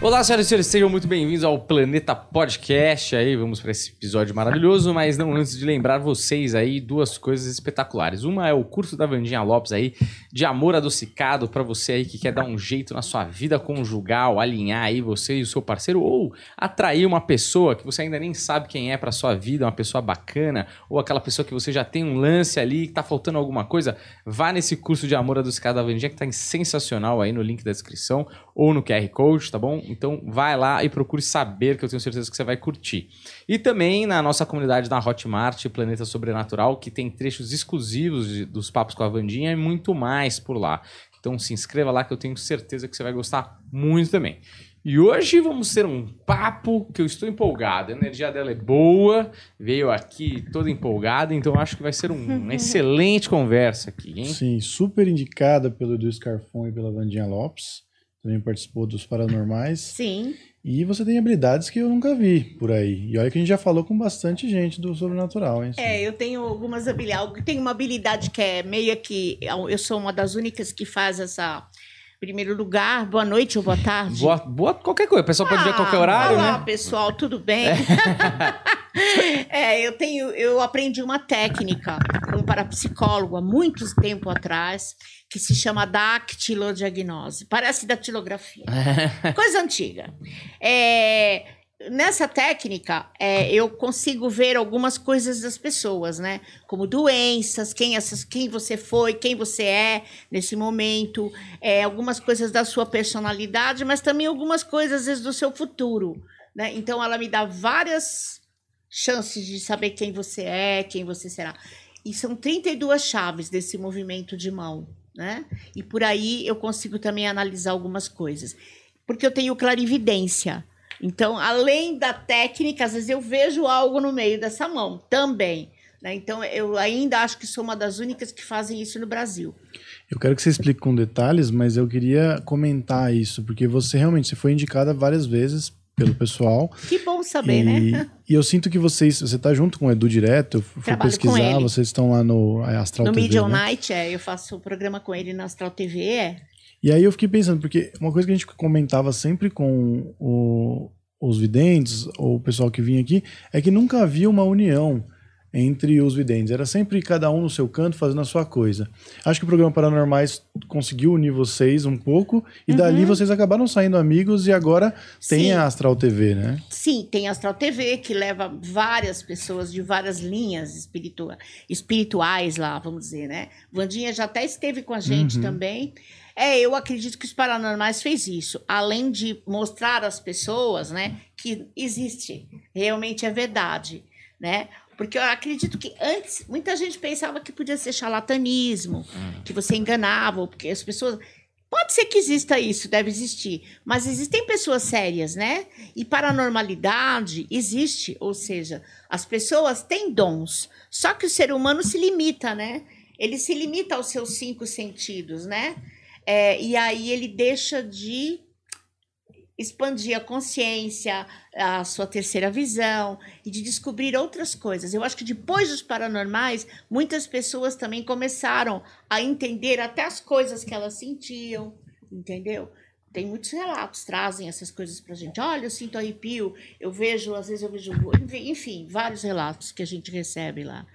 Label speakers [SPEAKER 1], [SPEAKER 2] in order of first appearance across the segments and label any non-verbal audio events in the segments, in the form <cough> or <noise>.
[SPEAKER 1] Olá, senhoras e senhores, sejam muito bem-vindos ao Planeta Podcast. Aí vamos para esse episódio maravilhoso, mas não antes de lembrar vocês aí duas coisas espetaculares. Uma é o curso da Vandinha Lopes aí de amor adocicado para você aí que quer dar um jeito na sua vida conjugal, alinhar aí você e o seu parceiro ou atrair uma pessoa que você ainda nem sabe quem é para sua vida, uma pessoa bacana ou aquela pessoa que você já tem um lance ali que tá faltando alguma coisa. Vá nesse curso de amor adocicado da Vandinha que tá sensacional aí no link da descrição ou no QR Code, tá bom? Então vai lá e procure saber, que eu tenho certeza que você vai curtir. E também na nossa comunidade na Hotmart, Planeta Sobrenatural, que tem trechos exclusivos de- dos papos com a Vandinha e muito mais por lá. Então se inscreva lá que eu tenho certeza que você vai gostar muito também. E hoje vamos ter um papo que eu estou empolgado. A energia dela é boa, veio aqui toda empolgada, então acho que vai ser um-
[SPEAKER 2] <laughs>
[SPEAKER 1] uma excelente conversa aqui, hein?
[SPEAKER 3] Sim, super indicada pelo Edu Scarfon e pela Vandinha Lopes. Também participou dos Paranormais.
[SPEAKER 2] Sim.
[SPEAKER 3] E você tem habilidades que eu nunca vi por aí. E olha que a gente já falou com bastante gente do Sobrenatural, hein?
[SPEAKER 2] É, eu tenho algumas habilidades. Tenho uma habilidade que é meio que. Eu sou uma das únicas que faz essa. Primeiro lugar, boa noite ou boa tarde.
[SPEAKER 1] Boa, boa qualquer coisa, o pessoal pode ver a qualquer
[SPEAKER 2] Ah,
[SPEAKER 1] horário,
[SPEAKER 2] olá,
[SPEAKER 1] né?
[SPEAKER 2] pessoal, tudo bem? <laughs> É, eu tenho, eu aprendi uma técnica como parapsicólogo há muito tempo atrás, que se chama dactilodiagnose. Parece datilografia. Coisa antiga. É, nessa técnica, é, eu consigo ver algumas coisas das pessoas, né? Como doenças, quem, é essas, quem você foi, quem você é nesse momento, é, algumas coisas da sua personalidade, mas também algumas coisas às vezes, do seu futuro. Né? Então, ela me dá várias chances de saber quem você é, quem você será. E são 32 chaves desse movimento de mão, né? E por aí eu consigo também analisar algumas coisas. Porque eu tenho clarividência. Então, além da técnica, às vezes eu vejo algo no meio dessa mão também. né? Então, eu ainda acho que sou uma das únicas que fazem isso no Brasil.
[SPEAKER 3] Eu quero que você explique com detalhes, mas eu queria comentar isso, porque você realmente você foi indicada várias vezes pelo pessoal.
[SPEAKER 2] Que bom saber,
[SPEAKER 3] e,
[SPEAKER 2] né?
[SPEAKER 3] <laughs> e eu sinto que vocês. Você tá junto com o Edu direto, eu fui
[SPEAKER 2] Trabalho com
[SPEAKER 3] pesquisar,
[SPEAKER 2] ele.
[SPEAKER 3] vocês estão lá no é, Astral
[SPEAKER 2] No
[SPEAKER 3] TV,
[SPEAKER 2] Media
[SPEAKER 3] né?
[SPEAKER 2] Night, é, eu faço o programa com ele na Astral TV. É.
[SPEAKER 3] E aí eu fiquei pensando, porque uma coisa que a gente comentava sempre com o- os videntes, ou o pessoal que vinha aqui, é que nunca havia uma união entre os videntes. Era sempre cada um no seu canto fazendo a sua coisa. Acho que o programa Paranormais conseguiu unir vocês um pouco, e dali vocês acabaram saindo amigos, e agora tem
[SPEAKER 2] Sim.
[SPEAKER 3] a Astral TV, né?
[SPEAKER 2] Sim, tem a Astral TV, que leva várias pessoas de várias linhas espiritua- espirituais lá, vamos dizer, né? Vandinha já até esteve com a gente
[SPEAKER 3] Uhum.
[SPEAKER 2] também. É, eu acredito que os Paranormais fez isso. Além de mostrar às pessoas, né, que existe, realmente é verdade, né? Porque eu acredito que antes muita gente pensava que podia ser charlatanismo, que você enganava, ou porque as pessoas. Pode ser que exista isso, deve existir. Mas existem pessoas sérias, né? E paranormalidade existe, ou seja, as pessoas têm dons. Só que o ser humano se limita, né? Ele se limita aos seus cinco sentidos, né? É, e aí ele deixa de expandir a consciência, a sua terceira visão e de descobrir outras coisas. Eu acho que depois dos paranormais, muitas pessoas também começaram a entender até as coisas que elas sentiam, entendeu? Tem muitos relatos, trazem essas coisas pra gente. Olha, eu sinto arrepio, eu vejo, às vezes eu vejo... Enfim, vários relatos que a gente recebe lá.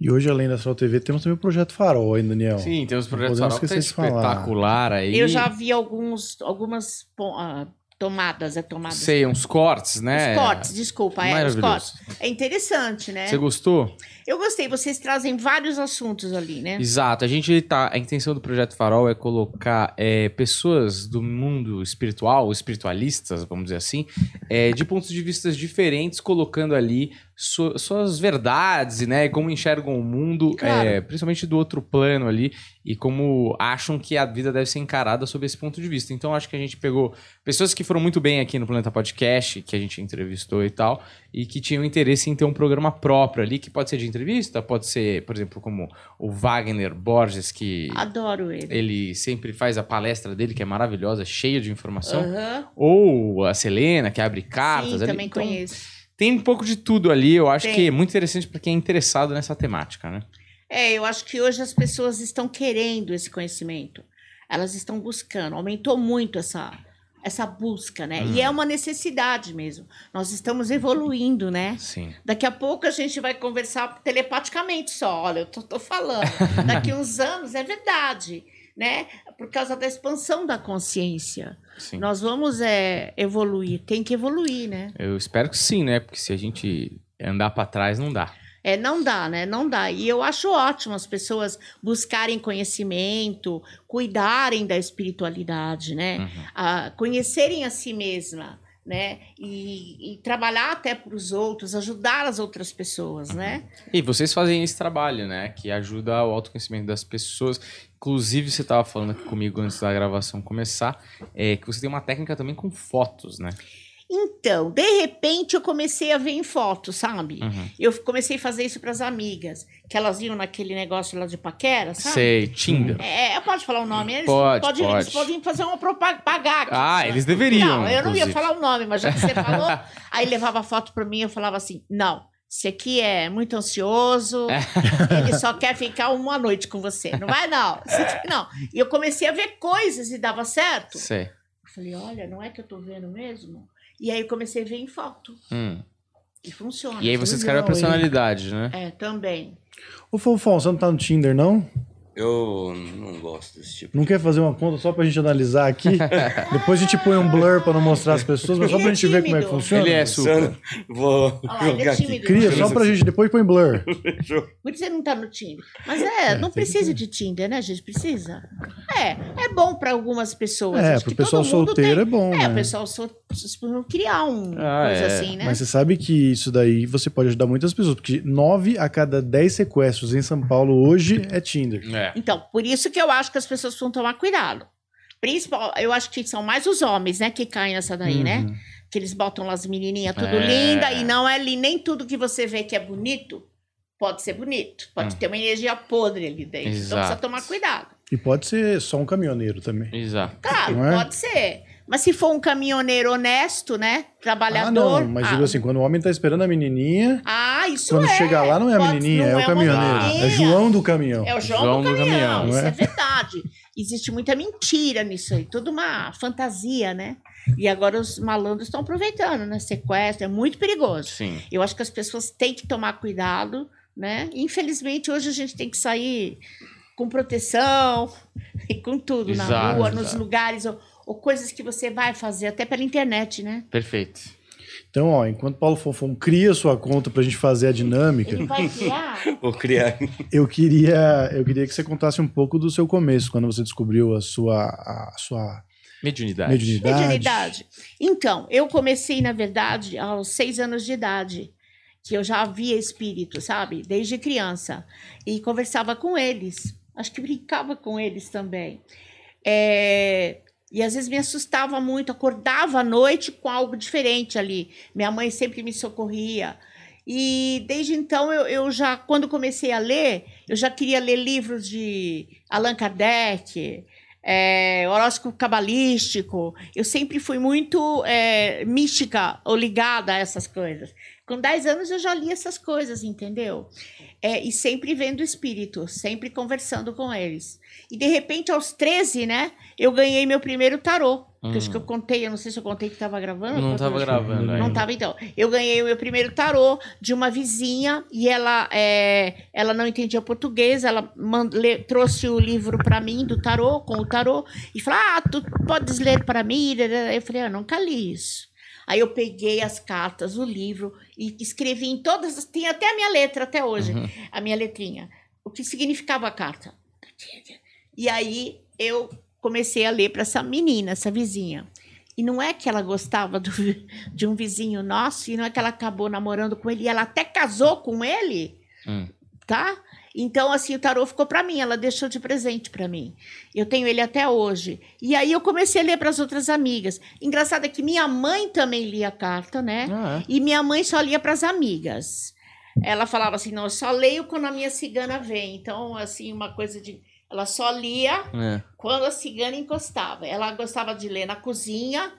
[SPEAKER 3] E hoje, além da Astral TV, temos também o Projeto Farol, hein, Daniel?
[SPEAKER 1] Sim, tem os projetos
[SPEAKER 3] Então, podemos
[SPEAKER 1] Farol que tá
[SPEAKER 3] esquecer de falar.
[SPEAKER 1] espetacular aí.
[SPEAKER 2] Eu já vi alguns, algumas pon- ah, tomadas, é tomadas.
[SPEAKER 1] sei, uns cortes, né?
[SPEAKER 2] Os cortes, desculpa, é, os cortes.
[SPEAKER 1] Maravilhoso.
[SPEAKER 2] É interessante, né?
[SPEAKER 1] Você gostou?
[SPEAKER 2] Eu gostei, vocês trazem vários assuntos ali, né?
[SPEAKER 1] Exato. A gente tá. A intenção do projeto Farol é colocar é, pessoas do mundo espiritual, espiritualistas, vamos dizer assim, é, de pontos de vistas diferentes, colocando ali su- suas verdades, né? E como enxergam o mundo,
[SPEAKER 2] Claro.
[SPEAKER 1] é, principalmente do outro plano ali, e como acham que a vida deve ser encarada sob esse ponto de vista. Então, acho que a gente pegou pessoas que foram muito bem aqui no Planeta Podcast, que a gente entrevistou e tal, e que tinham interesse em ter um programa próprio ali, que pode ser de entrevista, pode ser, por exemplo, como o Wagner Borges, que
[SPEAKER 2] Adoro ele.
[SPEAKER 1] ele sempre faz a palestra dele, que é maravilhosa, cheia de informação.
[SPEAKER 2] Aham.
[SPEAKER 1] Ou a Selena, que abre cartas.
[SPEAKER 2] Ah. Sim,
[SPEAKER 1] ali.
[SPEAKER 2] também
[SPEAKER 1] Então,
[SPEAKER 2] conheço.
[SPEAKER 1] Tem um pouco de tudo ali. Eu acho
[SPEAKER 2] Tem.
[SPEAKER 1] que é muito interessante para quem é interessado nessa temática, né?
[SPEAKER 2] É, eu acho que hoje as pessoas estão querendo esse conhecimento. Elas estão buscando. Aumentou muito essa essa busca, né? E é uma necessidade mesmo. Nós estamos evoluindo, né?
[SPEAKER 1] Sim.
[SPEAKER 2] Daqui a pouco a gente vai conversar telepaticamente só. Olha, eu tô, tô falando. Daqui uns anos é verdade, né? Por causa da expansão da consciência.
[SPEAKER 1] Sim.
[SPEAKER 2] Nós vamos é, evoluir. Tem que evoluir, né?
[SPEAKER 1] Eu espero que sim, né? Porque se a gente andar pra trás, não dá.
[SPEAKER 2] É, não dá, né? Não dá. E eu acho ótimo as pessoas buscarem conhecimento, cuidarem da espiritualidade, né?
[SPEAKER 1] Uhum.
[SPEAKER 2] a conhecerem a si mesma, né? E, e trabalhar até para os outros, ajudar as outras pessoas, né?
[SPEAKER 1] E vocês fazem esse trabalho, né? Que ajuda o autoconhecimento das pessoas. Inclusive, você estava falando aqui comigo antes da gravação começar, é, que você tem uma técnica também com fotos, né?
[SPEAKER 2] Então, de repente, eu comecei a ver em fotos, sabe?
[SPEAKER 1] Uhum.
[SPEAKER 2] Eu comecei a fazer isso para as amigas, que elas iam naquele negócio lá de paquera, sabe?
[SPEAKER 1] Sei, Tinder.
[SPEAKER 2] É, eu posso falar o nome? Eles
[SPEAKER 1] Pode,
[SPEAKER 2] podem, eles
[SPEAKER 1] pode.
[SPEAKER 2] podem fazer uma propaganda. pagar aqui,
[SPEAKER 1] Ah,
[SPEAKER 2] né?
[SPEAKER 1] eles deveriam.
[SPEAKER 2] Não, eu não ia
[SPEAKER 1] inclusive.
[SPEAKER 2] falar o nome, mas já que
[SPEAKER 3] <laughs>
[SPEAKER 2] você falou,
[SPEAKER 1] <laughs>
[SPEAKER 2] aí levava a foto pra mim eu falava assim: não, esse aqui é muito ansioso,
[SPEAKER 3] É.
[SPEAKER 2] ele só quer ficar uma noite com você. Não vai, não. <laughs> Esse aqui não. E eu comecei a ver coisas e dava certo.
[SPEAKER 1] Sei.
[SPEAKER 2] Eu falei, olha, não é que eu tô vendo mesmo? E aí eu comecei a ver em foto.
[SPEAKER 1] Hum.
[SPEAKER 2] E funciona.
[SPEAKER 1] E aí você
[SPEAKER 3] legal,
[SPEAKER 1] descreve a
[SPEAKER 3] hein?
[SPEAKER 1] personalidade, né?
[SPEAKER 2] É, também.
[SPEAKER 3] Ô, Fofão, você não tá no Tinder, não?
[SPEAKER 4] Eu não gosto desse tipo.
[SPEAKER 3] Não quer fazer uma conta só pra gente analisar aqui?
[SPEAKER 1] <laughs>
[SPEAKER 3] Depois a gente põe um blur pra não mostrar as pessoas, mas só
[SPEAKER 2] Ele
[SPEAKER 3] pra
[SPEAKER 2] é
[SPEAKER 3] gente ver como é que
[SPEAKER 2] tímido.
[SPEAKER 3] funciona.
[SPEAKER 1] Ele é super.
[SPEAKER 4] Sandro, Vou
[SPEAKER 2] Olha lá, ele é
[SPEAKER 4] jogar aqui.
[SPEAKER 2] tímido.
[SPEAKER 3] Cria só pra gente, depois põe blur.
[SPEAKER 2] Por isso ele não tá no Tinder. Mas é, não
[SPEAKER 3] tem que
[SPEAKER 2] precisa de Tinder, né, gente? Precisa. É, é bom para algumas pessoas.
[SPEAKER 3] É,
[SPEAKER 2] Acho
[SPEAKER 3] pro
[SPEAKER 2] que
[SPEAKER 3] pessoal
[SPEAKER 2] todo mundo
[SPEAKER 3] solteiro
[SPEAKER 2] tem-
[SPEAKER 3] é bom,
[SPEAKER 2] É,
[SPEAKER 3] né?
[SPEAKER 2] o pessoal solteiro criar um
[SPEAKER 1] Ah,
[SPEAKER 2] coisa
[SPEAKER 1] é.
[SPEAKER 2] assim, né?
[SPEAKER 3] Mas você sabe que isso daí você pode ajudar muitas pessoas, porque 9 a cada 10 sequestros em São Paulo hoje é Tinder.
[SPEAKER 1] É.
[SPEAKER 2] Então, por isso que eu acho que as pessoas precisam tomar cuidado. Principal, eu acho que são mais os homens, né, que caem nessa daí, né?
[SPEAKER 3] Uhum.
[SPEAKER 2] Que eles botam lá as menininhas tudo
[SPEAKER 1] É.
[SPEAKER 2] linda e não é li- nem tudo que você vê que é bonito pode ser bonito. Pode
[SPEAKER 1] Hum.
[SPEAKER 2] ter uma energia podre ali dentro. Então precisa
[SPEAKER 1] Exato.
[SPEAKER 2] tomar cuidado.
[SPEAKER 3] E pode ser só um caminhoneiro também.
[SPEAKER 1] Exato.
[SPEAKER 2] Claro,
[SPEAKER 3] Não é?
[SPEAKER 2] pode ser. Mas se for um caminhoneiro honesto, né?
[SPEAKER 3] Ah,
[SPEAKER 2] Trabalhador.
[SPEAKER 3] não, mas
[SPEAKER 2] ah,
[SPEAKER 3] digo assim, quando o homem tá esperando a menininha,
[SPEAKER 2] Ah, isso
[SPEAKER 3] quando
[SPEAKER 2] é.
[SPEAKER 3] chega lá não é a
[SPEAKER 2] Pode-
[SPEAKER 3] menininha,
[SPEAKER 2] não
[SPEAKER 3] é o
[SPEAKER 2] é uma
[SPEAKER 3] caminhoneiro.
[SPEAKER 2] menininha.
[SPEAKER 3] É João do caminhão.
[SPEAKER 2] É o João,
[SPEAKER 1] João
[SPEAKER 2] do
[SPEAKER 1] do
[SPEAKER 2] caminhão.
[SPEAKER 1] caminhão, né?
[SPEAKER 2] isso
[SPEAKER 3] não é?
[SPEAKER 2] é verdade. Existe muita mentira nisso aí. Toda uma fantasia, né? E agora os malandros estão aproveitando, né? Sequestro, é muito perigoso.
[SPEAKER 1] Sim.
[SPEAKER 2] Eu acho que as pessoas têm que tomar cuidado, né? Infelizmente, hoje a gente tem que sair com proteção <laughs> e com tudo na
[SPEAKER 1] Exato,
[SPEAKER 2] rua, nos
[SPEAKER 1] exato.
[SPEAKER 2] lugares, ou, ou coisas que você vai fazer, até pela internet, né?
[SPEAKER 1] Perfeito.
[SPEAKER 3] Então, ó, enquanto Paulo Fofão cria sua conta pra gente fazer a dinâmica,
[SPEAKER 2] Ele
[SPEAKER 1] <laughs>
[SPEAKER 2] vai criar.
[SPEAKER 4] Vou criar.
[SPEAKER 3] eu queria, eu queria que você contasse um pouco do seu começo, quando você descobriu a sua, a sua
[SPEAKER 1] Mediunidade.
[SPEAKER 3] mediunidade.
[SPEAKER 2] Mediunidade. Então, eu comecei, na verdade, aos seis anos de idade, que eu já via espírito, sabe? Desde criança. E conversava com eles. Acho que brincava com eles também. É, E às vezes me assustava muito, acordava à noite com algo diferente ali. Minha mãe sempre me socorria. E desde então eu, eu já, quando comecei a ler, eu já queria ler livros de Allan Kardec, é, horóscopo cabalístico. Eu sempre fui muito é, mística ou ligada a essas coisas. Com 10 anos eu já li essas coisas, entendeu? É, e sempre vendo espírito, sempre conversando com eles. E de repente, aos 13, né, eu ganhei meu primeiro tarô. Que eu acho que eu contei, eu não sei se eu contei que estava gravando.
[SPEAKER 1] Hum. Não
[SPEAKER 2] eu
[SPEAKER 1] tava
[SPEAKER 2] contei.
[SPEAKER 1] gravando ainda.
[SPEAKER 2] Não tava, então. Eu ganhei o meu primeiro tarô de uma vizinha e ela, é, ela não entendia português. Ela man- le- trouxe o livro para mim do tarô, com o tarô, e falou: Ah, tu podes ler para mim? Eu falei: Eu nunca li isso. Aí eu peguei as cartas, o livro, e escrevi em todas. as- Tem até a minha letra até hoje,
[SPEAKER 1] Uhum.
[SPEAKER 2] a minha letrinha. O que significava a carta. E aí eu comecei a ler para essa menina, essa vizinha. E não é que ela gostava do, de um vizinho nosso, e não é que ela acabou namorando com ele, e ela até casou com ele,
[SPEAKER 1] Hum.
[SPEAKER 2] tá? Então, assim, o tarô ficou para mim, ela deixou de presente para mim. Eu tenho ele até hoje. E aí eu comecei a ler para as outras amigas. Engraçado é que minha mãe também lia a carta, né?
[SPEAKER 1] Ah,
[SPEAKER 2] E minha mãe só lia para as amigas. Ela falava assim: não, eu só leio quando a minha cigana vem. Então, assim, uma coisa de. Ela só lia
[SPEAKER 1] é. É.
[SPEAKER 2] quando a cigana encostava. Ela gostava de ler na cozinha,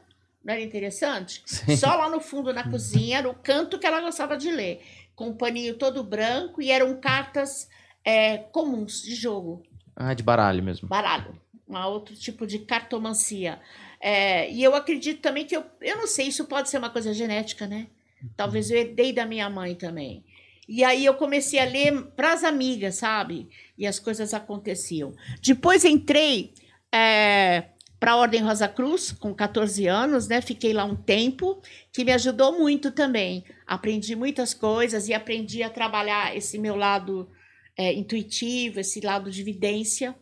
[SPEAKER 2] não era interessante?
[SPEAKER 1] Sim.
[SPEAKER 2] Só lá no fundo na cozinha, era o canto que ela gostava de ler. Com um paninho todo branco e eram cartas eh, comuns de jogo,
[SPEAKER 1] Ah, de baralho mesmo.
[SPEAKER 2] baralho. uma outro tipo de cartomancia. É, e eu acredito também que eu, eu não sei, isso pode ser uma coisa genética, né? Talvez eu herdei da minha mãe também. E aí eu comecei a ler para as amigas, sabe? E as coisas aconteciam. Depois entrei é, para a Ordem Rosa Cruz, com 14 anos, né? Fiquei lá um tempo, que me ajudou muito também. Aprendi muitas coisas e aprendi a trabalhar esse meu lado é, intuitivo, esse lado de vidência.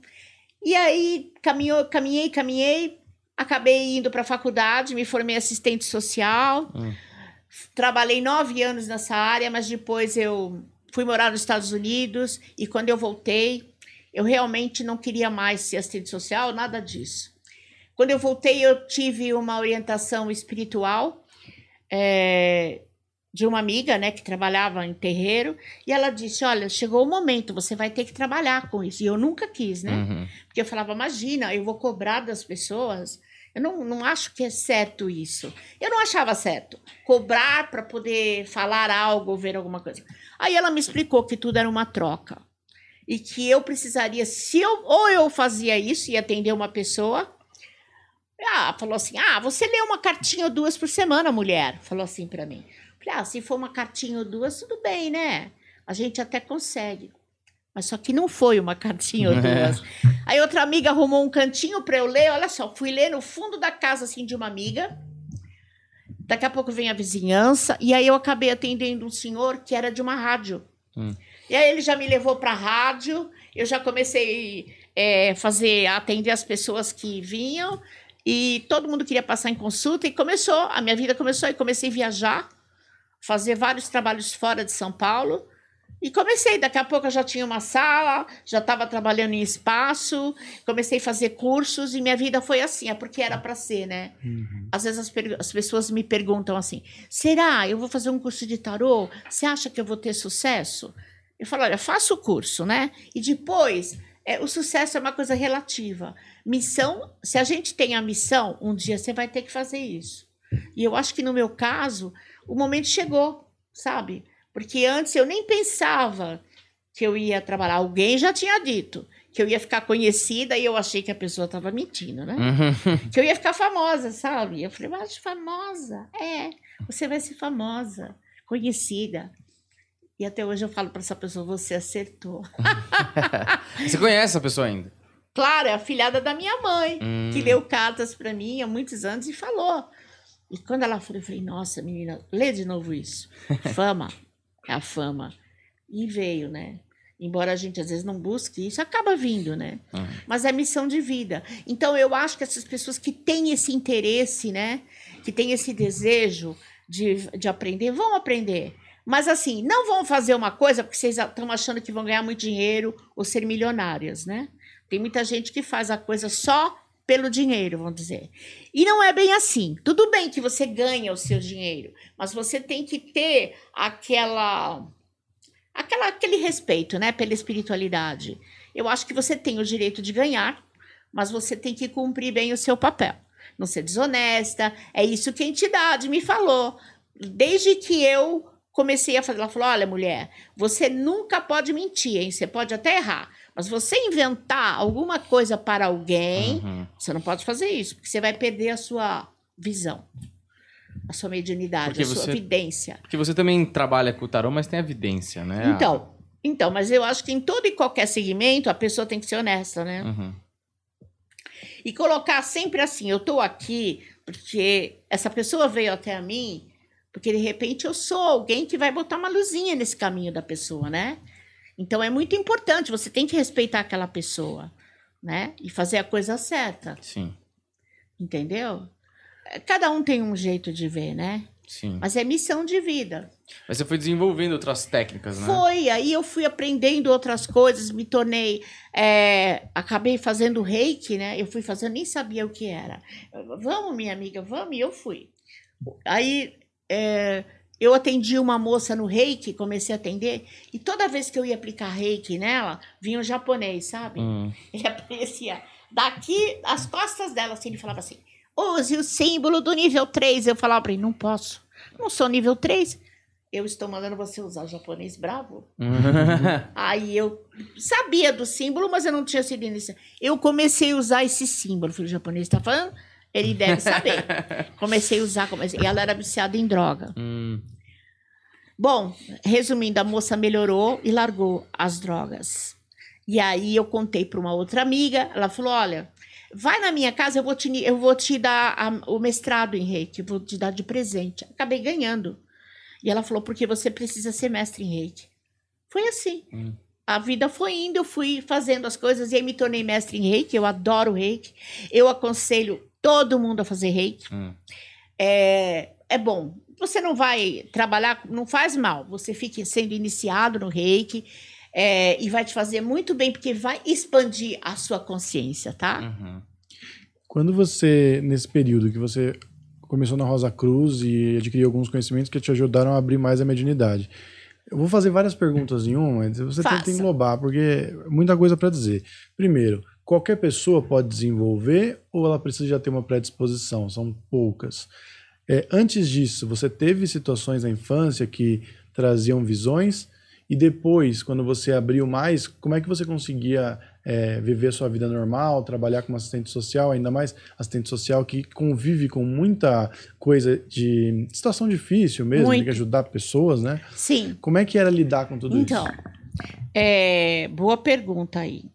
[SPEAKER 2] E aí caminhou, caminhei, caminhei, acabei indo para a faculdade, me formei assistente social,
[SPEAKER 1] Hum.
[SPEAKER 2] trabalhei nove anos nessa área, mas depois eu fui morar nos Estados Unidos e quando eu voltei, eu realmente não queria mais ser assistente social, nada disso. Quando eu voltei, eu tive uma orientação espiritual eh, de uma amiga, né, que trabalhava em terreiro, e ela disse: "Olha, chegou o momento, você vai ter que trabalhar com isso". E eu nunca quis, né?
[SPEAKER 1] Uhum.
[SPEAKER 2] Porque eu falava, imagina, eu vou cobrar das pessoas. Eu não, não acho que é certo isso. Eu não achava certo. Cobrar para poder falar algo, ver alguma coisa. Aí ela me explicou que tudo era uma troca. E que eu precisaria, se eu, ou eu fazia isso e atender uma pessoa. Ah, falou assim: ah, você lê uma cartinha ou duas por semana, mulher. Falou assim para mim. Falei, ah, se for uma cartinha ou duas, tudo bem, né? A gente até consegue. Mas só que não foi uma cartinha ou
[SPEAKER 1] <laughs> É.
[SPEAKER 2] duas. Aí outra amiga arrumou um cantinho para eu ler. Olha só, fui ler no fundo da casa assim de uma amiga. Daqui a pouco vem a vizinhança e aí eu acabei atendendo um senhor que era de uma rádio.
[SPEAKER 1] Hum.
[SPEAKER 2] E aí ele já me levou para rádio. Eu já comecei é, fazer atender as pessoas que vinham e todo mundo queria passar em consulta e começou a minha vida começou e comecei a viajar, fazer vários trabalhos fora de São Paulo. E comecei, daqui a pouco eu já tinha uma sala, já estava trabalhando em espaço, comecei a fazer cursos e minha vida foi assim, é porque era para ser, né? Às vezes as, per- as pessoas me perguntam assim: será eu vou fazer um curso de tarô? Você acha que eu vou ter sucesso? Eu falo: olha, faça o curso, né? E depois, é, o sucesso é uma coisa relativa. Missão: se a gente tem a missão, um dia você vai ter que fazer isso. E eu acho que no meu caso, o momento chegou, sabe? Porque antes eu nem pensava que eu ia trabalhar. Alguém já tinha dito que eu ia ficar conhecida e eu achei que a pessoa estava mentindo, né?
[SPEAKER 1] Uhum.
[SPEAKER 2] que eu ia ficar famosa, sabe? Eu falei, mas famosa? É, você vai ser famosa, conhecida. E até hoje eu falo para essa pessoa, você acertou.
[SPEAKER 1] Você conhece essa pessoa ainda?
[SPEAKER 2] Claro, é a filhada da minha mãe,
[SPEAKER 1] Hum.
[SPEAKER 2] que leu cartas para mim há muitos anos e falou. E quando ela falou, eu falei, nossa, menina, lê de novo isso. Fama, é a fama. E veio, né? Embora a gente às vezes não busque isso, acaba vindo, né?
[SPEAKER 1] Uhum.
[SPEAKER 2] Mas é missão de vida. Então eu acho que essas pessoas que têm esse interesse, né? Que têm esse desejo de, de aprender, vão aprender. Mas assim, não vão fazer uma coisa porque vocês estão achando que vão ganhar muito dinheiro ou ser milionárias, né? Tem muita gente que faz a coisa só pelo dinheiro, vamos dizer. E não é bem assim. Tudo bem que você ganha o seu dinheiro, mas você tem que ter aquela, aquela aquele respeito, né, pela espiritualidade. Eu acho que você tem o direito de ganhar, mas você tem que cumprir bem o seu papel. Não ser desonesta. É isso que a entidade me falou. Desde que eu comecei a fazer, ela falou: olha, mulher, você nunca pode mentir, hein? Você pode até errar. Mas você inventar alguma coisa para alguém,
[SPEAKER 1] Uhum.
[SPEAKER 2] você não pode fazer isso, porque você vai perder a sua visão, a sua mediunidade,
[SPEAKER 1] Porque
[SPEAKER 2] a sua
[SPEAKER 1] você-
[SPEAKER 2] vidência.
[SPEAKER 1] Porque você também trabalha com o tarô, mas tem a vidência, né? A-
[SPEAKER 2] Então, então, mas eu acho que em todo e qualquer segmento a pessoa tem que ser honesta, né?
[SPEAKER 1] Uhum.
[SPEAKER 2] E colocar sempre assim, eu estou aqui porque essa pessoa veio até a mim, porque de repente eu sou alguém que vai botar uma luzinha nesse caminho da pessoa, né? Então é muito importante, você tem que respeitar aquela pessoa, né? E fazer a coisa certa,
[SPEAKER 1] Sim,
[SPEAKER 2] entendeu? Eh, Cada um tem um jeito de ver, né?
[SPEAKER 1] sim.
[SPEAKER 2] Mas é missão de vida.
[SPEAKER 1] Mas você foi desenvolvendo outras técnicas, né?
[SPEAKER 2] Foi, aí eu fui aprendendo outras coisas, me tornei. é, acabei fazendo reiki, né? Eu fui fazendo, nem sabia o que era. Vamos, minha amiga, vamos, e eu fui. Aí é, eu atendi uma moça no reiki, comecei a atender, e toda vez que eu ia aplicar reiki nela, vinha um japonês, sabe?
[SPEAKER 1] Hum.
[SPEAKER 2] <laughs> Ele aparecia daqui, as costas dela, assim, ele falava assim: use o símbolo do nível 3. Eu falava pra ele: não posso, não sou nível 3. eu estou mandando você usar o japonês bravo.
[SPEAKER 1] hum,
[SPEAKER 2] Aí eu sabia do símbolo, mas eu não tinha sido iniciada. Eu comecei a usar esse símbolo. Falei, o japonês está falando? Ele deve saber. comecei a usar, comecei. E ela era viciada em droga.
[SPEAKER 1] Hum,
[SPEAKER 2] Bom, resumindo, a moça melhorou e largou as drogas. E aí eu contei para uma outra amiga, ela falou: olha, vai na minha casa, eu vou te, eu vou te dar a- o mestrado em reiki, eu vou te dar de presente. Acabei ganhando. E ela falou: porque você precisa ser mestre em reiki. Foi assim.
[SPEAKER 1] Hum.
[SPEAKER 2] A vida foi indo, eu fui fazendo as coisas e aí me tornei mestre em reiki. Eu adoro reiki. Eu aconselho todo mundo a fazer reiki
[SPEAKER 1] hum.
[SPEAKER 2] é, é bom. Você não vai trabalhar, não faz mal. Você fica sendo iniciado no reiki é, e vai te fazer muito bem, porque vai expandir a sua consciência, tá?
[SPEAKER 1] Uhum.
[SPEAKER 3] Quando você, nesse período que você começou na Rosa Cruz e adquiriu alguns conhecimentos que te ajudaram a abrir mais a mediunidade, eu vou fazer várias perguntas em uma, mas você
[SPEAKER 2] Faça.
[SPEAKER 3] tenta englobar, porque é muita coisa para dizer. Primeiro, qualquer pessoa pode desenvolver ou ela precisa já ter uma predisposição? São poucas. É, antes disso, você teve situações na infância que traziam visões? E depois, quando você abriu mais, como é que você conseguia é, viver a sua vida normal, trabalhar como assistente social, ainda mais assistente social que convive com muita coisa de situação difícil mesmo, tem
[SPEAKER 2] Muito.
[SPEAKER 3] que ajudar pessoas, né?
[SPEAKER 2] Sim.
[SPEAKER 3] Como é que era lidar com tudo
[SPEAKER 2] Então,
[SPEAKER 3] isso?
[SPEAKER 2] é, boa pergunta aí.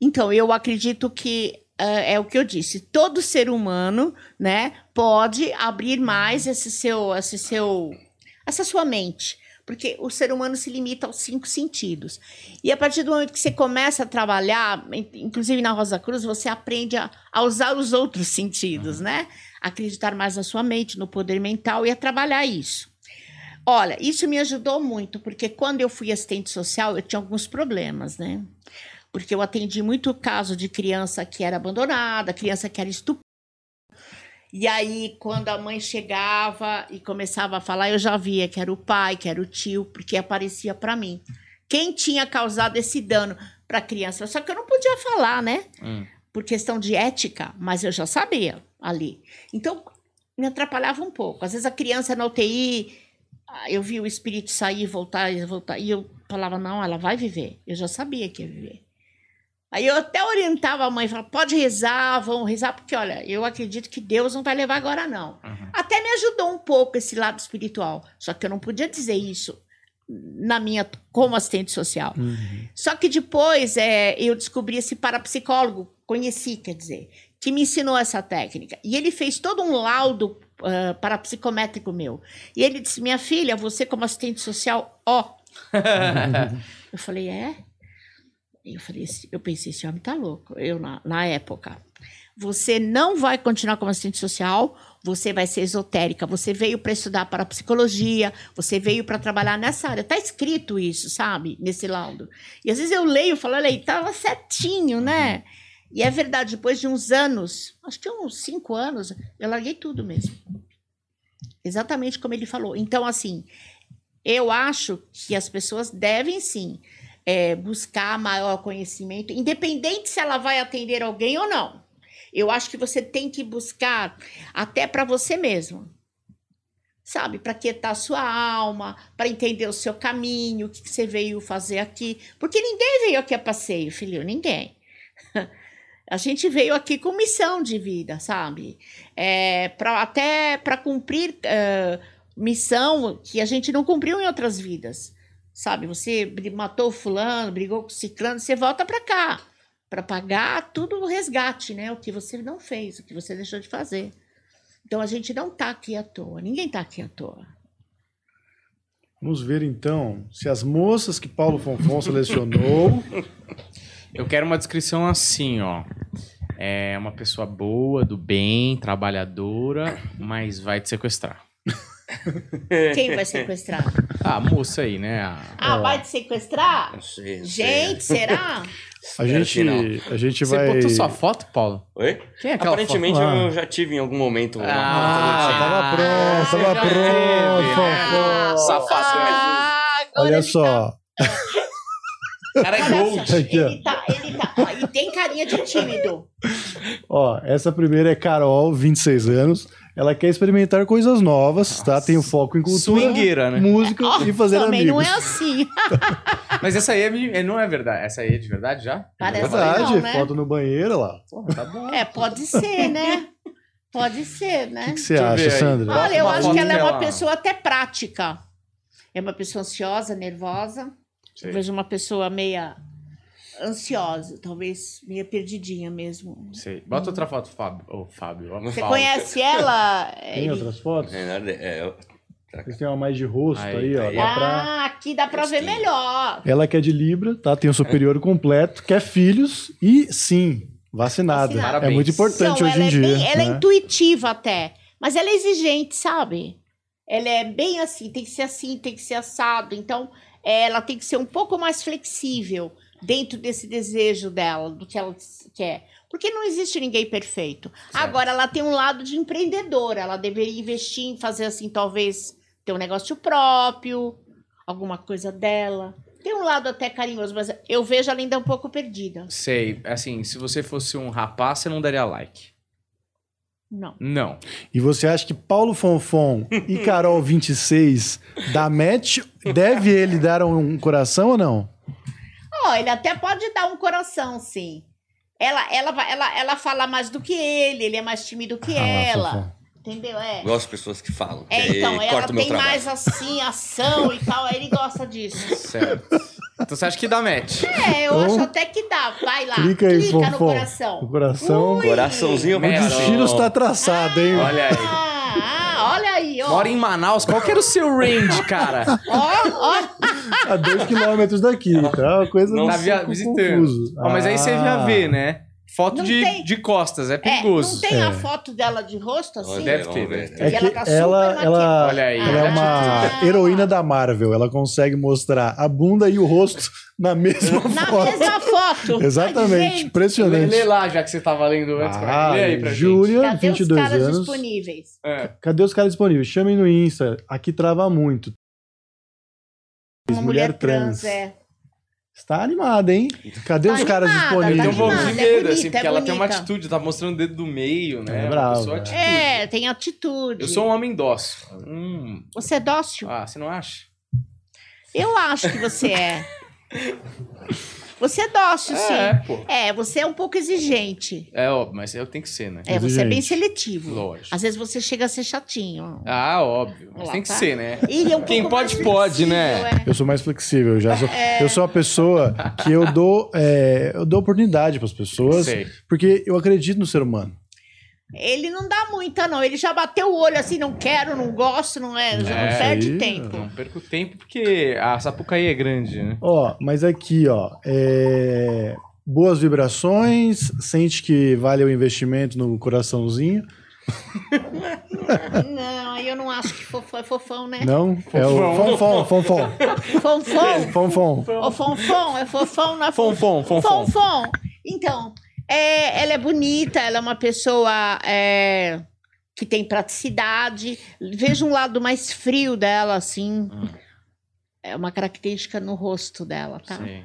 [SPEAKER 2] Então, eu acredito que é, é o que eu disse. Todo ser humano, né, pode abrir mais esse seu, esse seu, essa sua mente, porque o ser humano se limita aos cinco sentidos. E a partir do momento que você começa a trabalhar, in- inclusive na Rosa Cruz, você aprende a, a usar os outros sentidos, né? Acreditar mais na sua mente, no poder mental e a trabalhar isso. Olha, isso me ajudou muito, porque quando eu fui assistente social, eu tinha alguns problemas, né? Porque eu atendi muito caso de criança que era abandonada, criança que era estuprada. E aí, quando a mãe chegava e começava a falar, eu já via que era o pai, que era o tio, porque aparecia para mim. Quem tinha causado esse dano para a criança? Só que eu não podia falar, né?
[SPEAKER 1] Hum.
[SPEAKER 2] por questão de ética, mas eu já sabia ali. Então, me atrapalhava um pouco. Às vezes a criança na UTI, ah, eu via o espírito sair, voltar e voltar, e eu falava, não, ela vai viver. Eu já sabia que ia viver. Aí eu até orientava a mãe, falava, pode rezar, vão rezar, porque olha, eu acredito que Deus não vai levar agora, não.
[SPEAKER 1] Uhum.
[SPEAKER 2] Até me ajudou um pouco esse lado espiritual, só que eu não podia dizer isso na minha como assistente social. Só que depois é, eu descobri esse parapsicólogo, conheci, quer dizer, que me ensinou essa técnica. E ele fez todo um laudo ah, parapsicométrico meu. E ele disse: Minha filha, você, como assistente social, ó. eu falei: É? Eu falei: "Esse- Eu pensei, esse homem tá louco, eu na, na época. Você não vai continuar como assistente social, você vai ser esotérica. Você veio para estudar parapsicologia, você veio para trabalhar nessa área. Tá escrito isso, sabe? Nesse laudo. E às vezes eu leio e falo, olha aí, tava certinho, né? E é verdade, depois de uns anos, acho que uns cinco anos, eu larguei tudo mesmo. Exatamente como ele falou. Então, assim, eu acho que as pessoas devem sim eh, buscar maior conhecimento, independente se ela vai atender alguém ou não. Eu acho que você tem que buscar até para você mesmo. Sabe, para quietar sua alma, para entender o seu caminho, o que que você veio fazer aqui. Porque ninguém veio aqui a passeio, filho, ninguém. <laughs> A gente veio aqui com missão de vida, sabe? É, pra, até para cumprir eh, missão que a gente não cumpriu em outras vidas. Sabe, você bri- matou fulano, brigou com ciclano, você volta para cá para pagar tudo o resgate, né? O que você não fez, o que você deixou de fazer. Então a gente não tá aqui à toa, ninguém tá aqui à toa.
[SPEAKER 3] Vamos ver então se as moças que Paulo Fonfon selecionou.
[SPEAKER 1] Eu quero uma descrição assim, ó. É uma pessoa boa, do bem, trabalhadora, mas vai te sequestrar.
[SPEAKER 2] Quem vai sequestrar?
[SPEAKER 1] Ah, a moça aí, né? A-
[SPEAKER 2] Ah, vai te sequestrar?
[SPEAKER 4] Não sei. não sei.
[SPEAKER 2] Gente, será?
[SPEAKER 3] A
[SPEAKER 4] Espero
[SPEAKER 3] gente,
[SPEAKER 4] que não.
[SPEAKER 3] a gente
[SPEAKER 1] Você
[SPEAKER 3] vai.
[SPEAKER 1] botou sua foto, Paulo?
[SPEAKER 4] Oi?
[SPEAKER 1] Quem é aquela
[SPEAKER 4] Aparentemente
[SPEAKER 3] foto lá.
[SPEAKER 4] eu já tive em algum momento uma
[SPEAKER 1] Ah,
[SPEAKER 4] foto rotina.
[SPEAKER 3] tava pronto,
[SPEAKER 1] você
[SPEAKER 3] tava
[SPEAKER 1] Ah, já
[SPEAKER 3] pronto,
[SPEAKER 1] teve, né?
[SPEAKER 2] Ah,
[SPEAKER 3] Fofão.
[SPEAKER 4] Safado,
[SPEAKER 2] agora
[SPEAKER 3] um. Olha
[SPEAKER 2] ele tá-
[SPEAKER 3] só.
[SPEAKER 1] foto? Cara, é
[SPEAKER 2] Olha
[SPEAKER 1] gold.
[SPEAKER 2] só,
[SPEAKER 3] Aqui, ó.
[SPEAKER 2] ele tá, ele tá. ó, e tem carinha de tímido.
[SPEAKER 3] Ó, essa primeira é Carol, 26 anos. Ela quer experimentar coisas novas, tá? Tem o foco em cultura,
[SPEAKER 1] Swingueira, né?
[SPEAKER 3] música
[SPEAKER 2] Ó,
[SPEAKER 3] e fazer
[SPEAKER 2] também
[SPEAKER 3] amigos.
[SPEAKER 2] não é assim.
[SPEAKER 1] Mas essa aí é, mi- é- não é verdade. Essa aí é de verdade já?
[SPEAKER 2] Parece
[SPEAKER 1] Verdade.
[SPEAKER 3] Verdade,
[SPEAKER 2] não, né?
[SPEAKER 3] foto no banheiro olha lá.
[SPEAKER 1] Porra, tá bom.
[SPEAKER 2] É, pode ser, né? Pode ser,
[SPEAKER 3] O
[SPEAKER 2] né?
[SPEAKER 3] que que você
[SPEAKER 1] Deixa eu
[SPEAKER 3] acha,
[SPEAKER 1] ver aí.
[SPEAKER 3] Sandra?
[SPEAKER 2] Olha, eu
[SPEAKER 1] Uma
[SPEAKER 2] acho que ela é uma
[SPEAKER 1] foto dela.
[SPEAKER 2] pessoa até prática. É uma pessoa ansiosa, nervosa. Eu
[SPEAKER 1] Sei,
[SPEAKER 2] vejo uma pessoa meia ansiosa, talvez meia perdidinha mesmo.
[SPEAKER 1] sei. Bota outra foto, Fábio. Ô, Fábio. ó,
[SPEAKER 2] Você
[SPEAKER 1] Fábio.
[SPEAKER 2] conhece ela?
[SPEAKER 3] Tem
[SPEAKER 2] Eri?
[SPEAKER 3] outras fotos?
[SPEAKER 4] Renan, é, eu-
[SPEAKER 3] Vocês têm uma mais de rosto
[SPEAKER 1] Aí,
[SPEAKER 3] aí, ó.
[SPEAKER 4] aí.
[SPEAKER 3] dá pra-
[SPEAKER 2] Ah, aqui dá pra ver
[SPEAKER 4] Gostei.
[SPEAKER 2] melhor.
[SPEAKER 3] Ela que é de Libra, tá? Tem
[SPEAKER 1] <laughs>
[SPEAKER 3] o superior completo, quer filhos e sim, vacinada.
[SPEAKER 2] Vacinada.
[SPEAKER 3] É
[SPEAKER 1] Parabéns.
[SPEAKER 3] muito importante
[SPEAKER 2] Então,
[SPEAKER 3] hoje
[SPEAKER 2] ela,
[SPEAKER 3] em
[SPEAKER 2] é,
[SPEAKER 3] dia.
[SPEAKER 2] bem, ela é
[SPEAKER 3] né?
[SPEAKER 2] intuitiva até, mas ela é exigente, sabe? Ela é bem assim, tem que ser assim, tem que ser assado. Então, é, ela tem que ser um pouco mais flexível dentro desse desejo dela, do que ela s- quer. Porque não existe ninguém perfeito.
[SPEAKER 1] Certo.
[SPEAKER 2] Agora, ela tem um lado de empreendedora, ela deveria investir em fazer assim, talvez ter um negócio próprio, alguma coisa dela. Tem um lado até carinhoso, mas eu vejo ela ainda um pouco perdida.
[SPEAKER 1] Sei. Assim, se você fosse um rapaz, você não daria like.
[SPEAKER 2] Não.
[SPEAKER 1] Não.
[SPEAKER 3] E você acha que Paulo Fonfon e Carol 26 da match, deve ele dar um, um coração ou não?
[SPEAKER 2] Ó, ele até pode dar um coração, sim. Ela, ela, vai- ela, ela fala mais do que ele, ele é mais tímido que
[SPEAKER 3] Ah lá,
[SPEAKER 2] ela.
[SPEAKER 3] Fonfon.
[SPEAKER 2] Entendeu? É.
[SPEAKER 4] gosto de pessoas que falam.
[SPEAKER 2] É,
[SPEAKER 4] que
[SPEAKER 2] então, ela
[SPEAKER 4] corta o meu
[SPEAKER 2] tem
[SPEAKER 4] trabalho.
[SPEAKER 2] mais assim, ação e tal, aí ele gosta disso.
[SPEAKER 1] Certo. Então você acha que dá match?
[SPEAKER 2] É, eu
[SPEAKER 3] Então,
[SPEAKER 2] acho até que dá. Vai lá,
[SPEAKER 3] clica aí,
[SPEAKER 2] no
[SPEAKER 3] Fonfon. O
[SPEAKER 2] coração.
[SPEAKER 3] coração.
[SPEAKER 2] Ui.
[SPEAKER 4] Um Coraçãozinho,
[SPEAKER 1] Meu
[SPEAKER 3] O
[SPEAKER 1] Carol.
[SPEAKER 3] destino está traçado, hein?
[SPEAKER 1] Olha aí.
[SPEAKER 2] Ah, ah, olha aí, ó.
[SPEAKER 1] Mora em Manaus. Qual que era o seu range, cara?
[SPEAKER 2] Ó, é, ó.
[SPEAKER 3] A dois quilômetros daqui. Tá uma coisa
[SPEAKER 1] Não
[SPEAKER 3] um
[SPEAKER 1] tá via-
[SPEAKER 3] pouco
[SPEAKER 1] visitando.
[SPEAKER 3] confuso.
[SPEAKER 1] Ó, mas aí você ia
[SPEAKER 3] Ah,
[SPEAKER 1] ver, né? Foto
[SPEAKER 2] Não
[SPEAKER 1] de,
[SPEAKER 2] tem.
[SPEAKER 1] de costas, é
[SPEAKER 2] É, não
[SPEAKER 1] perigoso.
[SPEAKER 2] tem a
[SPEAKER 3] É.
[SPEAKER 2] foto dela de rosto assim?
[SPEAKER 1] Deve ter, né?
[SPEAKER 4] ver,
[SPEAKER 1] deve
[SPEAKER 3] É
[SPEAKER 2] E ela
[SPEAKER 3] que
[SPEAKER 2] tá super
[SPEAKER 3] ela, ela,
[SPEAKER 1] Olha aí.
[SPEAKER 3] ela é uma
[SPEAKER 2] Ah.
[SPEAKER 3] heroína da Marvel. Ela consegue mostrar a bunda e o rosto na mesma
[SPEAKER 2] Na
[SPEAKER 3] foto.
[SPEAKER 2] mesma
[SPEAKER 3] <laughs>
[SPEAKER 2] foto.
[SPEAKER 3] Exatamente.
[SPEAKER 2] Gente,
[SPEAKER 1] Lê,
[SPEAKER 3] Impressionante.
[SPEAKER 1] lê lá, já que você tava lendo antes.
[SPEAKER 3] Ah,
[SPEAKER 1] Ah, lê aí pra gente.
[SPEAKER 3] Júlia,
[SPEAKER 2] Cadê os
[SPEAKER 3] 22
[SPEAKER 2] caras
[SPEAKER 3] anos.
[SPEAKER 2] disponíveis?
[SPEAKER 1] É.
[SPEAKER 3] Cadê os caras disponíveis? Chamem no Insta. Aqui trava muito.
[SPEAKER 2] Uma mulher, trans. é.
[SPEAKER 3] Está animada, hein? Cadê
[SPEAKER 2] Tá
[SPEAKER 3] os caras
[SPEAKER 2] animada,
[SPEAKER 1] Ele
[SPEAKER 3] disponíveis?
[SPEAKER 1] tem um pouco
[SPEAKER 2] animada,
[SPEAKER 1] de
[SPEAKER 2] é
[SPEAKER 1] medo,
[SPEAKER 2] bonita,
[SPEAKER 1] assim,
[SPEAKER 2] é
[SPEAKER 1] porque ela tem uma
[SPEAKER 2] bonita.
[SPEAKER 1] atitude, tá mostrando o dedo do meio, né?
[SPEAKER 3] É
[SPEAKER 1] Uma
[SPEAKER 3] brava.
[SPEAKER 1] pessoa atitude.
[SPEAKER 2] É, tem atitude.
[SPEAKER 1] Eu sou um homem dócil. Hum.
[SPEAKER 2] Você é dócil?
[SPEAKER 1] Ah, você não acha?
[SPEAKER 2] Eu acho que você
[SPEAKER 1] <laughs>
[SPEAKER 2] é. Você é dócil,
[SPEAKER 1] É,
[SPEAKER 2] sim.
[SPEAKER 1] pô.
[SPEAKER 2] É, você é um pouco exigente.
[SPEAKER 1] É, ó, mas eu tenho que ser, né?
[SPEAKER 2] É, você é bem
[SPEAKER 3] Exigente.
[SPEAKER 2] seletivo.
[SPEAKER 1] Lógico.
[SPEAKER 2] Às vezes você chega a ser chatinho.
[SPEAKER 1] Ah, óbvio. Mas
[SPEAKER 2] Olá,
[SPEAKER 1] tem que
[SPEAKER 2] tá?
[SPEAKER 1] ser, né?
[SPEAKER 2] E ele é um
[SPEAKER 1] Quem
[SPEAKER 2] pouco mais
[SPEAKER 1] pode, pode, né?
[SPEAKER 2] flexível, é.
[SPEAKER 3] Eu sou mais flexível, eu já sou- Eu sou uma pessoa que eu dou, é, eu dou oportunidade para as pessoas,
[SPEAKER 1] Sei.
[SPEAKER 3] porque eu acredito no ser humano.
[SPEAKER 2] Ele não dá muita, não. Ele já bateu o olho assim, não quero, não gosto, não é. Já
[SPEAKER 1] É.
[SPEAKER 2] não perde
[SPEAKER 3] Aí,
[SPEAKER 2] tempo.
[SPEAKER 1] Não perco tempo, porque a Sapucaí é grande, né?
[SPEAKER 3] Ó, mas aqui, ó, é, boas vibrações, sente que vale o investimento no coraçãozinho,
[SPEAKER 1] né?
[SPEAKER 2] Não, aí eu não acho que fofão é fofão, né?
[SPEAKER 3] não? É o fonfon, fonfon,
[SPEAKER 1] <laughs>
[SPEAKER 2] Fonfon?
[SPEAKER 3] fonfon.
[SPEAKER 2] Ô, fonfon, é fofão,
[SPEAKER 1] tipo
[SPEAKER 2] não é fofão.
[SPEAKER 1] Fonfon, fonfon.
[SPEAKER 2] Fom, Fom. Então, é, ela é bonita, ela é uma pessoa é, que tem praticidade. Vejo um lado mais frio dela, assim.
[SPEAKER 1] Hum.
[SPEAKER 2] É uma característica no rosto dela, tá?
[SPEAKER 1] Sim.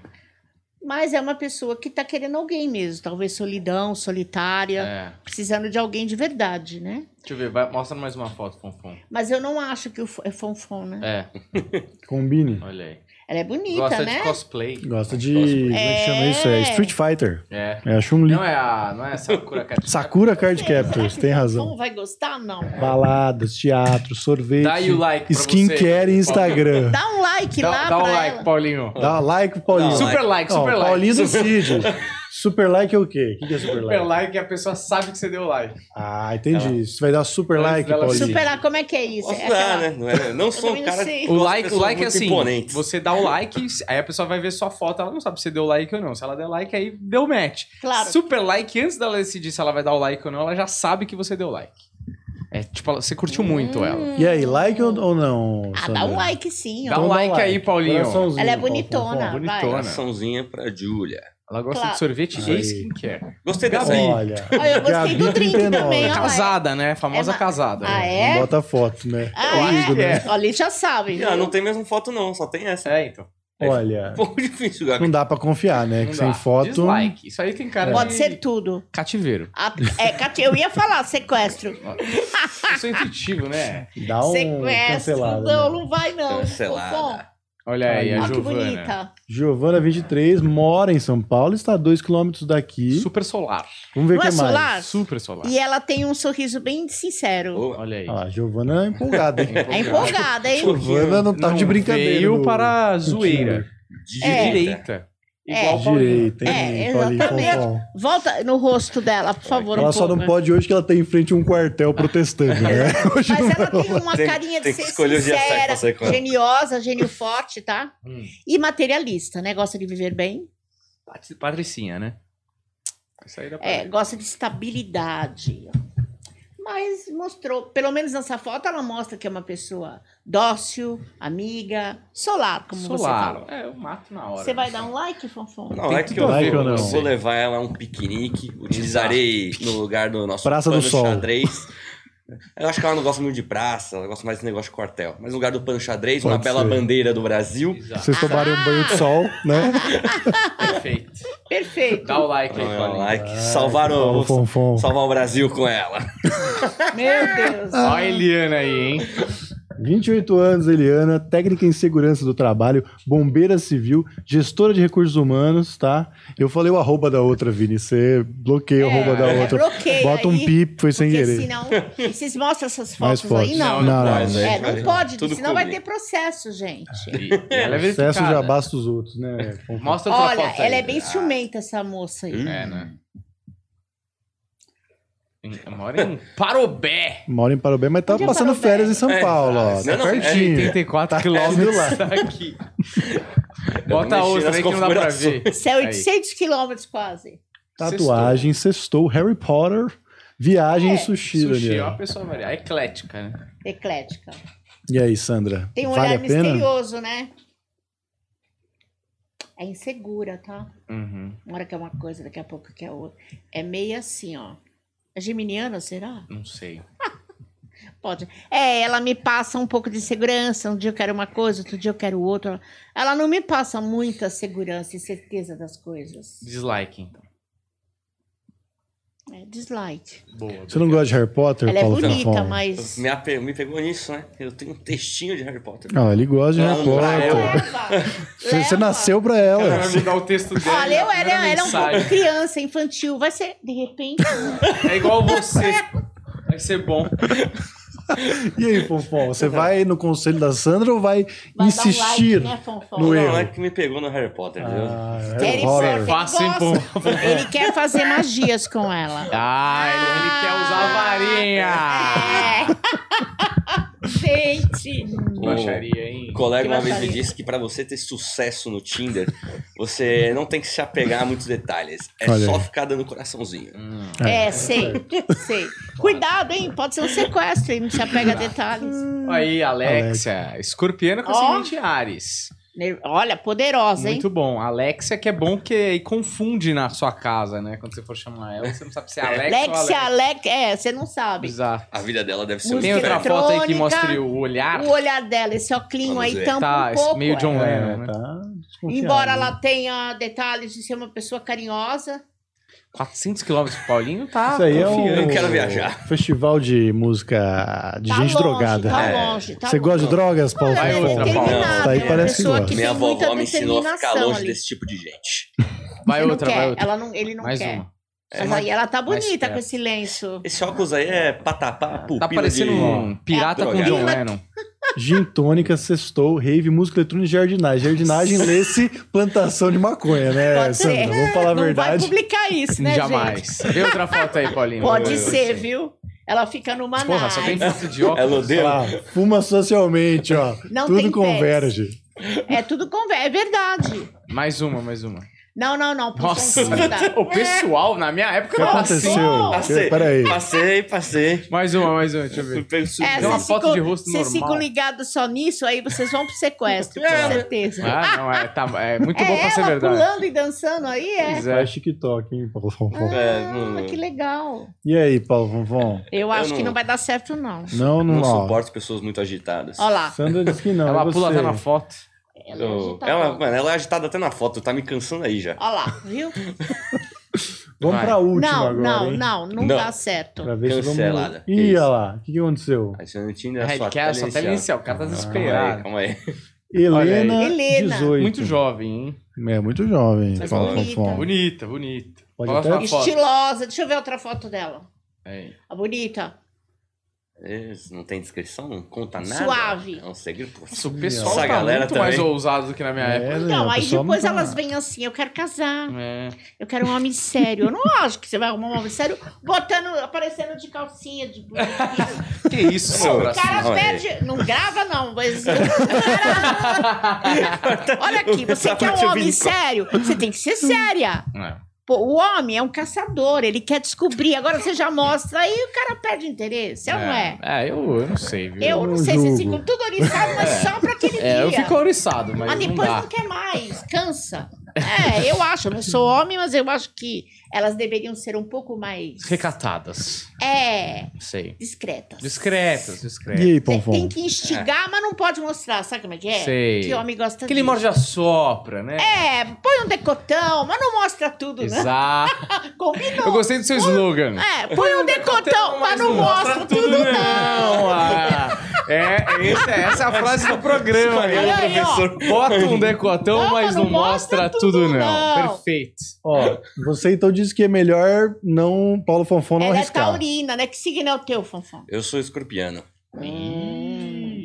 [SPEAKER 2] Mas é uma pessoa que tá querendo alguém mesmo. Talvez solidão, solitária.
[SPEAKER 1] É.
[SPEAKER 2] Precisando de alguém de verdade, né?
[SPEAKER 1] Deixa eu ver, vai- mostra mais uma foto, Fonfon.
[SPEAKER 2] Mas eu não acho que o F- é fonfon, né?
[SPEAKER 1] É,
[SPEAKER 3] Combine.
[SPEAKER 1] olha aí.
[SPEAKER 2] Ela é bonita,
[SPEAKER 1] Gosta
[SPEAKER 2] né?
[SPEAKER 1] de cosplay.
[SPEAKER 3] Gosta de, como é que chama isso? É
[SPEAKER 2] É.
[SPEAKER 3] Street Fighter.
[SPEAKER 1] É.
[SPEAKER 3] É a Chun-Li.
[SPEAKER 1] Não é a. Não é a Sakura Card.
[SPEAKER 3] Sakura Card
[SPEAKER 2] Será
[SPEAKER 3] Captors,
[SPEAKER 2] que
[SPEAKER 3] tem
[SPEAKER 2] o
[SPEAKER 3] razão.
[SPEAKER 2] Fonfon vai gostar? Não.
[SPEAKER 3] Baladas, teatro, sorvete,
[SPEAKER 1] Dá aí o like pra
[SPEAKER 3] skincare
[SPEAKER 1] você,
[SPEAKER 3] e Instagram.
[SPEAKER 2] Dá um like
[SPEAKER 1] Dá,
[SPEAKER 2] lá
[SPEAKER 1] dá
[SPEAKER 2] pra
[SPEAKER 1] um
[SPEAKER 2] ela.
[SPEAKER 1] like, Paulinho.
[SPEAKER 3] Dá like pro Paulinho.
[SPEAKER 4] Dá um
[SPEAKER 1] Super like,
[SPEAKER 3] Ó,
[SPEAKER 1] super like.
[SPEAKER 3] Paulinho do Cid. super like é o quê? O que que é super,
[SPEAKER 1] Super
[SPEAKER 3] like?
[SPEAKER 1] like, a pessoa sabe que você deu like.
[SPEAKER 3] Ah, entendi. Você vai dar super
[SPEAKER 1] Antes
[SPEAKER 3] like,
[SPEAKER 1] dela-
[SPEAKER 3] Paulinho.
[SPEAKER 2] Super like, como é que é isso?
[SPEAKER 4] Posso
[SPEAKER 2] É aquela-
[SPEAKER 4] dar, né? Não, é, não sou
[SPEAKER 2] também
[SPEAKER 4] um
[SPEAKER 2] não
[SPEAKER 4] cara
[SPEAKER 2] sei.
[SPEAKER 4] eu
[SPEAKER 1] O
[SPEAKER 4] gosto de
[SPEAKER 1] like, o
[SPEAKER 4] pessoas
[SPEAKER 1] like é
[SPEAKER 4] muito
[SPEAKER 1] assim,
[SPEAKER 4] imponentes.
[SPEAKER 1] você dá o like, aí a pessoa vai ver sua foto, ela não sabe se deu like ou não. Se ela der like, aí deu match.
[SPEAKER 2] Claro.
[SPEAKER 1] Super like, antes dela decidir se ela vai dar o like ou não, ela já sabe que você deu like. É tipo, ela- você curtiu
[SPEAKER 2] Hum,
[SPEAKER 1] muito ela.
[SPEAKER 3] E aí, like ou, ou não?
[SPEAKER 2] Ah,
[SPEAKER 3] Sandra? Então
[SPEAKER 2] dá um like sim, ó.
[SPEAKER 1] Dá um like aí, Paulinho.
[SPEAKER 4] um
[SPEAKER 3] Coraçãozinho,
[SPEAKER 2] Ela é
[SPEAKER 3] Paulo,
[SPEAKER 2] bonitona.
[SPEAKER 3] Paulo, Paulo.
[SPEAKER 1] Bonitona.
[SPEAKER 4] Coraçãozinha pra Júlia.
[SPEAKER 1] Ela gosta
[SPEAKER 2] Claro.
[SPEAKER 1] de sorvete
[SPEAKER 3] Aí.
[SPEAKER 1] e skincare.
[SPEAKER 4] Gostei dessa
[SPEAKER 1] Gabi.
[SPEAKER 4] aí.
[SPEAKER 3] Olha.
[SPEAKER 2] Ah, eu gostei do drink também, ó.
[SPEAKER 1] Casada, né? Famosa
[SPEAKER 2] É uma-
[SPEAKER 1] casada.
[SPEAKER 2] <laughs> Ah,
[SPEAKER 1] né?
[SPEAKER 3] Não
[SPEAKER 2] é?
[SPEAKER 3] bota foto, né?
[SPEAKER 2] Ah,
[SPEAKER 1] Eu acho
[SPEAKER 2] é?
[SPEAKER 1] que é.
[SPEAKER 2] Olha, ele já sabe.
[SPEAKER 4] Ah,
[SPEAKER 2] viu?
[SPEAKER 4] <laughs> não tem mesmo foto, não, só tem essa.
[SPEAKER 1] É, então.
[SPEAKER 3] Olha,
[SPEAKER 4] Um pouco difícil jogar
[SPEAKER 3] não dá pra confiar, né?
[SPEAKER 1] Não
[SPEAKER 3] Que sem
[SPEAKER 1] dá.
[SPEAKER 3] foto.
[SPEAKER 1] Dislike. Isso aí tem cara
[SPEAKER 2] Pode
[SPEAKER 1] de
[SPEAKER 3] É.
[SPEAKER 2] ser tudo. <laughs>
[SPEAKER 1] cativeiro.
[SPEAKER 2] A- é, Cati- eu ia falar sequestro.
[SPEAKER 1] Isso é intuitivo, né?
[SPEAKER 3] Dá um
[SPEAKER 2] sequestro.
[SPEAKER 3] cancelado.
[SPEAKER 2] Não,
[SPEAKER 3] Né?
[SPEAKER 2] não vai, não. Fofão.
[SPEAKER 4] Então, cancelada. É
[SPEAKER 1] Olha aí,
[SPEAKER 3] Olha
[SPEAKER 1] a
[SPEAKER 2] Olha que
[SPEAKER 1] Giovana.
[SPEAKER 2] bonita.
[SPEAKER 3] Giovana 23 mora em São Paulo, está a 2 km daqui.
[SPEAKER 1] Super solar.
[SPEAKER 3] Vamos ver o
[SPEAKER 2] Não
[SPEAKER 3] que
[SPEAKER 2] é
[SPEAKER 3] mais.
[SPEAKER 2] solar?
[SPEAKER 1] Super solar.
[SPEAKER 2] E ela tem um sorriso bem sincero.
[SPEAKER 4] Ô,
[SPEAKER 1] Olha aí.
[SPEAKER 3] Ah, a Giovana é empolgada, hein?
[SPEAKER 2] É empolgada, hein?
[SPEAKER 3] Giovana não tá de brincadeira.
[SPEAKER 1] Veio
[SPEAKER 3] no-
[SPEAKER 1] para a
[SPEAKER 3] no
[SPEAKER 1] zoeira.
[SPEAKER 3] Tinder.
[SPEAKER 4] de
[SPEAKER 1] De
[SPEAKER 2] É.
[SPEAKER 4] direita.
[SPEAKER 1] direita.
[SPEAKER 2] É.
[SPEAKER 1] Igual o Paulinho.
[SPEAKER 3] Direita, hein?
[SPEAKER 2] É,
[SPEAKER 3] Paulinho
[SPEAKER 2] exatamente.
[SPEAKER 3] Fofão.
[SPEAKER 2] Volta no rosto dela, por favor.
[SPEAKER 3] Ela
[SPEAKER 2] um
[SPEAKER 3] só
[SPEAKER 2] pouco.
[SPEAKER 3] não pode hoje que ela tem em frente um quartel protestando, né? <laughs> Hoje não
[SPEAKER 2] É. Mas ela
[SPEAKER 3] vai
[SPEAKER 2] tem uma
[SPEAKER 4] Tem-
[SPEAKER 2] carinha de
[SPEAKER 4] tem que
[SPEAKER 2] ser
[SPEAKER 4] escolher o dia certo pra
[SPEAKER 2] sincera,
[SPEAKER 4] sair com ela.
[SPEAKER 2] geniosa, gênio forte, tá?
[SPEAKER 1] Hum.
[SPEAKER 2] E materialista, né? Gosta de viver bem,
[SPEAKER 1] Pat- Patricinha, né? Isso aí dá pra
[SPEAKER 2] é, gosta de estabilidade. Mas mostrou, pelo menos nessa foto, ela mostra que é uma pessoa dócil, amiga, solar, como você
[SPEAKER 1] Solar.
[SPEAKER 2] falou.
[SPEAKER 1] É, eu mato na hora.
[SPEAKER 2] Você vai dar um like, Fonfon?
[SPEAKER 4] Não,
[SPEAKER 3] Tem
[SPEAKER 4] é que
[SPEAKER 3] tudo
[SPEAKER 4] eu,
[SPEAKER 3] a ver
[SPEAKER 4] vou,
[SPEAKER 3] ou não?
[SPEAKER 4] eu vou levar ela a um piquenique. Utilizarei no lugar do nosso
[SPEAKER 3] Praça do
[SPEAKER 4] pano
[SPEAKER 3] Sol.
[SPEAKER 4] xadrez. Eu acho que ela não gosta muito de praça, ela gosta mais desse negócio de quartel. Mas no lugar do pano xadrez, uma
[SPEAKER 3] Pode
[SPEAKER 4] bela
[SPEAKER 3] ser.
[SPEAKER 4] bandeira do Brasil.
[SPEAKER 1] <laughs> Exato.
[SPEAKER 3] Vocês tomarem um banho de sol, né?
[SPEAKER 2] <laughs>
[SPEAKER 1] Perfeito.
[SPEAKER 2] Perfeito.
[SPEAKER 1] Dá o like aí,
[SPEAKER 4] Então, é um
[SPEAKER 1] Paulinho.
[SPEAKER 4] like. Salvar
[SPEAKER 3] Paulo
[SPEAKER 4] o,
[SPEAKER 3] Fonfon.
[SPEAKER 4] salvar o Brasil com ela.
[SPEAKER 2] Meu Deus.
[SPEAKER 1] Ó a Eliana aí, hein?
[SPEAKER 3] 28 anos, Eliana, técnica em segurança do trabalho, bombeira civil, gestora de recursos humanos, tá? Eu falei o arroba da outra, Vini. Você bloqueia o arroba da
[SPEAKER 2] é,
[SPEAKER 3] outra.
[SPEAKER 2] bloqueia
[SPEAKER 3] Bota um
[SPEAKER 2] aí,
[SPEAKER 3] pip, foi sem
[SPEAKER 2] porque
[SPEAKER 3] querer.
[SPEAKER 2] senão- e vocês mostram essas
[SPEAKER 3] Mais
[SPEAKER 2] fotos, aí?
[SPEAKER 3] fotos.
[SPEAKER 2] Não.
[SPEAKER 3] Não, não.
[SPEAKER 4] pode,
[SPEAKER 2] É,
[SPEAKER 4] né?
[SPEAKER 2] não pode,
[SPEAKER 4] Tudo
[SPEAKER 2] senão vai ter
[SPEAKER 4] público.
[SPEAKER 2] processo, gente.
[SPEAKER 1] E- e ela é verificada.
[SPEAKER 3] Sucesso já basta os outros, né? Fonfon?
[SPEAKER 1] Mostra outra
[SPEAKER 2] Olha,
[SPEAKER 1] foto aí.
[SPEAKER 2] ela é bem ciumenta, essa moça aí.
[SPEAKER 4] Hum.
[SPEAKER 1] É, né? Em- Mora em um Parobé.
[SPEAKER 3] Mora em Parobé, mas tava
[SPEAKER 2] Onde é
[SPEAKER 3] passando
[SPEAKER 2] Parobé?
[SPEAKER 3] férias em São
[SPEAKER 4] É,
[SPEAKER 3] Paulo, ó.
[SPEAKER 4] não,
[SPEAKER 3] Tá
[SPEAKER 4] não, é
[SPEAKER 3] pertinho.
[SPEAKER 1] 84
[SPEAKER 3] quilômetros
[SPEAKER 1] quilômetros daqui. Tá Bota a
[SPEAKER 4] mexi
[SPEAKER 1] outra
[SPEAKER 4] nas
[SPEAKER 1] aí que não dá pra
[SPEAKER 4] configurações.
[SPEAKER 1] ver.
[SPEAKER 2] Isso é 800 quilômetros quase.
[SPEAKER 3] Tatuagem, sextou, Harry Potter, viagem
[SPEAKER 2] É,
[SPEAKER 3] e sushi,
[SPEAKER 1] Sushi,
[SPEAKER 3] Daniel.
[SPEAKER 1] ó, a pessoa variada. Eclética, né?
[SPEAKER 2] Eclética.
[SPEAKER 3] E aí, Sandra?
[SPEAKER 2] Tem um
[SPEAKER 3] vale
[SPEAKER 2] olhar
[SPEAKER 3] a pena?
[SPEAKER 2] misterioso, né? É insegura, tá?
[SPEAKER 1] Uhum.
[SPEAKER 2] Uma hora que é uma coisa, daqui a pouco que é outra. É meio assim, ó. É geminiana, será?
[SPEAKER 1] Não sei.
[SPEAKER 2] Pode. É, ela me passa um pouco de segurança. Um dia eu quero uma coisa, outro dia eu quero outra. Ela não me passa muita segurança e certeza das coisas.
[SPEAKER 1] Dislike, então.
[SPEAKER 2] É dislike.
[SPEAKER 1] Boa.
[SPEAKER 3] Você não gosta de Harry Potter,
[SPEAKER 2] ela é
[SPEAKER 3] Paulo
[SPEAKER 2] bonita,
[SPEAKER 3] Fonfon?
[SPEAKER 2] mas.
[SPEAKER 4] Me, ape- me pegou nisso, né? Eu tenho um textinho de Harry Potter.
[SPEAKER 3] Não, Ah, ele gosta de
[SPEAKER 4] Não,
[SPEAKER 3] Harry
[SPEAKER 4] não,
[SPEAKER 3] Potter.
[SPEAKER 4] eu-
[SPEAKER 2] Leva,
[SPEAKER 3] Você, você
[SPEAKER 2] leva.
[SPEAKER 3] nasceu pra ela.
[SPEAKER 1] Vai mudar o texto dela.
[SPEAKER 2] Olha, eu
[SPEAKER 1] a
[SPEAKER 2] era,
[SPEAKER 1] primeira
[SPEAKER 2] era um pouco
[SPEAKER 1] mensagem.
[SPEAKER 2] criança, infantil. Vai ser, de
[SPEAKER 3] <laughs>
[SPEAKER 2] repente.
[SPEAKER 1] É igual você. Vai ser bom.
[SPEAKER 3] E aí, Fonfon, você vai no conselho da Sandra ou vai,
[SPEAKER 2] Vai
[SPEAKER 3] insistir?
[SPEAKER 2] dar um like, né, Fonfon?
[SPEAKER 3] no
[SPEAKER 4] não,
[SPEAKER 3] erro.
[SPEAKER 4] é que me pegou no Harry Potter, viu?
[SPEAKER 3] Ah,
[SPEAKER 2] Harry
[SPEAKER 3] Harry Potter.
[SPEAKER 2] Potter.
[SPEAKER 1] Fácil, hein,
[SPEAKER 2] gosta.
[SPEAKER 1] pô?
[SPEAKER 2] Ele quer fazer magias com ela.
[SPEAKER 1] Ah, ele, ele quer usar a varinha.
[SPEAKER 2] É. <laughs> Gente.
[SPEAKER 1] Baixaria, hein?
[SPEAKER 4] Um colega
[SPEAKER 2] Que
[SPEAKER 4] uma vez me
[SPEAKER 2] baixaria.
[SPEAKER 4] disse que pra você ter sucesso no Tinder, você não tem que se apegar a muitos detalhes. É
[SPEAKER 3] Olha
[SPEAKER 4] só
[SPEAKER 3] aí.
[SPEAKER 4] ficar dando coraçãozinho.
[SPEAKER 1] Hum.
[SPEAKER 2] É, sei. sei. Cuidado, hein? Pode ser um sequestro, hein? Não se apega a detalhes.
[SPEAKER 1] Hum. Aí, Alexia. Escorpiana com
[SPEAKER 2] Ó.
[SPEAKER 1] ascendente em Ares.
[SPEAKER 2] Ner- Olha, poderosa, hein?
[SPEAKER 1] Muito bom. Alexia, que é bom que aí confunde na sua casa, né? Quando você for chamar ela, você não sabe se é Alexia ou Alexia.
[SPEAKER 2] Lexia, Alex. É, você não sabe.
[SPEAKER 1] Exato.
[SPEAKER 4] A vida dela deve ser um
[SPEAKER 1] Tem
[SPEAKER 2] Música
[SPEAKER 1] outra
[SPEAKER 4] inferno.
[SPEAKER 1] foto aí que
[SPEAKER 2] eletrônica.
[SPEAKER 1] mostre o olhar.
[SPEAKER 2] O olhar dela, esse oclinho
[SPEAKER 4] Vamos
[SPEAKER 2] aí
[SPEAKER 4] ver.
[SPEAKER 2] tampa
[SPEAKER 1] Tá,
[SPEAKER 2] um pouco.
[SPEAKER 1] meio John
[SPEAKER 2] é.
[SPEAKER 1] Lennon,
[SPEAKER 3] É,
[SPEAKER 1] né?
[SPEAKER 3] tá desconfiado,
[SPEAKER 2] Embora
[SPEAKER 3] né?
[SPEAKER 2] ela tenha detalhes de ser uma pessoa carinhosa,
[SPEAKER 1] 400 quilômetros pro Paulinho tá
[SPEAKER 3] Isso aí é um
[SPEAKER 1] confiante.
[SPEAKER 4] Ah, Eu quero viajar.
[SPEAKER 3] festival de música de
[SPEAKER 2] tá
[SPEAKER 3] gente
[SPEAKER 2] longe,
[SPEAKER 3] drogada.
[SPEAKER 2] tá
[SPEAKER 4] É.
[SPEAKER 2] longe, tá
[SPEAKER 3] Você
[SPEAKER 2] longe.
[SPEAKER 3] gosta de drogas, Paulo
[SPEAKER 1] Vai
[SPEAKER 3] Fonfon?
[SPEAKER 1] outra, Paulo.
[SPEAKER 4] Não,
[SPEAKER 3] Tá aí,
[SPEAKER 4] é
[SPEAKER 3] parece que
[SPEAKER 2] pessoa
[SPEAKER 3] gosta.
[SPEAKER 2] que-
[SPEAKER 4] Minha
[SPEAKER 2] tem muita
[SPEAKER 4] vovó me ensinou a ficar
[SPEAKER 2] determinação
[SPEAKER 4] longe
[SPEAKER 2] ali.
[SPEAKER 4] desse tipo de gente.
[SPEAKER 1] Vai
[SPEAKER 2] Ele
[SPEAKER 1] outra,
[SPEAKER 2] não quer,
[SPEAKER 1] vai outra.
[SPEAKER 2] Ela não, ele não
[SPEAKER 1] Mais
[SPEAKER 2] quer.
[SPEAKER 1] uma.
[SPEAKER 2] Mas
[SPEAKER 1] É.
[SPEAKER 2] aí ela tá
[SPEAKER 1] Mais
[SPEAKER 2] bonita com
[SPEAKER 1] perto.
[SPEAKER 2] esse lenço.
[SPEAKER 4] Esse óculos aí é patapá, pupila
[SPEAKER 1] Tá parecendo
[SPEAKER 4] de...
[SPEAKER 1] um pirata com John
[SPEAKER 4] drogado.
[SPEAKER 1] Lennon.
[SPEAKER 3] Gin tônica, sextou, rave, música eletrônica e jardinagem.
[SPEAKER 2] <laughs>
[SPEAKER 3] Jardinagem, lê-se plantação de maconha, né,
[SPEAKER 2] Pode ser.
[SPEAKER 3] Sandra? Vamos falar a
[SPEAKER 2] <laughs> não vai
[SPEAKER 3] verdade.
[SPEAKER 2] publicar isso, né, gente?
[SPEAKER 1] Jamais. Vê outra foto aí, Paulinho.
[SPEAKER 2] Pode
[SPEAKER 1] Eu-
[SPEAKER 2] ser, viu? Ela fica numa
[SPEAKER 1] Porra,
[SPEAKER 2] nave.
[SPEAKER 1] só tem foto de óculos.
[SPEAKER 4] Ela
[SPEAKER 3] Sei
[SPEAKER 4] odeia.
[SPEAKER 3] lá, fuma socialmente, ó.
[SPEAKER 2] Não
[SPEAKER 3] Tudo
[SPEAKER 2] tem
[SPEAKER 3] converge.
[SPEAKER 2] É tudo conversa, é verdade.
[SPEAKER 1] Mais uma, mais uma.
[SPEAKER 2] Não, não, não. puxa um
[SPEAKER 1] Nossa, <laughs>
[SPEAKER 2] funda.
[SPEAKER 1] o pessoal, na minha
[SPEAKER 3] O
[SPEAKER 1] época,
[SPEAKER 3] que
[SPEAKER 1] não era
[SPEAKER 3] aconteceu?
[SPEAKER 1] assim.
[SPEAKER 4] Passei,
[SPEAKER 3] Peraí.
[SPEAKER 4] passei, passei.
[SPEAKER 1] Mais uma, mais uma, deixa eu
[SPEAKER 4] Fui
[SPEAKER 1] ver.
[SPEAKER 4] pego surpresa.
[SPEAKER 2] É,
[SPEAKER 1] Dá uma
[SPEAKER 2] vocês
[SPEAKER 1] foto
[SPEAKER 2] ficam-
[SPEAKER 1] de rosto
[SPEAKER 2] Vocês
[SPEAKER 1] normal.
[SPEAKER 2] ficam ligados só nisso, aí vocês vão pro
[SPEAKER 1] <laughs>
[SPEAKER 2] sequestro, com
[SPEAKER 4] É.
[SPEAKER 2] certeza.
[SPEAKER 1] Ah, não, é, tá, é muito
[SPEAKER 2] é
[SPEAKER 1] bom pra
[SPEAKER 2] ela
[SPEAKER 1] ser verdade.
[SPEAKER 2] pulando e dançando aí, é.
[SPEAKER 1] Pois é.
[SPEAKER 3] Faz TikTok, hein, Paulo Fonfon?
[SPEAKER 4] É,
[SPEAKER 2] Ah,
[SPEAKER 4] não-
[SPEAKER 2] que legal.
[SPEAKER 3] E aí, Paulo Fonfon?
[SPEAKER 2] Eu acho que
[SPEAKER 4] não-
[SPEAKER 2] não vai dar certo, não.
[SPEAKER 3] Não, não,
[SPEAKER 4] Não
[SPEAKER 3] ó.
[SPEAKER 4] suporto pessoas muito agitadas.
[SPEAKER 2] Olha lá.
[SPEAKER 3] Sandra disse que não.
[SPEAKER 1] Ela
[SPEAKER 3] e você?
[SPEAKER 1] pula até na foto.
[SPEAKER 2] Ela é
[SPEAKER 4] Eu-
[SPEAKER 2] agitada.
[SPEAKER 4] Ela, mano, ela é agitada até na foto, tá me cansando aí já.
[SPEAKER 2] Olha lá, viu?
[SPEAKER 3] Vamos
[SPEAKER 1] Vai.
[SPEAKER 3] pra última
[SPEAKER 2] não,
[SPEAKER 3] agora,
[SPEAKER 2] não,
[SPEAKER 3] hein?
[SPEAKER 2] não, não,
[SPEAKER 4] Não.
[SPEAKER 2] dá certo.
[SPEAKER 3] Pra ver
[SPEAKER 1] né?
[SPEAKER 4] Cancelada.
[SPEAKER 3] se vamos... Ih,
[SPEAKER 4] Isso.
[SPEAKER 3] olha lá. O que, que aconteceu?
[SPEAKER 4] Adiciona no Tinder,
[SPEAKER 1] É,
[SPEAKER 4] sua
[SPEAKER 1] ele quer a sua tela inicial. O cara tá
[SPEAKER 3] Ah,
[SPEAKER 4] Calma aí,
[SPEAKER 1] desesperado.
[SPEAKER 4] calma aí.
[SPEAKER 1] Olha aí.
[SPEAKER 3] Helena,
[SPEAKER 2] Helena.
[SPEAKER 3] 18.
[SPEAKER 1] Muito jovem, hein?
[SPEAKER 3] É, muito jovem.
[SPEAKER 4] Mas
[SPEAKER 3] Fala,
[SPEAKER 2] bonita.
[SPEAKER 3] Fofão.
[SPEAKER 1] Bonita, bonita.
[SPEAKER 3] Pode
[SPEAKER 1] Posso
[SPEAKER 3] até-
[SPEAKER 1] uma foto?
[SPEAKER 2] Estilosa. Deixa eu ver outra foto dela.
[SPEAKER 1] Aí.
[SPEAKER 2] A bonita.
[SPEAKER 4] Eles É, Não tem descrição? Não conta nada?
[SPEAKER 2] Suave.
[SPEAKER 4] É um segredo, pô.
[SPEAKER 1] Nossa, o pessoal
[SPEAKER 4] Essa
[SPEAKER 1] tá
[SPEAKER 4] galera
[SPEAKER 1] muito
[SPEAKER 4] também.
[SPEAKER 1] mais ousado do que na minha época.
[SPEAKER 3] É,
[SPEAKER 2] Então,
[SPEAKER 3] né, a
[SPEAKER 2] aí
[SPEAKER 3] pessoa
[SPEAKER 2] depois
[SPEAKER 3] não tá-
[SPEAKER 2] elas vêm assim, eu quero casar,
[SPEAKER 1] É.
[SPEAKER 2] eu quero um homem sério. Eu não acho que você vai arrumar um homem sério botando, aparecendo de calcinha, de
[SPEAKER 4] <laughs>
[SPEAKER 1] Que isso, seu
[SPEAKER 4] Pô,
[SPEAKER 2] O
[SPEAKER 1] braço?
[SPEAKER 2] cara
[SPEAKER 4] Olha aí.
[SPEAKER 2] pede. Não grava, não, mas. o cara- Olha
[SPEAKER 4] <laughs>
[SPEAKER 2] aqui,
[SPEAKER 4] Tá
[SPEAKER 2] você quer um homem sério? Você tem que ser séria.
[SPEAKER 1] É.
[SPEAKER 2] Pô, o homem é um caçador, ele quer descobrir. Agora você já mostra, aí o cara perde interesse, é ou não é?
[SPEAKER 1] É, eu, eu não sei, viu?
[SPEAKER 2] Eu
[SPEAKER 3] Eu
[SPEAKER 2] não sei se
[SPEAKER 3] julgo.
[SPEAKER 2] ficam tudo
[SPEAKER 3] <laughs>
[SPEAKER 2] oriçado, mas só pra aquele
[SPEAKER 1] É,
[SPEAKER 2] dia.
[SPEAKER 1] eu fico ouriçado, mas,
[SPEAKER 2] Mas
[SPEAKER 1] não
[SPEAKER 2] Ah, depois
[SPEAKER 1] dá.
[SPEAKER 2] não quer mais, cansa. É, eu acho, eu não sou homem, mas eu acho que elas deveriam ser um pouco mais.
[SPEAKER 1] Recatadas.
[SPEAKER 2] É,
[SPEAKER 1] Sei.
[SPEAKER 2] discretas.
[SPEAKER 1] Discretas,
[SPEAKER 3] E
[SPEAKER 1] discretas.
[SPEAKER 3] aí,
[SPEAKER 2] Tem-
[SPEAKER 3] Ponfom?
[SPEAKER 2] Tem que instigar, mas não pode mostrar. Sabe como é que é?
[SPEAKER 1] É. Sei.
[SPEAKER 2] Que homem gosta
[SPEAKER 1] Aquele
[SPEAKER 2] disso.
[SPEAKER 1] morde a sopra, né?
[SPEAKER 2] É, põe um decotão, mas não mostra tudo, né?
[SPEAKER 1] Exato. Eu
[SPEAKER 2] Combinou.
[SPEAKER 1] gostei do seu slogan. <laughs>
[SPEAKER 2] É, põe um
[SPEAKER 1] Então,
[SPEAKER 2] decotão, mas não mostra tudo, né?
[SPEAKER 1] não. ah. É, essa, essa é a frase do programa.
[SPEAKER 4] Olha
[SPEAKER 1] né?
[SPEAKER 2] aí, ó.
[SPEAKER 1] Bota um decotão,
[SPEAKER 2] Não,
[SPEAKER 1] mas não, mostra, tudo, não.
[SPEAKER 2] não. Tá
[SPEAKER 1] Perfeito.
[SPEAKER 3] Ó, você então disse que é melhor não Paulo Fonfon não
[SPEAKER 2] Ela é
[SPEAKER 3] arriscar.
[SPEAKER 2] taurina, né? Que signo é o teu, Fonfon?
[SPEAKER 4] Eu sou escorpiano.
[SPEAKER 2] Hum,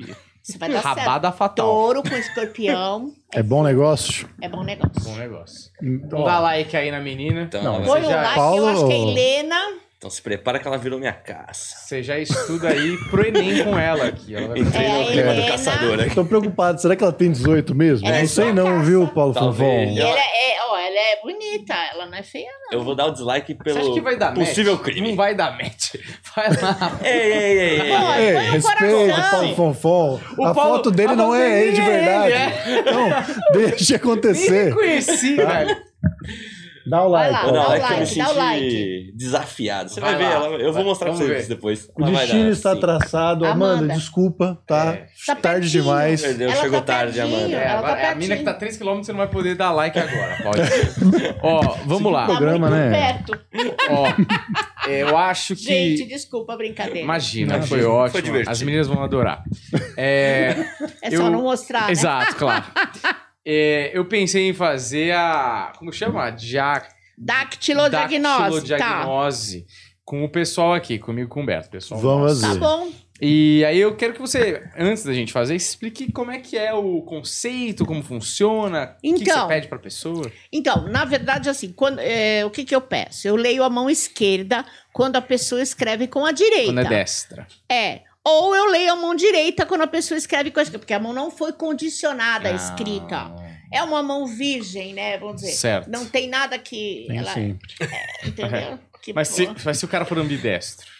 [SPEAKER 1] Ih,
[SPEAKER 2] Você vai dar certo.
[SPEAKER 1] Rabada fatal.
[SPEAKER 2] Touro com escorpião
[SPEAKER 3] É bom negócio?
[SPEAKER 2] é bom negócio.
[SPEAKER 1] Bom negócio.
[SPEAKER 3] Então,
[SPEAKER 1] Então dá like aí na menina.
[SPEAKER 4] Então,
[SPEAKER 3] Não,
[SPEAKER 4] ela-
[SPEAKER 2] Põe um
[SPEAKER 1] já-
[SPEAKER 2] like, eu
[SPEAKER 3] Paulo-
[SPEAKER 2] acho que a Helena.
[SPEAKER 4] então se prepara que ela virou minha caça.
[SPEAKER 1] Você já estuda aí pro Enem com ela aqui. Ela vai
[SPEAKER 4] Entrei
[SPEAKER 2] É,
[SPEAKER 4] no clima do
[SPEAKER 2] Helena.
[SPEAKER 4] caçador aqui.
[SPEAKER 3] Tô preocupado, será que ela tem 18 mesmo?
[SPEAKER 4] Ela é
[SPEAKER 3] não sei
[SPEAKER 2] sua
[SPEAKER 3] não,
[SPEAKER 2] caça.
[SPEAKER 3] viu,
[SPEAKER 1] Tá
[SPEAKER 3] Paulo
[SPEAKER 4] Talvez.
[SPEAKER 2] E
[SPEAKER 3] Fonfon?
[SPEAKER 4] Ela-
[SPEAKER 2] ela é, ó, ela é bonita, ela não é feia.
[SPEAKER 4] Eu vou dar o dislike
[SPEAKER 1] Você acha
[SPEAKER 4] pelo
[SPEAKER 1] que vai dar
[SPEAKER 4] possível
[SPEAKER 1] match?
[SPEAKER 4] crime.
[SPEAKER 1] Não vai dar match. Vai lá.
[SPEAKER 4] Ei, ei, ei, ei.
[SPEAKER 2] Olha,
[SPEAKER 3] Ei,
[SPEAKER 2] põe um
[SPEAKER 3] respeita
[SPEAKER 2] coração.
[SPEAKER 3] Paulo Fonfon.
[SPEAKER 1] O
[SPEAKER 3] a
[SPEAKER 1] Paulo-
[SPEAKER 3] foto dele
[SPEAKER 1] a
[SPEAKER 3] não
[SPEAKER 1] foto
[SPEAKER 3] é
[SPEAKER 1] dele
[SPEAKER 3] ele de
[SPEAKER 1] é ele,
[SPEAKER 3] verdade.
[SPEAKER 1] é.
[SPEAKER 3] Então,
[SPEAKER 1] <laughs>
[SPEAKER 3] deixa
[SPEAKER 1] Nem
[SPEAKER 3] acontecer.
[SPEAKER 1] reconheci,
[SPEAKER 2] tá
[SPEAKER 1] velho.
[SPEAKER 3] Dá o
[SPEAKER 2] Vai
[SPEAKER 3] like.
[SPEAKER 2] lá,
[SPEAKER 4] Vou
[SPEAKER 3] ó.
[SPEAKER 2] dá
[SPEAKER 4] dar
[SPEAKER 2] o
[SPEAKER 1] É
[SPEAKER 4] like, é que eu me
[SPEAKER 2] like, dá o
[SPEAKER 4] senti
[SPEAKER 2] like.
[SPEAKER 4] desafiado. Você
[SPEAKER 1] Vai
[SPEAKER 4] vai, ver
[SPEAKER 1] lá.
[SPEAKER 4] ela. Eu
[SPEAKER 1] Vai,
[SPEAKER 4] vou mostrar pra
[SPEAKER 1] vamos
[SPEAKER 4] vocês
[SPEAKER 1] ver.
[SPEAKER 4] depois.
[SPEAKER 3] O destino está traçado. Amanda,
[SPEAKER 2] Amanda.
[SPEAKER 3] desculpa, tá?
[SPEAKER 1] É.
[SPEAKER 2] Tá
[SPEAKER 3] Tarde
[SPEAKER 2] pertinho.
[SPEAKER 3] demais.
[SPEAKER 4] Perdeu,
[SPEAKER 2] Ela
[SPEAKER 4] chegou
[SPEAKER 2] tá
[SPEAKER 4] tarde,
[SPEAKER 2] pertinho.
[SPEAKER 4] Amanda.
[SPEAKER 1] É,
[SPEAKER 2] Ela tá
[SPEAKER 1] agora é a mina que
[SPEAKER 2] pertinho.
[SPEAKER 1] tá 3km, você não vai poder dar like agora. Pode. Ó, vamos lá.
[SPEAKER 2] Tá
[SPEAKER 3] Programa,
[SPEAKER 2] muito
[SPEAKER 3] né?
[SPEAKER 2] perto.
[SPEAKER 1] Ó, é, eu acho que.
[SPEAKER 2] Gente, desculpa a brincadeira.
[SPEAKER 1] Imagina,
[SPEAKER 3] Imagina.
[SPEAKER 1] foi ótimo.
[SPEAKER 4] divertido.
[SPEAKER 1] As meninas vão adorar.
[SPEAKER 2] <laughs>
[SPEAKER 1] É,
[SPEAKER 2] é só
[SPEAKER 1] eu-
[SPEAKER 2] não mostrar, né?
[SPEAKER 1] exato, claro. É, eu pensei em fazer a. Como chama? Diac
[SPEAKER 2] Dactilodiagnose. Tá.
[SPEAKER 1] dactilodiagnose com o pessoal aqui, comigo e com o Humberto, pessoal.
[SPEAKER 3] Vamos
[SPEAKER 2] Tá
[SPEAKER 3] fazer.
[SPEAKER 2] bom.
[SPEAKER 1] E aí eu quero que você, antes da gente fazer, explique como é que é o conceito, como funciona, o que que
[SPEAKER 2] Então.
[SPEAKER 1] você pede pra pessoa.
[SPEAKER 2] Então, na verdade, assim, quando, é, o que, que eu peço? Eu leio a mão esquerda quando a pessoa escreve com a direita.
[SPEAKER 1] Quando é destra.
[SPEAKER 2] É. Ou eu leio a mão direita quando a pessoa escreve com a esquerda, porque a mão não foi condicionada
[SPEAKER 1] Ah.
[SPEAKER 2] à escrita. É uma mão virgem, né? Vamos dizer.
[SPEAKER 1] Certo.
[SPEAKER 2] Não tem nada que.
[SPEAKER 3] Nem
[SPEAKER 2] ela,
[SPEAKER 3] sempre.
[SPEAKER 1] <laughs>
[SPEAKER 2] Entendeu? Que
[SPEAKER 1] Mas se,
[SPEAKER 2] porra.
[SPEAKER 1] mas se o cara for ambidestro. é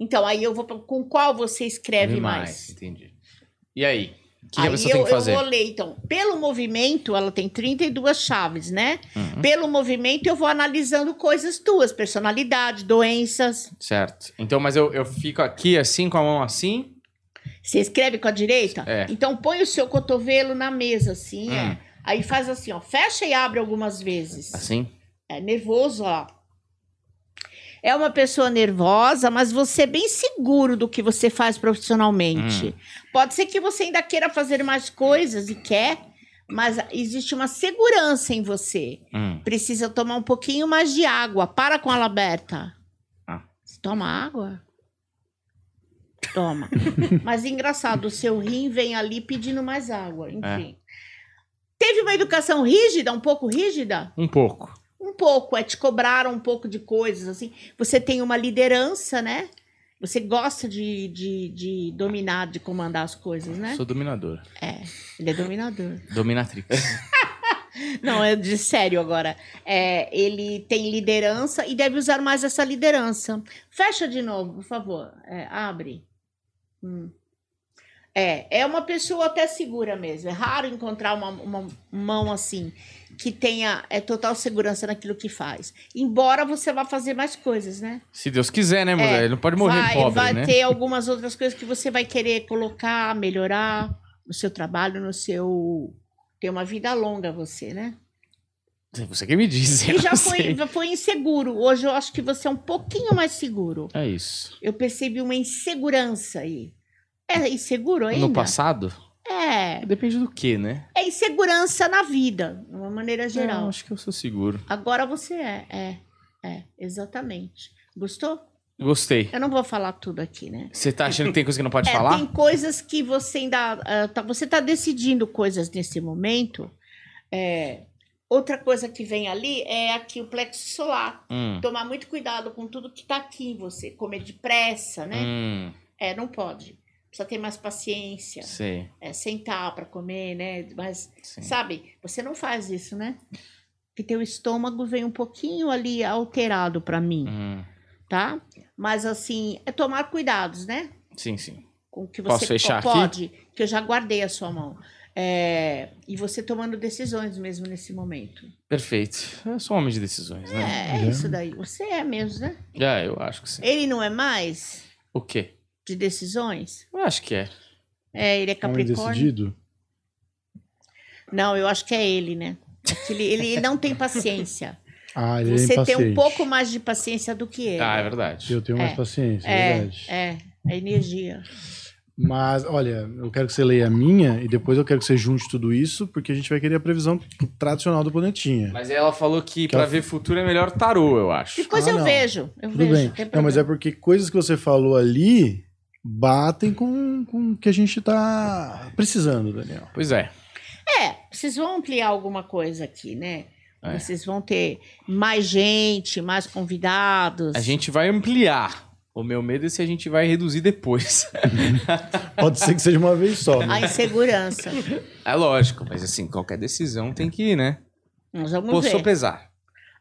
[SPEAKER 2] Então, aí eu vou. pra- Com qual você escreve mais?
[SPEAKER 1] Entendi. E aí? O que que
[SPEAKER 2] aí
[SPEAKER 1] a pessoa
[SPEAKER 2] eu,
[SPEAKER 1] tem que fazer?
[SPEAKER 2] eu vou ler, então. Pelo movimento, ela tem 32 chaves, né?
[SPEAKER 1] Uhum.
[SPEAKER 2] Pelo movimento, eu vou analisando coisas tuas, personalidade, doenças.
[SPEAKER 1] Certo. Então, mas eu, eu fico aqui assim, com a mão assim.
[SPEAKER 2] Você escreve com a direita?
[SPEAKER 1] É.
[SPEAKER 2] Então põe o seu cotovelo na mesa, assim,
[SPEAKER 1] Hum.
[SPEAKER 2] ó. Aí faz assim, ó. Fecha e abre algumas vezes.
[SPEAKER 1] Assim?
[SPEAKER 2] É nervoso, ó. É uma pessoa nervosa, mas você é bem seguro do que você faz profissionalmente. Pode ser que você ainda queira fazer mais coisas e quer, mas existe uma segurança em você.
[SPEAKER 1] Hum.
[SPEAKER 2] Precisa tomar um pouquinho mais de água. Para com ela aberta.
[SPEAKER 1] Ah.
[SPEAKER 2] Você toma água? Toma. <laughs> Mas engraçado, o seu rim vem ali pedindo mais água. Enfim. Teve uma educação rígida, um pouco rígida?
[SPEAKER 1] Um pouco.
[SPEAKER 2] Um pouco, é te cobraram um pouco de coisas, assim. Você tem uma liderança, né? Você gosta de, de, de dominar, de comandar as coisas, né?
[SPEAKER 1] Sou dominadora.
[SPEAKER 2] Ele é dominador.
[SPEAKER 1] Dominatrix.
[SPEAKER 2] Não, é de sério agora. É, ele tem liderança e deve usar mais essa liderança. Fecha de novo, por favor. É, abre. Hum. É, é uma pessoa até segura mesmo. É raro encontrar uma, uma mão assim que tenha é, total segurança naquilo que faz. Embora você vá fazer mais coisas, né?
[SPEAKER 1] <laughs> Se Deus quiser, né, mulher?
[SPEAKER 2] É,
[SPEAKER 1] Ele não pode morrer
[SPEAKER 2] vai,
[SPEAKER 1] pobre,
[SPEAKER 2] vai
[SPEAKER 1] né?
[SPEAKER 2] ter algumas outras coisas que você vai querer colocar, melhorar no seu trabalho, no seu Tem uma vida longa você, né?
[SPEAKER 1] Você que me diz.
[SPEAKER 2] E
[SPEAKER 1] eu
[SPEAKER 2] já
[SPEAKER 1] não
[SPEAKER 2] foi,
[SPEAKER 1] sei.
[SPEAKER 2] já foi inseguro. Hoje eu acho que você é um pouquinho mais seguro.
[SPEAKER 1] É isso.
[SPEAKER 2] Eu percebi uma insegurança aí. É inseguro ainda?
[SPEAKER 1] No passado?
[SPEAKER 2] É.
[SPEAKER 1] Depende do que, né?
[SPEAKER 2] É insegurança na vida, de uma maneira geral.
[SPEAKER 1] Não, acho que eu sou seguro.
[SPEAKER 2] Agora você é. É, é, exatamente. Gostou?
[SPEAKER 1] Gostei.
[SPEAKER 2] Eu não vou falar tudo aqui, né?
[SPEAKER 1] Você tá achando que tem coisa que não pode
[SPEAKER 2] É,
[SPEAKER 1] falar?
[SPEAKER 2] Tem coisas que você ainda. ah, tá- você está decidindo coisas nesse momento. É, outra coisa que vem ali é aqui o plexo solar.
[SPEAKER 1] Hum.
[SPEAKER 2] Tomar muito cuidado com tudo que está aqui em você. Comer depressa, né?
[SPEAKER 1] Hum,
[SPEAKER 2] É, não pode. Precisa ter mais paciência.
[SPEAKER 1] sei.
[SPEAKER 2] É, sentar para comer, né? Mas,
[SPEAKER 1] Sim.
[SPEAKER 2] sabe, você não faz isso, né? Porque teu estômago vem um pouquinho ali alterado para mim,
[SPEAKER 1] Hum,
[SPEAKER 2] tá? Mas, assim, é tomar cuidados, né?
[SPEAKER 1] sim, sim.
[SPEAKER 2] com que você
[SPEAKER 1] Posso fechar aqui?
[SPEAKER 2] pode, que eu já guardei a sua mão. É, e você tomando decisões mesmo nesse momento.
[SPEAKER 1] Perfeito. Eu sou um homem de decisões,
[SPEAKER 2] É,
[SPEAKER 1] né?
[SPEAKER 2] é
[SPEAKER 3] Já.
[SPEAKER 2] isso daí. Você é mesmo, né?
[SPEAKER 1] É, eu acho que sim.
[SPEAKER 2] Ele não é mais
[SPEAKER 1] O quê?
[SPEAKER 2] de decisões?
[SPEAKER 1] Eu acho que é.
[SPEAKER 2] É, ele é
[SPEAKER 3] Homem
[SPEAKER 2] Capricórnio?
[SPEAKER 3] decidido?
[SPEAKER 2] Não, eu acho que é ele, né? Aquele, ele não tem paciência.
[SPEAKER 3] Ah, <laughs> ele é
[SPEAKER 2] Você tem
[SPEAKER 3] impaciente.
[SPEAKER 2] um pouco mais de paciência do que ele.
[SPEAKER 1] Ah, é verdade.
[SPEAKER 3] Eu tenho mais
[SPEAKER 2] É.
[SPEAKER 3] paciência, é
[SPEAKER 2] é,
[SPEAKER 3] verdade.
[SPEAKER 2] é, é energia.
[SPEAKER 3] Mas, olha, eu quero que você leia a minha e depois eu quero que você junte tudo isso, porque a gente vai querer a previsão tradicional do planetinha.
[SPEAKER 1] Mas ela falou que,
[SPEAKER 3] Que
[SPEAKER 1] pra
[SPEAKER 3] ela-
[SPEAKER 1] ver futuro é melhor tarô, eu acho.
[SPEAKER 2] Depois
[SPEAKER 3] Ah,
[SPEAKER 2] eu
[SPEAKER 3] não.
[SPEAKER 2] vejo. Eu
[SPEAKER 3] Tudo
[SPEAKER 2] vejo.
[SPEAKER 3] bem.
[SPEAKER 2] não tem
[SPEAKER 3] Não, mas é
[SPEAKER 2] problema.
[SPEAKER 3] porque coisas que você falou ali batem com, com o que a gente tá precisando, Daniel.
[SPEAKER 1] Pois é.
[SPEAKER 2] É, vocês vão ampliar alguma coisa aqui, né?
[SPEAKER 1] É.
[SPEAKER 2] Vocês vão ter mais gente, mais convidados.
[SPEAKER 1] A gente vai ampliar. O meu medo é se a gente vai reduzir depois. <laughs>
[SPEAKER 3] Pode ser que seja uma vez só.
[SPEAKER 2] A
[SPEAKER 3] Né?
[SPEAKER 2] <laughs> insegurança.
[SPEAKER 1] É lógico, mas assim, qualquer decisão tem que, né?
[SPEAKER 2] Nós vamos
[SPEAKER 1] Pô,
[SPEAKER 2] ver.
[SPEAKER 1] pesar.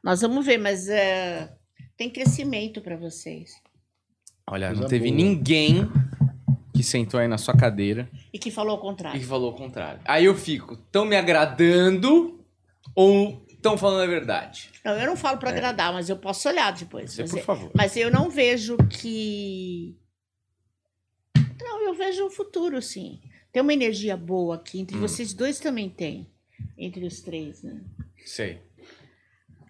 [SPEAKER 2] Nós vamos ver, mas é, tem crescimento para vocês.
[SPEAKER 1] Olha, não
[SPEAKER 3] Coisa
[SPEAKER 1] teve
[SPEAKER 3] boa.
[SPEAKER 1] ninguém que sentou aí na sua cadeira
[SPEAKER 2] E que falou o
[SPEAKER 1] e
[SPEAKER 2] contrário.
[SPEAKER 1] que falou o contrário. Aí eu fico, tão me agradando ou tão falando a verdade?
[SPEAKER 2] Não, eu não falo para agradar, mas eu posso olhar depois.
[SPEAKER 1] Você,
[SPEAKER 2] mas,
[SPEAKER 1] É.
[SPEAKER 2] é
[SPEAKER 1] por
[SPEAKER 2] eu-
[SPEAKER 1] favor.
[SPEAKER 2] mas eu não vejo que. Não, eu vejo o futuro, sim. Tem uma energia boa aqui. Entre
[SPEAKER 1] Hum.
[SPEAKER 2] vocês dois também tem. Entre os três, né?
[SPEAKER 1] Sei.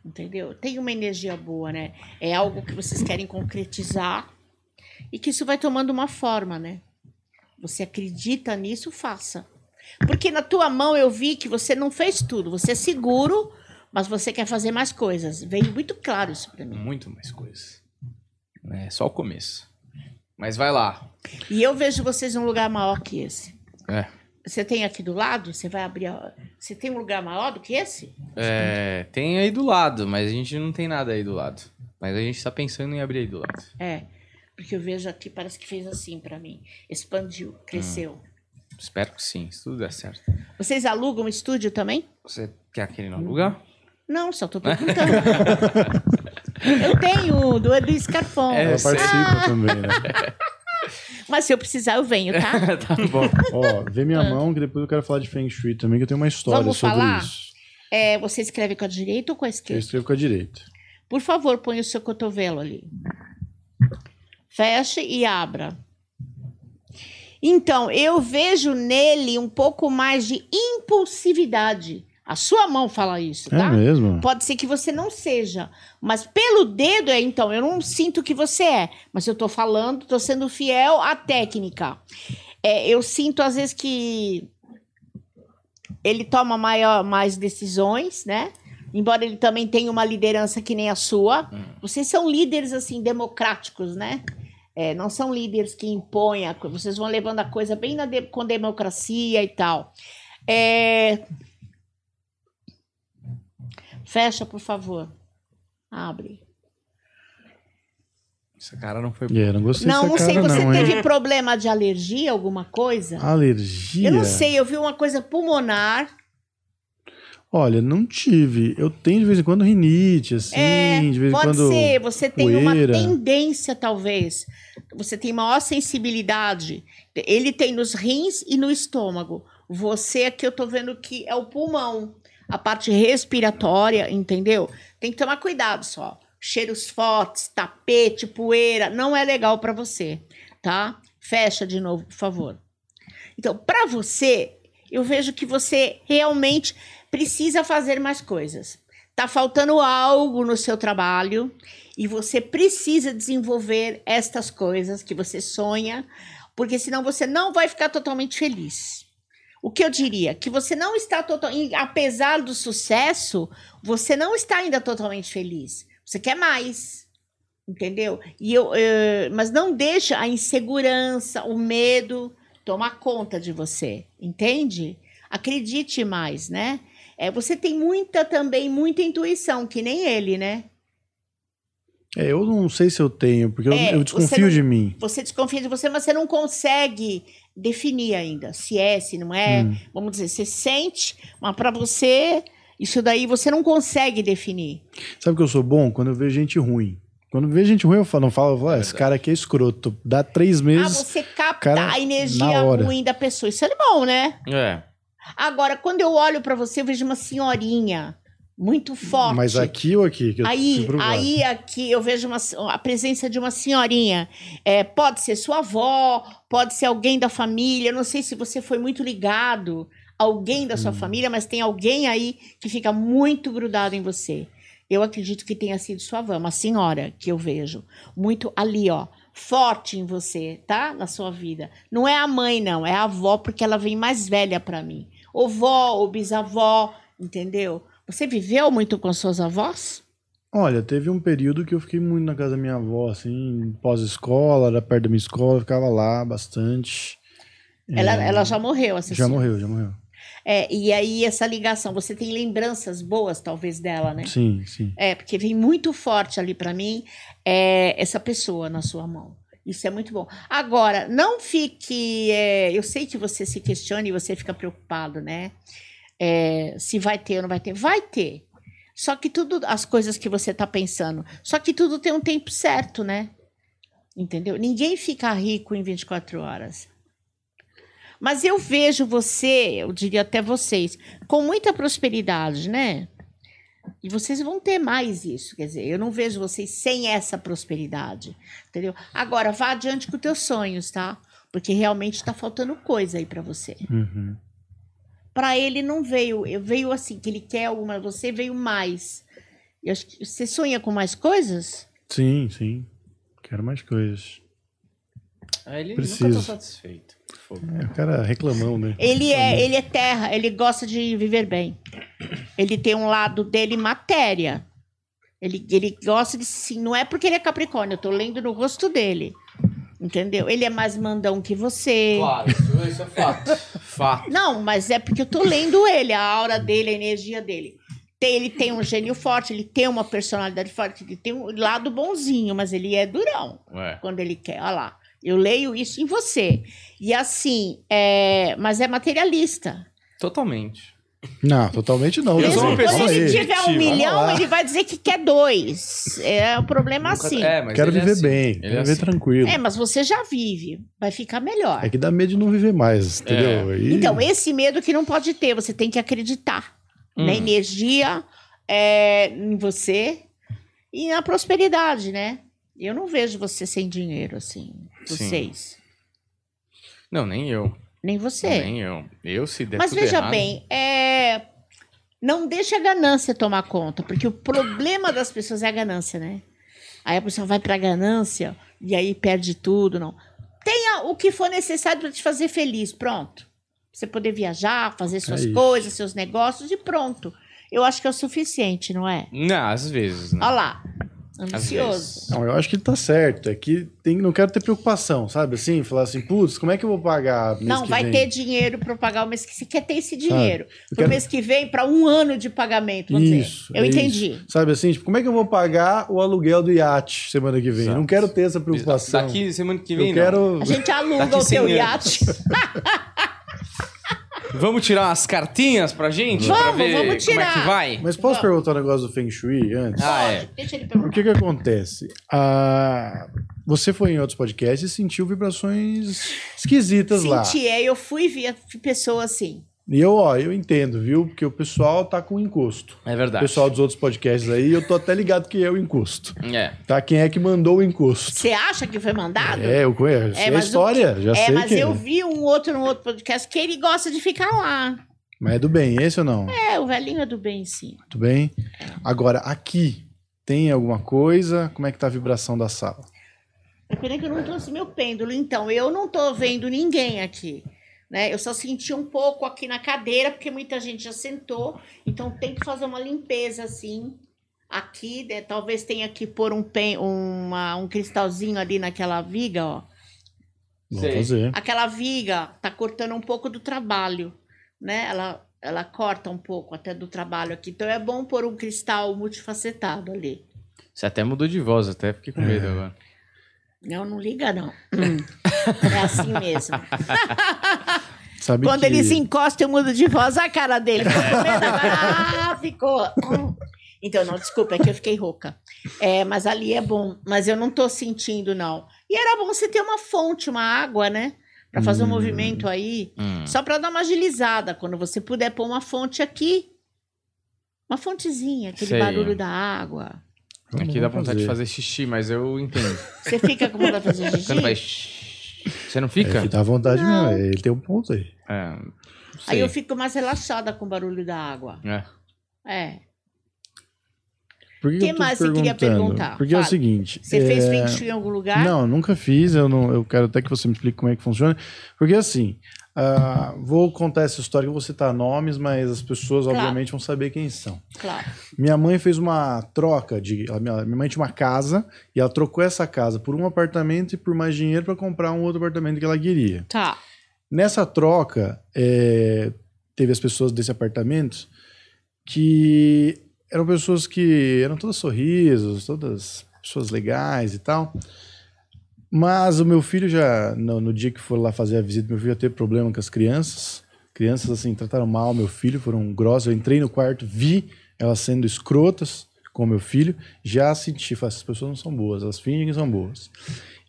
[SPEAKER 2] Entendeu? Tem uma energia boa, né? É algo que vocês querem concretizar e que isso vai tomando uma forma, né? Você acredita nisso, faça. Porque na tua mão eu vi que você não fez tudo, você é seguro, mas você quer fazer mais coisas. Veio muito claro isso pra mim.
[SPEAKER 1] Muito mais coisas. É só o começo. Mas vai lá.
[SPEAKER 2] E eu vejo vocês num lugar maior que esse.
[SPEAKER 1] É.
[SPEAKER 2] Você tem aqui do lado? Você vai abrir. A... Você tem um lugar maior do que esse?
[SPEAKER 1] É, tem aí do lado, mas a gente não tem nada aí do lado. Mas a gente tá pensando em abrir aí do lado.
[SPEAKER 2] É. Porque eu vejo aqui, parece que fez assim pra mim. Expandiu, cresceu.
[SPEAKER 1] Espero que sim, se tudo der certo.
[SPEAKER 2] Vocês alugam estúdio também?
[SPEAKER 1] Você quer aquele no lugar?
[SPEAKER 2] Não, só tô perguntando. eu tenho um do Edu Scarfon.
[SPEAKER 1] É,
[SPEAKER 3] Ela
[SPEAKER 1] eu sei.
[SPEAKER 3] participa também, né? <laughs>
[SPEAKER 2] Mas se eu precisar, eu venho, tá?
[SPEAKER 1] tá bom.
[SPEAKER 3] Ó, vê minha mão, que depois eu quero falar de Feng Shui também, que eu tenho uma história
[SPEAKER 2] Ah. Vamos
[SPEAKER 3] sobre
[SPEAKER 2] falar?
[SPEAKER 3] isso.
[SPEAKER 2] É, você escreve com a direita ou com a
[SPEAKER 3] Eu
[SPEAKER 2] esquerda?
[SPEAKER 3] escrevo com a direita.
[SPEAKER 2] Por favor, põe o seu cotovelo ali. Feche e abra. Então, eu vejo nele um pouco mais de impulsividade. A sua mão fala isso,
[SPEAKER 3] É
[SPEAKER 2] tá?
[SPEAKER 3] mesmo?
[SPEAKER 2] Pode ser que você não seja, mas pelo dedo é então, eu não sinto que você é, mas eu tô falando, tô sendo fiel à técnica. É, eu sinto às vezes que ele toma maior, mais decisões, né? Embora ele também tenha uma liderança que nem a sua. Vocês são líderes assim democráticos, né? É, não são líderes que impõem, a co- vocês vão levando a coisa bem na de- com democracia e tal. É, Fecha, por favor. Abre.
[SPEAKER 1] Essa cara não foi
[SPEAKER 3] E aí, eu não gostei
[SPEAKER 2] não,
[SPEAKER 3] dessa
[SPEAKER 2] não sei,
[SPEAKER 3] cara,
[SPEAKER 2] você
[SPEAKER 3] não, hein?
[SPEAKER 2] teve problema de alergia, alguma coisa?
[SPEAKER 3] Alergia?
[SPEAKER 2] Eu não sei, eu vi uma coisa pulmonar.
[SPEAKER 3] Olha, não tive. Eu tenho de vez em quando rinite, assim,
[SPEAKER 2] É,
[SPEAKER 3] de vez em
[SPEAKER 2] Pode
[SPEAKER 3] quando.
[SPEAKER 2] ser, você tem uma
[SPEAKER 3] poeira.
[SPEAKER 2] tendência, talvez. Você tem maior sensibilidade. Ele tem nos rins e no estômago. Você aqui eu tô vendo que é o pulmão, a parte respiratória, entendeu? Tem que tomar cuidado só. Cheiros fortes, tapete, poeira, não é legal para você, tá? Fecha de novo, por favor. Então, para você, eu vejo que você realmente precisa fazer mais coisas. Tá faltando algo no seu trabalho e você precisa desenvolver estas coisas que você sonha, porque senão você não vai ficar totalmente feliz. O que eu diria? Que você não está totalmente. Apesar do sucesso, você não está ainda totalmente feliz. Você quer mais. Entendeu? E eu, eh, mas não deixa a insegurança, o medo tomar conta de você. Entende? Acredite mais, né? É, você tem muita também, muita intuição, que nem ele, né?
[SPEAKER 3] É, eu não sei se eu tenho, porque eu-
[SPEAKER 2] É,
[SPEAKER 3] eu,
[SPEAKER 2] você
[SPEAKER 3] desconfio
[SPEAKER 2] não-
[SPEAKER 3] de mim.
[SPEAKER 2] Você desconfia de você, mas você não consegue definir ainda se é, se não é.
[SPEAKER 3] Hum.
[SPEAKER 2] Vamos dizer, você sente, mas para você, isso daí você não consegue definir.
[SPEAKER 3] Sabe que eu sou bom? Quando eu vejo gente ruim. Quando eu vejo gente ruim, eu falo, não falo, eu falo, "Ah, esse
[SPEAKER 1] verdade.
[SPEAKER 3] cara aqui é escroto. Dá três
[SPEAKER 2] ah,
[SPEAKER 3] meses.
[SPEAKER 2] você capta
[SPEAKER 3] cara,
[SPEAKER 2] a energia
[SPEAKER 3] na hora.
[SPEAKER 2] ruim da pessoa. Isso é bom, né?
[SPEAKER 1] É.
[SPEAKER 2] Agora, quando eu olho para você, eu vejo uma senhorinha muito forte.
[SPEAKER 3] mas aqui ou aqui? Que eu
[SPEAKER 2] Aí,
[SPEAKER 3] preciso provar.
[SPEAKER 2] aí aqui eu vejo uma- a presença de uma senhorinha. É, pode ser sua avó, pode ser alguém da família. Eu Não sei se você foi muito ligado a alguém da sua
[SPEAKER 3] Hum.
[SPEAKER 2] família, mas tem alguém aí que fica muito grudado em você. Eu acredito que tenha sido sua avó, uma senhora que eu vejo. Muito ali, ó. Forte em você, tá? Na sua vida. Não é a mãe, não. É a avó, porque ela vem mais velha pra mim. Ou vó, ou bisavó, entendeu? Você viveu muito com suas avós?
[SPEAKER 3] Olha, teve um período que eu fiquei muito na casa da minha avó, assim, pós-escola, era perto da minha escola, eu ficava lá bastante.
[SPEAKER 2] Ela,
[SPEAKER 3] É,
[SPEAKER 2] ela já assim, morreu, essa
[SPEAKER 3] já
[SPEAKER 2] senhora.
[SPEAKER 3] morreu, já morreu.
[SPEAKER 2] É, e aí, essa ligação, você tem lembranças boas, talvez, dela, né?
[SPEAKER 3] Sim, sim.
[SPEAKER 2] É, porque vem muito forte ali pra mim é, essa pessoa na sua mão. Isso é muito bom. Agora, não fique. é, eu sei que você se questiona e você fica preocupado, né? É, se vai ter ou não vai ter. Vai ter. Só que tudo, as coisas que você tá pensando, só que tudo tem um tempo certo, né? Entendeu? Ninguém fica rico em 24 horas. Mas eu vejo você, eu diria até vocês, com muita prosperidade, né? E vocês vão ter mais isso, quer dizer, eu não vejo vocês sem essa prosperidade, entendeu? Agora, vá adiante com os teus sonhos, tá? Porque realmente tá faltando coisa aí pra você.
[SPEAKER 3] Uhum.
[SPEAKER 2] Pra ele não veio, eu- veio assim, que ele quer alguma, você veio mais. Eu acho que você sonha com mais coisas?
[SPEAKER 3] Sim, sim. Quero mais coisas.
[SPEAKER 1] Aí ele nunca
[SPEAKER 3] Preciso.
[SPEAKER 1] tá satisfeito. Fogo.
[SPEAKER 3] É, o cara reclamão, né?
[SPEAKER 2] Ele é, ele é terra, ele gosta de viver bem. Ele tem um lado dele matéria. Ele, ele gosta de sim, não é porque ele é capricórnio, eu tô lendo no rosto dele. Entendeu? Ele é mais mandão que você.
[SPEAKER 1] Claro, isso, isso é fato. Fato.
[SPEAKER 2] Não, mas é porque eu tô lendo ele, a aura dele, a energia dele. Tem- ele tem um gênio forte, ele tem uma personalidade forte, ele tem um lado bonzinho, mas ele é durão
[SPEAKER 1] Ué.
[SPEAKER 2] quando ele quer. Olha lá, eu leio isso em você. E assim, é, mas é materialista.
[SPEAKER 1] Totalmente.
[SPEAKER 3] Não, totalmente não.
[SPEAKER 1] Eu
[SPEAKER 2] Mesmo
[SPEAKER 1] sou uma
[SPEAKER 3] também.
[SPEAKER 1] pessoa é.
[SPEAKER 2] quando
[SPEAKER 3] Calma
[SPEAKER 2] ele
[SPEAKER 3] aí.
[SPEAKER 2] tiver um
[SPEAKER 1] subjetiva,
[SPEAKER 2] milhão,
[SPEAKER 3] vamos lá.
[SPEAKER 2] ele vai dizer que quer dois. É um problema
[SPEAKER 1] Nunca-
[SPEAKER 2] assim. É.
[SPEAKER 1] É, mas
[SPEAKER 3] Quero
[SPEAKER 1] ele é
[SPEAKER 3] viver
[SPEAKER 1] assim.
[SPEAKER 3] bem,
[SPEAKER 1] Ele
[SPEAKER 3] quero
[SPEAKER 1] é
[SPEAKER 3] viver
[SPEAKER 1] assim.
[SPEAKER 3] tranquilo. É,
[SPEAKER 2] mas você já vive, vai ficar melhor.
[SPEAKER 3] que dá medo de não viver mais,
[SPEAKER 1] É.
[SPEAKER 3] entendeu? E-
[SPEAKER 2] Então, esse medo que não pode ter, você tem que acreditar
[SPEAKER 1] Hum.
[SPEAKER 2] na energia, é, em você e na prosperidade, né? Eu não vejo você sem dinheiro, assim,
[SPEAKER 1] Sim.
[SPEAKER 2] vocês.
[SPEAKER 1] Não, nem eu.
[SPEAKER 2] Nem você.
[SPEAKER 1] Nem eu. Eu se der
[SPEAKER 2] Mas
[SPEAKER 1] tudo
[SPEAKER 2] veja
[SPEAKER 1] errado-
[SPEAKER 2] bem, é, não deixa a ganância tomar conta, porque o problema das pessoas é a ganância, né? Aí a pessoa vai pra ganância e aí perde tudo, não. Tenha o que for necessário para te fazer feliz, pronto. Pra Você poder viajar, fazer suas
[SPEAKER 3] É isso.
[SPEAKER 2] coisas, seus negócios e pronto. Eu acho que é o suficiente, não é?
[SPEAKER 1] Não, às vezes, né?
[SPEAKER 2] Olha lá,
[SPEAKER 1] Às
[SPEAKER 2] ambicioso.
[SPEAKER 1] vezes.
[SPEAKER 3] Não, eu acho que tá certo. É que tem, não quero ter preocupação, sabe? Assim, falar assim, putz, como é que eu vou pagar mês
[SPEAKER 2] Não,
[SPEAKER 3] que
[SPEAKER 2] vai
[SPEAKER 3] vem?
[SPEAKER 2] ter dinheiro para pagar o mês que você quer ter esse dinheiro.
[SPEAKER 3] Eu
[SPEAKER 2] Pro
[SPEAKER 3] quero-
[SPEAKER 2] mês que vem, para um ano de pagamento, vamos
[SPEAKER 3] Isso.
[SPEAKER 2] dizer. Eu
[SPEAKER 3] é
[SPEAKER 2] entendi.
[SPEAKER 3] isso. Sabe assim, tipo, como é que eu vou pagar o aluguel do iate semana que vem?
[SPEAKER 1] Exato.
[SPEAKER 3] Não quero ter essa preocupação.
[SPEAKER 1] Daqui semana que
[SPEAKER 3] eu
[SPEAKER 1] vem, não.
[SPEAKER 3] quero.
[SPEAKER 2] A gente aluga
[SPEAKER 1] Daqui
[SPEAKER 2] o teu
[SPEAKER 1] 100 anos.
[SPEAKER 2] iate.
[SPEAKER 1] Vamos tirar umas cartinhas pra gente?
[SPEAKER 2] Vamos,
[SPEAKER 1] pra ver
[SPEAKER 2] vamos tirar.
[SPEAKER 1] Como é que vai?
[SPEAKER 3] Mas posso
[SPEAKER 2] Não.
[SPEAKER 3] perguntar um negócio do Feng Shui antes?
[SPEAKER 1] Ah, é.
[SPEAKER 2] Pode, Deixa ele
[SPEAKER 3] O
[SPEAKER 2] perguntar.
[SPEAKER 3] que que acontece? Ah, você foi em outros podcasts e sentiu vibrações esquisitas lá.
[SPEAKER 2] Senti, é, eu fui e vi a- vi pessoa assim.
[SPEAKER 3] E eu, ó, eu entendo, viu? Porque o pessoal tá com encosto.
[SPEAKER 1] É
[SPEAKER 3] O
[SPEAKER 1] verdade.
[SPEAKER 3] pessoal dos outros podcasts aí, eu tô até ligado que é o encosto.
[SPEAKER 1] É.
[SPEAKER 3] Tá? Quem é que mandou o encosto?
[SPEAKER 2] Você acha que foi mandado?
[SPEAKER 3] É, eu conheço.
[SPEAKER 2] É,
[SPEAKER 3] É, a
[SPEAKER 2] mas o
[SPEAKER 3] história, já
[SPEAKER 2] É,
[SPEAKER 3] sei
[SPEAKER 2] mas
[SPEAKER 3] quem
[SPEAKER 2] eu
[SPEAKER 3] é.
[SPEAKER 2] vi um outro num outro podcast que ele gosta de ficar lá.
[SPEAKER 3] Mas é do bem, esse ou não?
[SPEAKER 2] É, o velhinho é do bem, sim.
[SPEAKER 3] Tudo bem? Agora, aqui, tem alguma coisa? Como é que tá a vibração da sala?
[SPEAKER 2] É pena que eu não trouxe meu pêndulo. Então, eu não tô vendo ninguém aqui. Né? Eu só senti um pouco aqui na cadeira, porque muita gente já sentou. Então, tem que fazer uma limpeza, assim. Aqui, né? talvez tenha que pôr um, pen, uma, um cristalzinho ali naquela viga, ó.
[SPEAKER 3] Vamos
[SPEAKER 1] Sei.
[SPEAKER 3] fazer.
[SPEAKER 2] Aquela viga tá cortando um pouco do trabalho, né? Ela, ela corta um pouco até do trabalho aqui. Então, é bom pôr um cristal multifacetado ali.
[SPEAKER 1] Você até mudou de voz, até fiquei
[SPEAKER 3] É.
[SPEAKER 1] com medo agora.
[SPEAKER 2] Não, não liga, não. <laughs> é assim mesmo.
[SPEAKER 3] Sabe
[SPEAKER 2] Quando
[SPEAKER 3] que... é
[SPEAKER 2] ele se encosta, eu mudo de voz a cara <laughs> dele. Ficou com medo agora. Ah, ficou. Então, não, desculpa, é que eu fiquei rouca. É, mas ali é bom. Mas eu não tô sentindo, não. E era bom você ter uma fonte, uma água, né? Pra fazer um
[SPEAKER 3] Hum.
[SPEAKER 2] movimento aí.
[SPEAKER 1] Hum.
[SPEAKER 2] Só pra dar uma agilizada. Quando você puder pôr uma fonte aqui. Uma fontezinha, aquele
[SPEAKER 1] Sei.
[SPEAKER 2] barulho da água.
[SPEAKER 3] Vamos,
[SPEAKER 1] Aqui dá
[SPEAKER 3] vamos
[SPEAKER 1] vontade de fazer xixi, mas eu entendo.
[SPEAKER 2] Você fica com vontade de fazer <laughs> xixi?
[SPEAKER 1] <laughs> Você não vai. Você não
[SPEAKER 3] É
[SPEAKER 1] fica?
[SPEAKER 3] que dá vontade
[SPEAKER 2] Não.
[SPEAKER 3] mesmo. Ele tem um ponto aí.
[SPEAKER 1] É, não
[SPEAKER 2] Aí
[SPEAKER 1] sei.
[SPEAKER 2] eu fico mais relaxada com o barulho da água.
[SPEAKER 1] É.
[SPEAKER 2] É.
[SPEAKER 3] Por que,
[SPEAKER 2] Que
[SPEAKER 3] eu tô
[SPEAKER 2] mais
[SPEAKER 3] te
[SPEAKER 2] você queria
[SPEAKER 3] perguntando?
[SPEAKER 2] perguntar?
[SPEAKER 3] Porque é o
[SPEAKER 2] Fala.
[SPEAKER 3] seguinte.
[SPEAKER 2] Você fez
[SPEAKER 3] é,
[SPEAKER 2] feng shui em algum lugar?
[SPEAKER 3] Não, nunca fiz. Eu, não, eu quero até que você me explique como é que funciona. Porque assim, ah, vou contar essa história que eu vou citar nomes, mas as pessoas
[SPEAKER 2] Claro.
[SPEAKER 3] obviamente vão saber quem são.
[SPEAKER 2] Claro.
[SPEAKER 3] Minha mãe fez uma troca de. a Minha, minha mãe tinha uma casa e ela trocou essa casa por um apartamento e por mais dinheiro para comprar um outro apartamento que ela queria.
[SPEAKER 2] Tá.
[SPEAKER 3] Nessa troca, é, teve as pessoas desse apartamento que eram pessoas que eram todas sorrisos, todas pessoas legais e tal. Mas o meu filho já, no, no dia que for lá fazer a visita, meu filho já teve problema com as crianças. Crianças, assim, trataram mal meu filho, foram grossos. Eu entrei no quarto, vi elas sendo escrotas com meu filho. Já senti, falei, essas pessoas não são boas, elas fingem que são boas.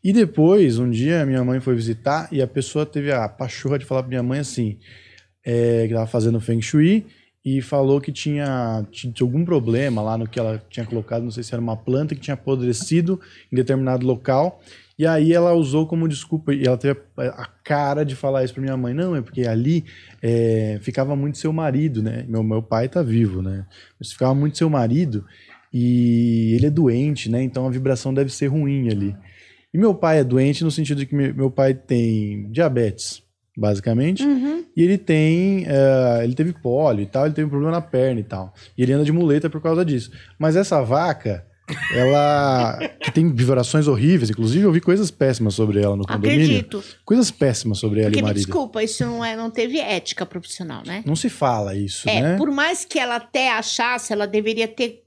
[SPEAKER 3] E depois, um dia, minha mãe foi visitar e a pessoa teve a pachorra de falar pra minha mãe assim, é, que tava fazendo Feng Shui e falou que tinha, tinha algum problema lá no que ela tinha colocado, não sei se era uma planta que tinha apodrecido em determinado local. E aí ela usou como desculpa, e ela teve a a cara de falar isso pra minha mãe. Não, é porque ali é, ficava muito seu marido, né? Meu, meu pai tá vivo, né? Mas ficava muito seu marido e ele é doente, né? Então a vibração deve ser ruim ali. E meu pai é doente no sentido de que me- meu pai tem diabetes, basicamente. E ele tem. eh, ele teve pólio e tal, ele teve um problema na perna e tal. E ele anda de muleta por causa disso. Mas essa vaca, ela. que tem vibrações horríveis, inclusive eu vi coisas péssimas sobre ela no condomínio.
[SPEAKER 2] Acredito.
[SPEAKER 3] Coisas péssimas sobre ela e
[SPEAKER 2] Porque
[SPEAKER 3] o é
[SPEAKER 2] me
[SPEAKER 3] marido.
[SPEAKER 2] desculpa, isso não, é, não teve ética profissional, né?
[SPEAKER 3] Não se fala isso,
[SPEAKER 2] é,
[SPEAKER 3] né?
[SPEAKER 2] por mais que ela até achasse, ela deveria ter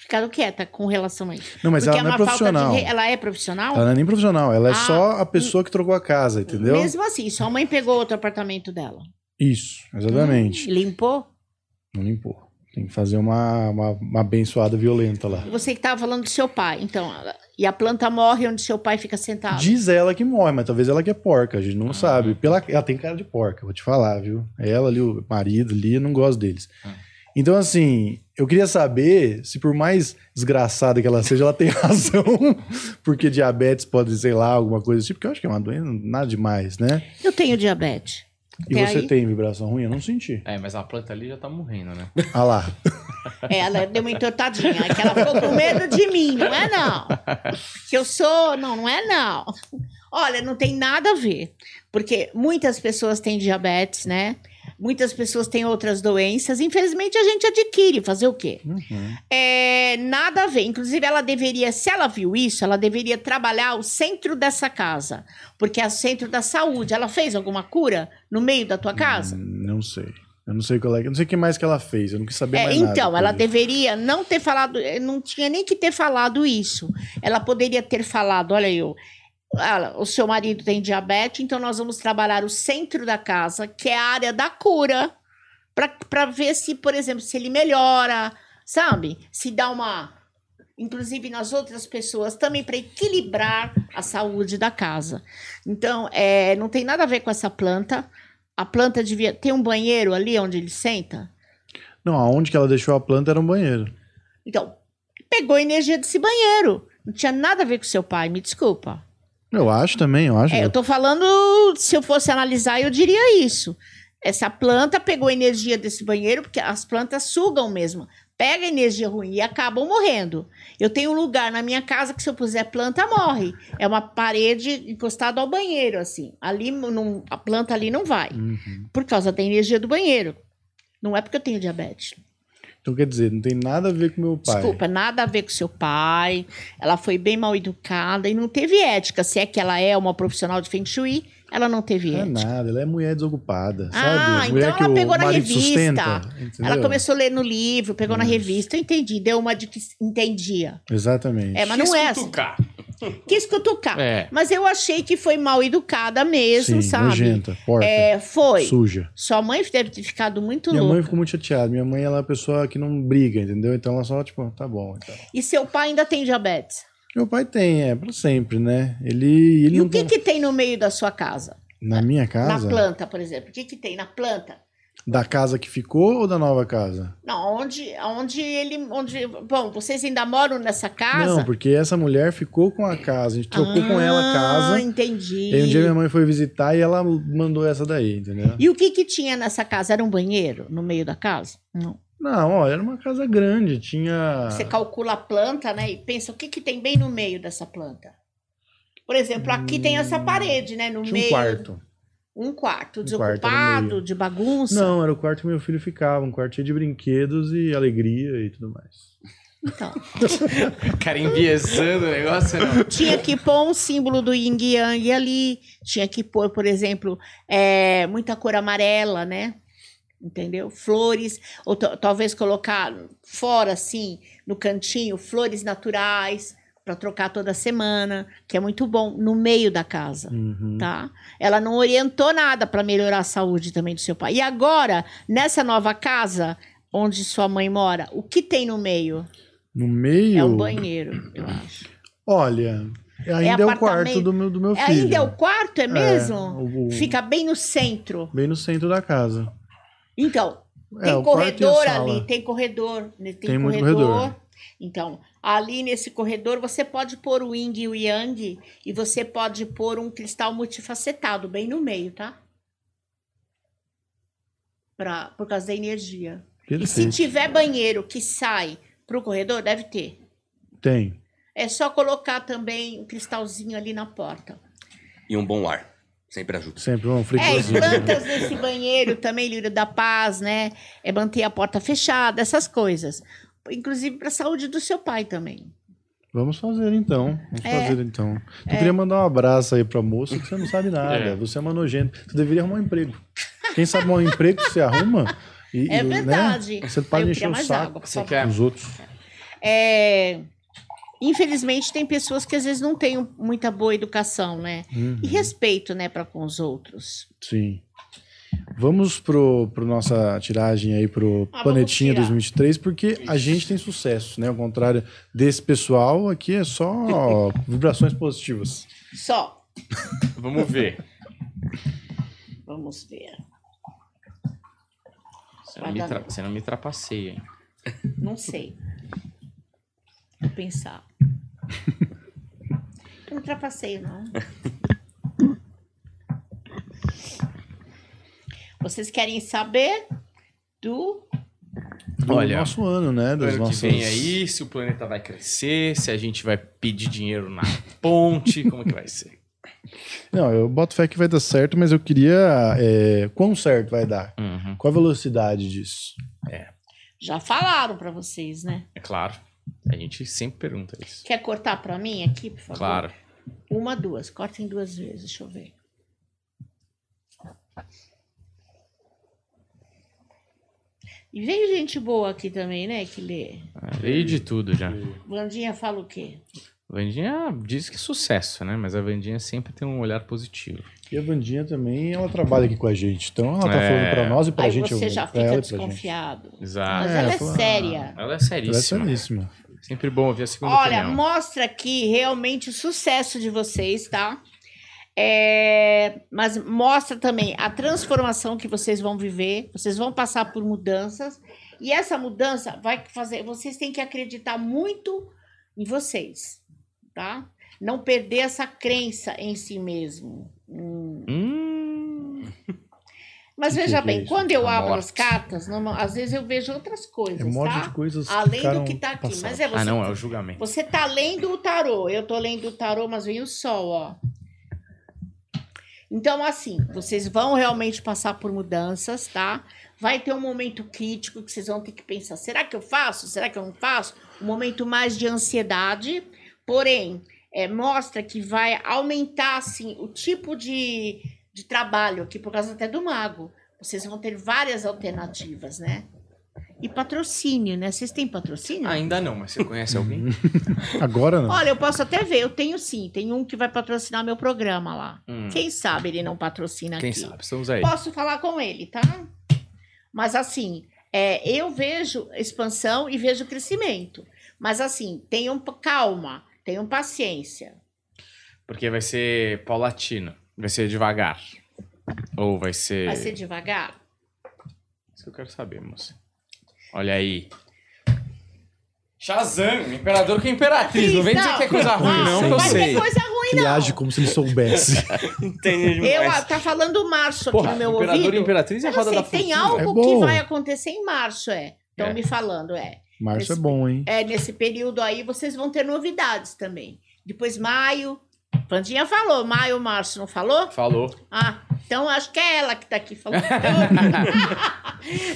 [SPEAKER 2] ficado quieta com relação a isso.
[SPEAKER 3] Não, mas
[SPEAKER 2] Porque
[SPEAKER 3] ela não é
[SPEAKER 2] uma falta
[SPEAKER 3] profissional.
[SPEAKER 2] de re- Ela é profissional?
[SPEAKER 3] Ela não é nem profissional, ela
[SPEAKER 2] Ah,
[SPEAKER 3] é só a pessoa que trocou a casa, entendeu?
[SPEAKER 2] Mesmo assim, sua mãe pegou outro apartamento dela.
[SPEAKER 3] Isso,
[SPEAKER 2] Hum.
[SPEAKER 3] exatamente.
[SPEAKER 2] Limpou?
[SPEAKER 3] Não limpou. Tem que fazer uma, uma, uma abençoada violenta lá.
[SPEAKER 2] Você que tava falando do seu pai, então. ela- E a planta morre onde seu pai fica sentado.
[SPEAKER 3] Diz ela que morre, mas talvez ela que é porca, a gente
[SPEAKER 2] Ah.
[SPEAKER 3] não sabe. Pela, ela tem cara de porca, vou te falar, viu? Ela ali, o marido ali, eu não gosto deles.
[SPEAKER 1] Ah.
[SPEAKER 3] Então, assim, eu queria saber se por mais desgraçada que ela seja, ela tem <laughs> razão, porque diabetes pode, sei lá, alguma coisa assim, porque eu acho que é uma doença, nada demais, né?
[SPEAKER 2] Eu tenho diabetes.
[SPEAKER 3] E
[SPEAKER 2] Até
[SPEAKER 3] você
[SPEAKER 2] aí.
[SPEAKER 3] tem vibração ruim? Eu não senti.
[SPEAKER 1] É, mas a planta ali já tá morrendo, né?
[SPEAKER 3] Ah lá,
[SPEAKER 2] É, ela deu uma entortadinha. É que ela ficou com medo de mim, não é não. Que eu sou. Não, não é não. Olha, não tem nada a ver. Porque muitas pessoas têm diabetes, né? Muitas pessoas têm outras doenças. Infelizmente, a gente adquire. Fazer o quê?
[SPEAKER 3] Uhum.
[SPEAKER 2] É, nada a ver. Inclusive, ela deveria, se ela viu isso, ela deveria trabalhar o centro dessa casa. Porque é o centro da saúde. Ela fez alguma cura no meio da tua casa?
[SPEAKER 3] não sei. Eu não sei qual é, eu não sei o que mais que ela fez, eu não quis saber
[SPEAKER 2] É,
[SPEAKER 3] mais nada.
[SPEAKER 2] então, ela
[SPEAKER 3] inclusive.
[SPEAKER 2] deveria não ter falado, eh, não tinha nem que ter falado isso. Ela poderia ter falado, olha eu, ah, o seu marido tem diabetes, então nós vamos trabalhar o centro da casa, que é a área da cura, para ver se, por exemplo, se ele melhora, sabe? Se dá uma inclusive nas outras pessoas também para eh, equilibrar a saúde da casa. Então, é, não tem nada a ver com essa planta. A planta devia. Tem um banheiro ali onde ele senta?
[SPEAKER 3] Não, aonde que ela deixou a planta era um banheiro.
[SPEAKER 2] Então, pegou a energia desse banheiro. Não tinha nada a ver com seu pai, me desculpa.
[SPEAKER 3] Eu acho também, eu acho.
[SPEAKER 2] É, eu tô falando, se eu fosse analisar, eu diria isso. Essa planta pegou energia desse banheiro, porque as plantas sugam mesmo. Pega energia ruim e acabam morrendo. Eu tenho um lugar na minha casa que, se eu puser planta, morre. É uma parede encostada ao banheiro, assim. Ali não- a planta ali não vai.
[SPEAKER 3] Uhum.
[SPEAKER 2] Por causa da energia do banheiro. Não é porque eu tenho diabetes.
[SPEAKER 3] Então quer dizer, não tem nada a ver com meu pai.
[SPEAKER 2] Desculpa, nada a ver com seu pai. Ela foi bem mal educada e não teve ética. Se é que ela é uma profissional de Feng Shui, ela não teve
[SPEAKER 3] Não é
[SPEAKER 2] ética.
[SPEAKER 3] nada, ela é mulher desocupada,
[SPEAKER 2] Ah,
[SPEAKER 3] sabe?
[SPEAKER 2] então
[SPEAKER 3] Mulher
[SPEAKER 2] ela
[SPEAKER 3] que o
[SPEAKER 2] pegou na
[SPEAKER 3] marido
[SPEAKER 2] revista.
[SPEAKER 3] sustenta.
[SPEAKER 2] Ela
[SPEAKER 3] entendeu?
[SPEAKER 2] começou a ler no livro, pegou na
[SPEAKER 3] Isso.
[SPEAKER 2] revista, eu entendi, deu uma de que entendia.
[SPEAKER 3] Exatamente.
[SPEAKER 2] É, mas não é assim. Ah. Quis cutucar.
[SPEAKER 1] um É.
[SPEAKER 2] Mas eu achei que foi mal educada mesmo,
[SPEAKER 3] Sim,
[SPEAKER 2] sabe?
[SPEAKER 3] nojenta, porca,
[SPEAKER 2] É, foi.
[SPEAKER 3] suja.
[SPEAKER 2] Sua mãe deve ter ficado muito
[SPEAKER 3] Minha
[SPEAKER 2] louca.
[SPEAKER 3] mãe ficou muito chateada. Minha mãe ela é uma pessoa que não briga, entendeu? Então ela só, tipo, tá bom. então.
[SPEAKER 2] E seu pai ainda tem diabetes.
[SPEAKER 3] Meu pai tem, é, pra sempre, né? Ele, ele
[SPEAKER 2] E
[SPEAKER 3] não
[SPEAKER 2] o que,
[SPEAKER 3] tem-
[SPEAKER 2] que tem no meio da sua casa?
[SPEAKER 3] Na minha
[SPEAKER 2] Na
[SPEAKER 3] casa?
[SPEAKER 2] planta, por exemplo. O que, que tem na planta?
[SPEAKER 3] Da casa que ficou ou da nova casa?
[SPEAKER 2] Não, onde, onde ele. Onde, bom, vocês ainda moram nessa casa?
[SPEAKER 3] Não, porque essa mulher ficou com a casa. A gente trocou com ela a
[SPEAKER 2] Ah,
[SPEAKER 3] casa.
[SPEAKER 2] entendi.
[SPEAKER 3] E aí um dia minha mãe foi visitar e ela mandou essa daí, entendeu?
[SPEAKER 2] E o que que tinha nessa casa? Era um banheiro no meio da casa? Não.
[SPEAKER 3] Não, ó, era uma casa grande, tinha. um
[SPEAKER 2] Você calcula a planta, né? E pensa o que que tem bem no meio dessa planta. Por exemplo, aqui tem essa
[SPEAKER 3] Hum,
[SPEAKER 2] parede, né? No
[SPEAKER 3] tinha
[SPEAKER 2] meio.
[SPEAKER 3] um quarto.
[SPEAKER 2] Um quarto
[SPEAKER 3] Um quarto, era no
[SPEAKER 2] desocupado,
[SPEAKER 3] meio.
[SPEAKER 2] de bagunça.
[SPEAKER 3] Não, era o quarto que meu filho ficava, um quarto cheio de brinquedos e alegria e tudo mais.
[SPEAKER 2] Então,
[SPEAKER 1] O cara enviesando o negócio. Não.
[SPEAKER 2] tinha que pôr um símbolo do yin e yang ali. Tinha que pôr, por exemplo, é, muita cor amarela, né? Entendeu? Flores, ou to- talvez colocar fora, assim, no cantinho, flores naturais, para trocar toda semana, que é muito bom, no meio da casa.
[SPEAKER 3] Uhum.
[SPEAKER 2] tá? Ela não orientou nada para melhorar a saúde também do seu pai. E agora, nessa nova casa onde sua mãe mora, o que tem no meio?
[SPEAKER 3] No meio.
[SPEAKER 2] É um banheiro, eu acho.
[SPEAKER 3] Olha, ainda é, o
[SPEAKER 2] apartamento.
[SPEAKER 3] quarto do meu, do meu filho.
[SPEAKER 2] Ainda é o quarto, é mesmo?
[SPEAKER 3] o- o-
[SPEAKER 2] Fica bem no centro.
[SPEAKER 3] Bem no centro da casa.
[SPEAKER 2] Então,
[SPEAKER 3] É,
[SPEAKER 2] tem
[SPEAKER 3] o quarto e a
[SPEAKER 2] corredor
[SPEAKER 3] sala.
[SPEAKER 2] ali, tem corredor, né? tem,
[SPEAKER 3] Tem muito
[SPEAKER 2] corredor.
[SPEAKER 3] corredor.
[SPEAKER 2] Então, ali nesse corredor você pode pôr o yin e o yang e você pode pôr um cristal multifacetado bem no meio, tá? Pra, por causa da energia. E se
[SPEAKER 3] Perfeito.
[SPEAKER 2] tiver banheiro que sai pro corredor, deve ter.
[SPEAKER 3] Tem.
[SPEAKER 2] É só colocar também um cristalzinho ali na porta.
[SPEAKER 4] E um bom ar. Sempre ajuda.
[SPEAKER 3] Sempre um
[SPEAKER 2] É, e
[SPEAKER 3] frigozinho.
[SPEAKER 2] plantas nesse banheiro também, Lírio da Paz, né? É manter a porta fechada, essas coisas. Inclusive para a saúde do seu pai também.
[SPEAKER 3] Vamos fazer então. Vamos
[SPEAKER 2] É.
[SPEAKER 3] fazer então. Eu queria mandar um abraço aí pra moça que você não sabe nada.
[SPEAKER 1] É.
[SPEAKER 3] Você é uma nojenta. Tu deveria arrumar um emprego. Quem sabe um emprego você arruma. E,
[SPEAKER 2] É
[SPEAKER 3] e, né,
[SPEAKER 2] verdade.
[SPEAKER 3] Você
[SPEAKER 2] Aí
[SPEAKER 3] para de
[SPEAKER 2] eu queria
[SPEAKER 3] encher o
[SPEAKER 2] mais
[SPEAKER 3] saco
[SPEAKER 2] água, por
[SPEAKER 1] Você
[SPEAKER 2] favor.
[SPEAKER 1] quer?
[SPEAKER 3] dos outros.
[SPEAKER 2] É, Infelizmente, tem pessoas que às vezes não têm muita boa educação, né?
[SPEAKER 3] Uhum.
[SPEAKER 2] E respeito, né, para com os outros.
[SPEAKER 3] Sim. Vamos pro, pro nossa tiragem aí pro
[SPEAKER 2] Ah, vamos
[SPEAKER 3] Planetinha
[SPEAKER 2] tirar.
[SPEAKER 3] 2023, porque a gente tem sucesso, né? Ao contrário desse pessoal, aqui
[SPEAKER 1] <laughs>
[SPEAKER 3] é só vibrações positivas.
[SPEAKER 2] Só.
[SPEAKER 1] Vamos
[SPEAKER 2] <laughs>
[SPEAKER 1] ver.
[SPEAKER 2] Vamos ver.
[SPEAKER 1] Você não, me tra- você não me trapaceia, hein?
[SPEAKER 2] Não sei. Vou pensar. Eu não trapaceio, não. Vocês querem saber do.
[SPEAKER 3] Do
[SPEAKER 1] Olha,
[SPEAKER 3] nosso ano, né? Das
[SPEAKER 1] Ano
[SPEAKER 3] nossas...
[SPEAKER 1] que vem aí, se o planeta vai crescer, se a gente vai pedir dinheiro <laughs> na ponte, como é que vai ser?
[SPEAKER 3] Não, eu boto fé que vai dar certo, mas eu queria. É, quão certo vai dar?
[SPEAKER 1] Uhum,
[SPEAKER 3] Qual a velocidade disso?
[SPEAKER 2] Já falaram para vocês, né?
[SPEAKER 1] É claro. A gente sempre pergunta isso.
[SPEAKER 2] Quer cortar para mim aqui, por favor?
[SPEAKER 1] Claro.
[SPEAKER 2] Uma, duas. Cortem duas vezes, deixa eu ver. E vem gente boa aqui também, né, que lê.
[SPEAKER 1] Ah, Veio de tudo já.
[SPEAKER 2] Vandinha fala o quê?
[SPEAKER 1] Vandinha diz que é sucesso, né? Mas a Vandinha sempre tem um olhar positivo.
[SPEAKER 3] E a Vandinha também, ela trabalha aqui com a gente. Então ela tá
[SPEAKER 1] É.
[SPEAKER 3] falando pra nós e pra
[SPEAKER 2] Aí
[SPEAKER 3] gente.
[SPEAKER 2] você
[SPEAKER 3] eu-
[SPEAKER 2] já
[SPEAKER 3] pra
[SPEAKER 2] fica
[SPEAKER 3] ela e pra gente.
[SPEAKER 2] desconfiado.
[SPEAKER 1] Exato.
[SPEAKER 2] Mas
[SPEAKER 3] É,
[SPEAKER 2] ela é
[SPEAKER 3] fala-
[SPEAKER 2] séria.
[SPEAKER 1] Ela é
[SPEAKER 3] Ela é
[SPEAKER 1] seríssima.
[SPEAKER 3] seríssima.
[SPEAKER 1] Sempre bom ouvir a segunda
[SPEAKER 2] Olha,
[SPEAKER 1] opinião.
[SPEAKER 2] mostra aqui realmente o sucesso de vocês, tá? É, É, mas mostra também a transformação que vocês vão viver, vocês vão passar por mudanças, e essa mudança vai fazer. Vocês têm que acreditar muito em vocês, tá? Não perder essa crença em si mesmo. Hum.
[SPEAKER 1] Hum.
[SPEAKER 2] Mas
[SPEAKER 3] Que que
[SPEAKER 2] veja
[SPEAKER 3] é
[SPEAKER 2] bem,
[SPEAKER 3] isso?
[SPEAKER 2] quando eu
[SPEAKER 1] A
[SPEAKER 2] abro
[SPEAKER 1] morte.
[SPEAKER 2] as cartas, normal- às vezes eu vejo outras coisas,
[SPEAKER 3] É um monte de
[SPEAKER 2] tá?
[SPEAKER 3] coisas
[SPEAKER 2] Além
[SPEAKER 3] ficaram
[SPEAKER 2] do que tá aqui.
[SPEAKER 3] passadas.
[SPEAKER 2] Mas é você
[SPEAKER 1] Ah, não, é o julgamento.
[SPEAKER 2] você tá lendo o tarô. Eu tô lendo o tarô, mas vem o sol, ó. Então, assim, vocês vão realmente passar por mudanças, tá? Vai ter um momento crítico que vocês vão ter que pensar: será que eu faço? Será que eu não faço? Um momento mais de ansiedade, porém, é, mostra que vai aumentar assim, o tipo de, de trabalho aqui, por causa até do mago. Vocês vão ter várias alternativas, né? E patrocínio, né? Vocês têm patrocínio?
[SPEAKER 1] Ainda não, mas você conhece <laughs> alguém?
[SPEAKER 2] é-
[SPEAKER 3] Agora não.
[SPEAKER 2] Olha, eu posso até ver, eu tenho sim, tem um que vai patrocinar meu programa lá.
[SPEAKER 1] Hum,
[SPEAKER 2] Quem sabe ele não patrocina
[SPEAKER 1] quem
[SPEAKER 2] aqui.
[SPEAKER 1] sabe? É Estamos aí.
[SPEAKER 2] Posso falar com ele, tá? Mas assim, é, eu vejo expansão e vejo crescimento. Mas assim, tenham p- calma, tenham paciência.
[SPEAKER 1] Porque vai ser paulatino. Vai ser devagar. Ou vai ser.
[SPEAKER 2] Vai ser devagar.
[SPEAKER 1] Isso que eu quero saber, moça. Olha aí. Shazam, imperador com a imperatriz. Não vem dizer que é coisa ruim, não, que eu
[SPEAKER 2] vai
[SPEAKER 1] sei.
[SPEAKER 2] ter coisa ruim,
[SPEAKER 3] Ele age
[SPEAKER 2] não.
[SPEAKER 3] como se ele soubesse.
[SPEAKER 2] <laughs>
[SPEAKER 4] Entendi
[SPEAKER 2] Eu, ah,
[SPEAKER 4] demais.
[SPEAKER 2] tá falando o março aqui
[SPEAKER 1] Porra,
[SPEAKER 2] no meu
[SPEAKER 1] imperador e
[SPEAKER 2] ouvido.
[SPEAKER 1] imperatriz é a
[SPEAKER 2] Eu não
[SPEAKER 1] roda da
[SPEAKER 2] sei, tem
[SPEAKER 1] fortuna.
[SPEAKER 2] algo
[SPEAKER 3] É
[SPEAKER 2] que
[SPEAKER 3] bom.
[SPEAKER 2] vai acontecer em março, é. Estão
[SPEAKER 1] É.
[SPEAKER 2] me falando, é.
[SPEAKER 3] Março é bom, hein?
[SPEAKER 2] É, nesse período aí vocês vão ter novidades também. Depois maio. Vandinha falou, maio, março, não falou? <laughs>
[SPEAKER 1] Falou.
[SPEAKER 2] Ah, então acho que é ela que tá aqui falando.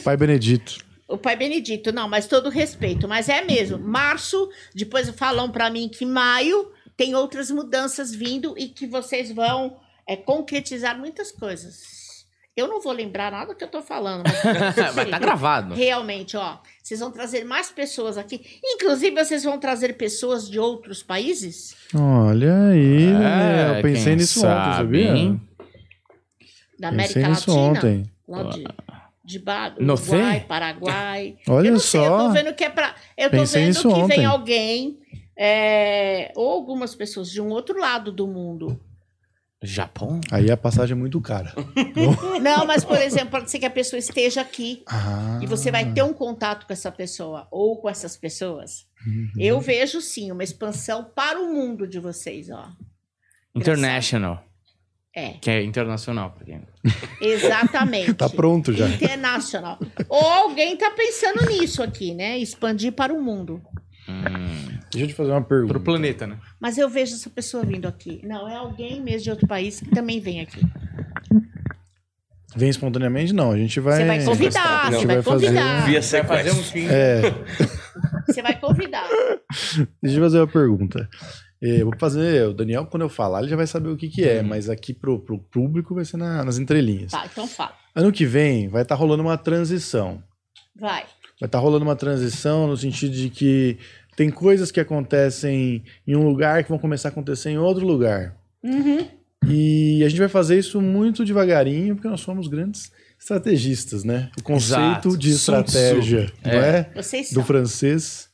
[SPEAKER 3] Pai Benedito.
[SPEAKER 2] o pai Benedito, não, mas todo respeito, mas é mesmo. Março, depois falam para mim que maio tem outras mudanças vindo e que vocês vão é, concretizar muitas coisas. Eu não vou lembrar nada que eu tô falando,
[SPEAKER 1] <laughs>
[SPEAKER 2] mas
[SPEAKER 1] Vai tá gravado.
[SPEAKER 2] Realmente, ó. Vocês vão trazer mais pessoas aqui. Inclusive, vocês vão trazer pessoas de outros países?
[SPEAKER 3] Olha aí, né?
[SPEAKER 1] É,
[SPEAKER 3] eu pensei
[SPEAKER 1] quem
[SPEAKER 3] nisso
[SPEAKER 1] sabe,
[SPEAKER 3] ontem, sabia?
[SPEAKER 1] hein?
[SPEAKER 2] Da
[SPEAKER 3] pensei
[SPEAKER 2] América
[SPEAKER 3] nisso
[SPEAKER 2] Latina?
[SPEAKER 3] ontem.
[SPEAKER 2] Lá de, de ba...
[SPEAKER 1] Não
[SPEAKER 2] Uruguai,
[SPEAKER 1] sei.
[SPEAKER 2] Paraguai.
[SPEAKER 3] <laughs>
[SPEAKER 2] eu
[SPEAKER 3] Olha
[SPEAKER 2] não sei, eu
[SPEAKER 3] só.
[SPEAKER 2] tô vendo que é pra. Eu tô
[SPEAKER 3] Pensei
[SPEAKER 2] vendo
[SPEAKER 3] nisso
[SPEAKER 2] que
[SPEAKER 3] ontem.
[SPEAKER 2] vem alguém. é, ou algumas pessoas de um outro lado do mundo.
[SPEAKER 1] Japão?
[SPEAKER 3] Aí a passagem é muito cara.
[SPEAKER 2] Não, mas, por exemplo, pode ser que a pessoa esteja aqui
[SPEAKER 3] Ah.
[SPEAKER 2] e você vai ter um contato com essa pessoa ou com essas pessoas.
[SPEAKER 3] Uhum.
[SPEAKER 2] Eu vejo, sim, uma expansão para o mundo de vocês, ó.
[SPEAKER 1] International.
[SPEAKER 2] É.
[SPEAKER 1] Que é internacional. Porque...
[SPEAKER 2] Exatamente.
[SPEAKER 3] Tá pronto já.
[SPEAKER 2] Internacional. Ou alguém tá pensando nisso aqui, né? Expandir para o mundo.
[SPEAKER 1] Hum,
[SPEAKER 3] Deixa eu te fazer uma
[SPEAKER 1] pro
[SPEAKER 3] pergunta.
[SPEAKER 1] planeta, né?
[SPEAKER 2] Mas eu vejo essa pessoa vindo aqui. Não, é alguém mesmo de outro país que também vem aqui.
[SPEAKER 3] Vem espontaneamente? Não, a gente vai. É,
[SPEAKER 2] Você vai convidar,
[SPEAKER 4] Não,
[SPEAKER 2] você
[SPEAKER 3] vai
[SPEAKER 2] vai
[SPEAKER 3] fazer
[SPEAKER 2] convidar.
[SPEAKER 4] Via
[SPEAKER 1] Vai fazer um
[SPEAKER 4] sequestro.
[SPEAKER 1] fim.
[SPEAKER 3] É,
[SPEAKER 2] Você vai convidar.
[SPEAKER 3] deixa eu fazer uma pergunta. É, Eu vou fazer, o Daniel, quando eu falar, ele já vai saber o que, que
[SPEAKER 1] Uhum.
[SPEAKER 3] é, mas aqui pro, pro público vai ser na- nas entrelinhas.
[SPEAKER 2] Tá, então fala.
[SPEAKER 3] Ano que vem vai estar rolando uma transição.
[SPEAKER 2] Vai.
[SPEAKER 3] Vai estar rolando uma transição no sentido de que tem coisas que acontecem em um lugar que vão começar a acontecer em outro lugar.
[SPEAKER 2] Uhum.
[SPEAKER 3] E a gente vai fazer isso muito devagarinho, porque nós somos grandes estrategistas, né? O conceito
[SPEAKER 1] Exato.
[SPEAKER 3] de
[SPEAKER 1] Sun Tzu.
[SPEAKER 3] estratégia, não
[SPEAKER 1] É.
[SPEAKER 3] é?
[SPEAKER 2] Vocês
[SPEAKER 3] do
[SPEAKER 2] são.
[SPEAKER 3] francês.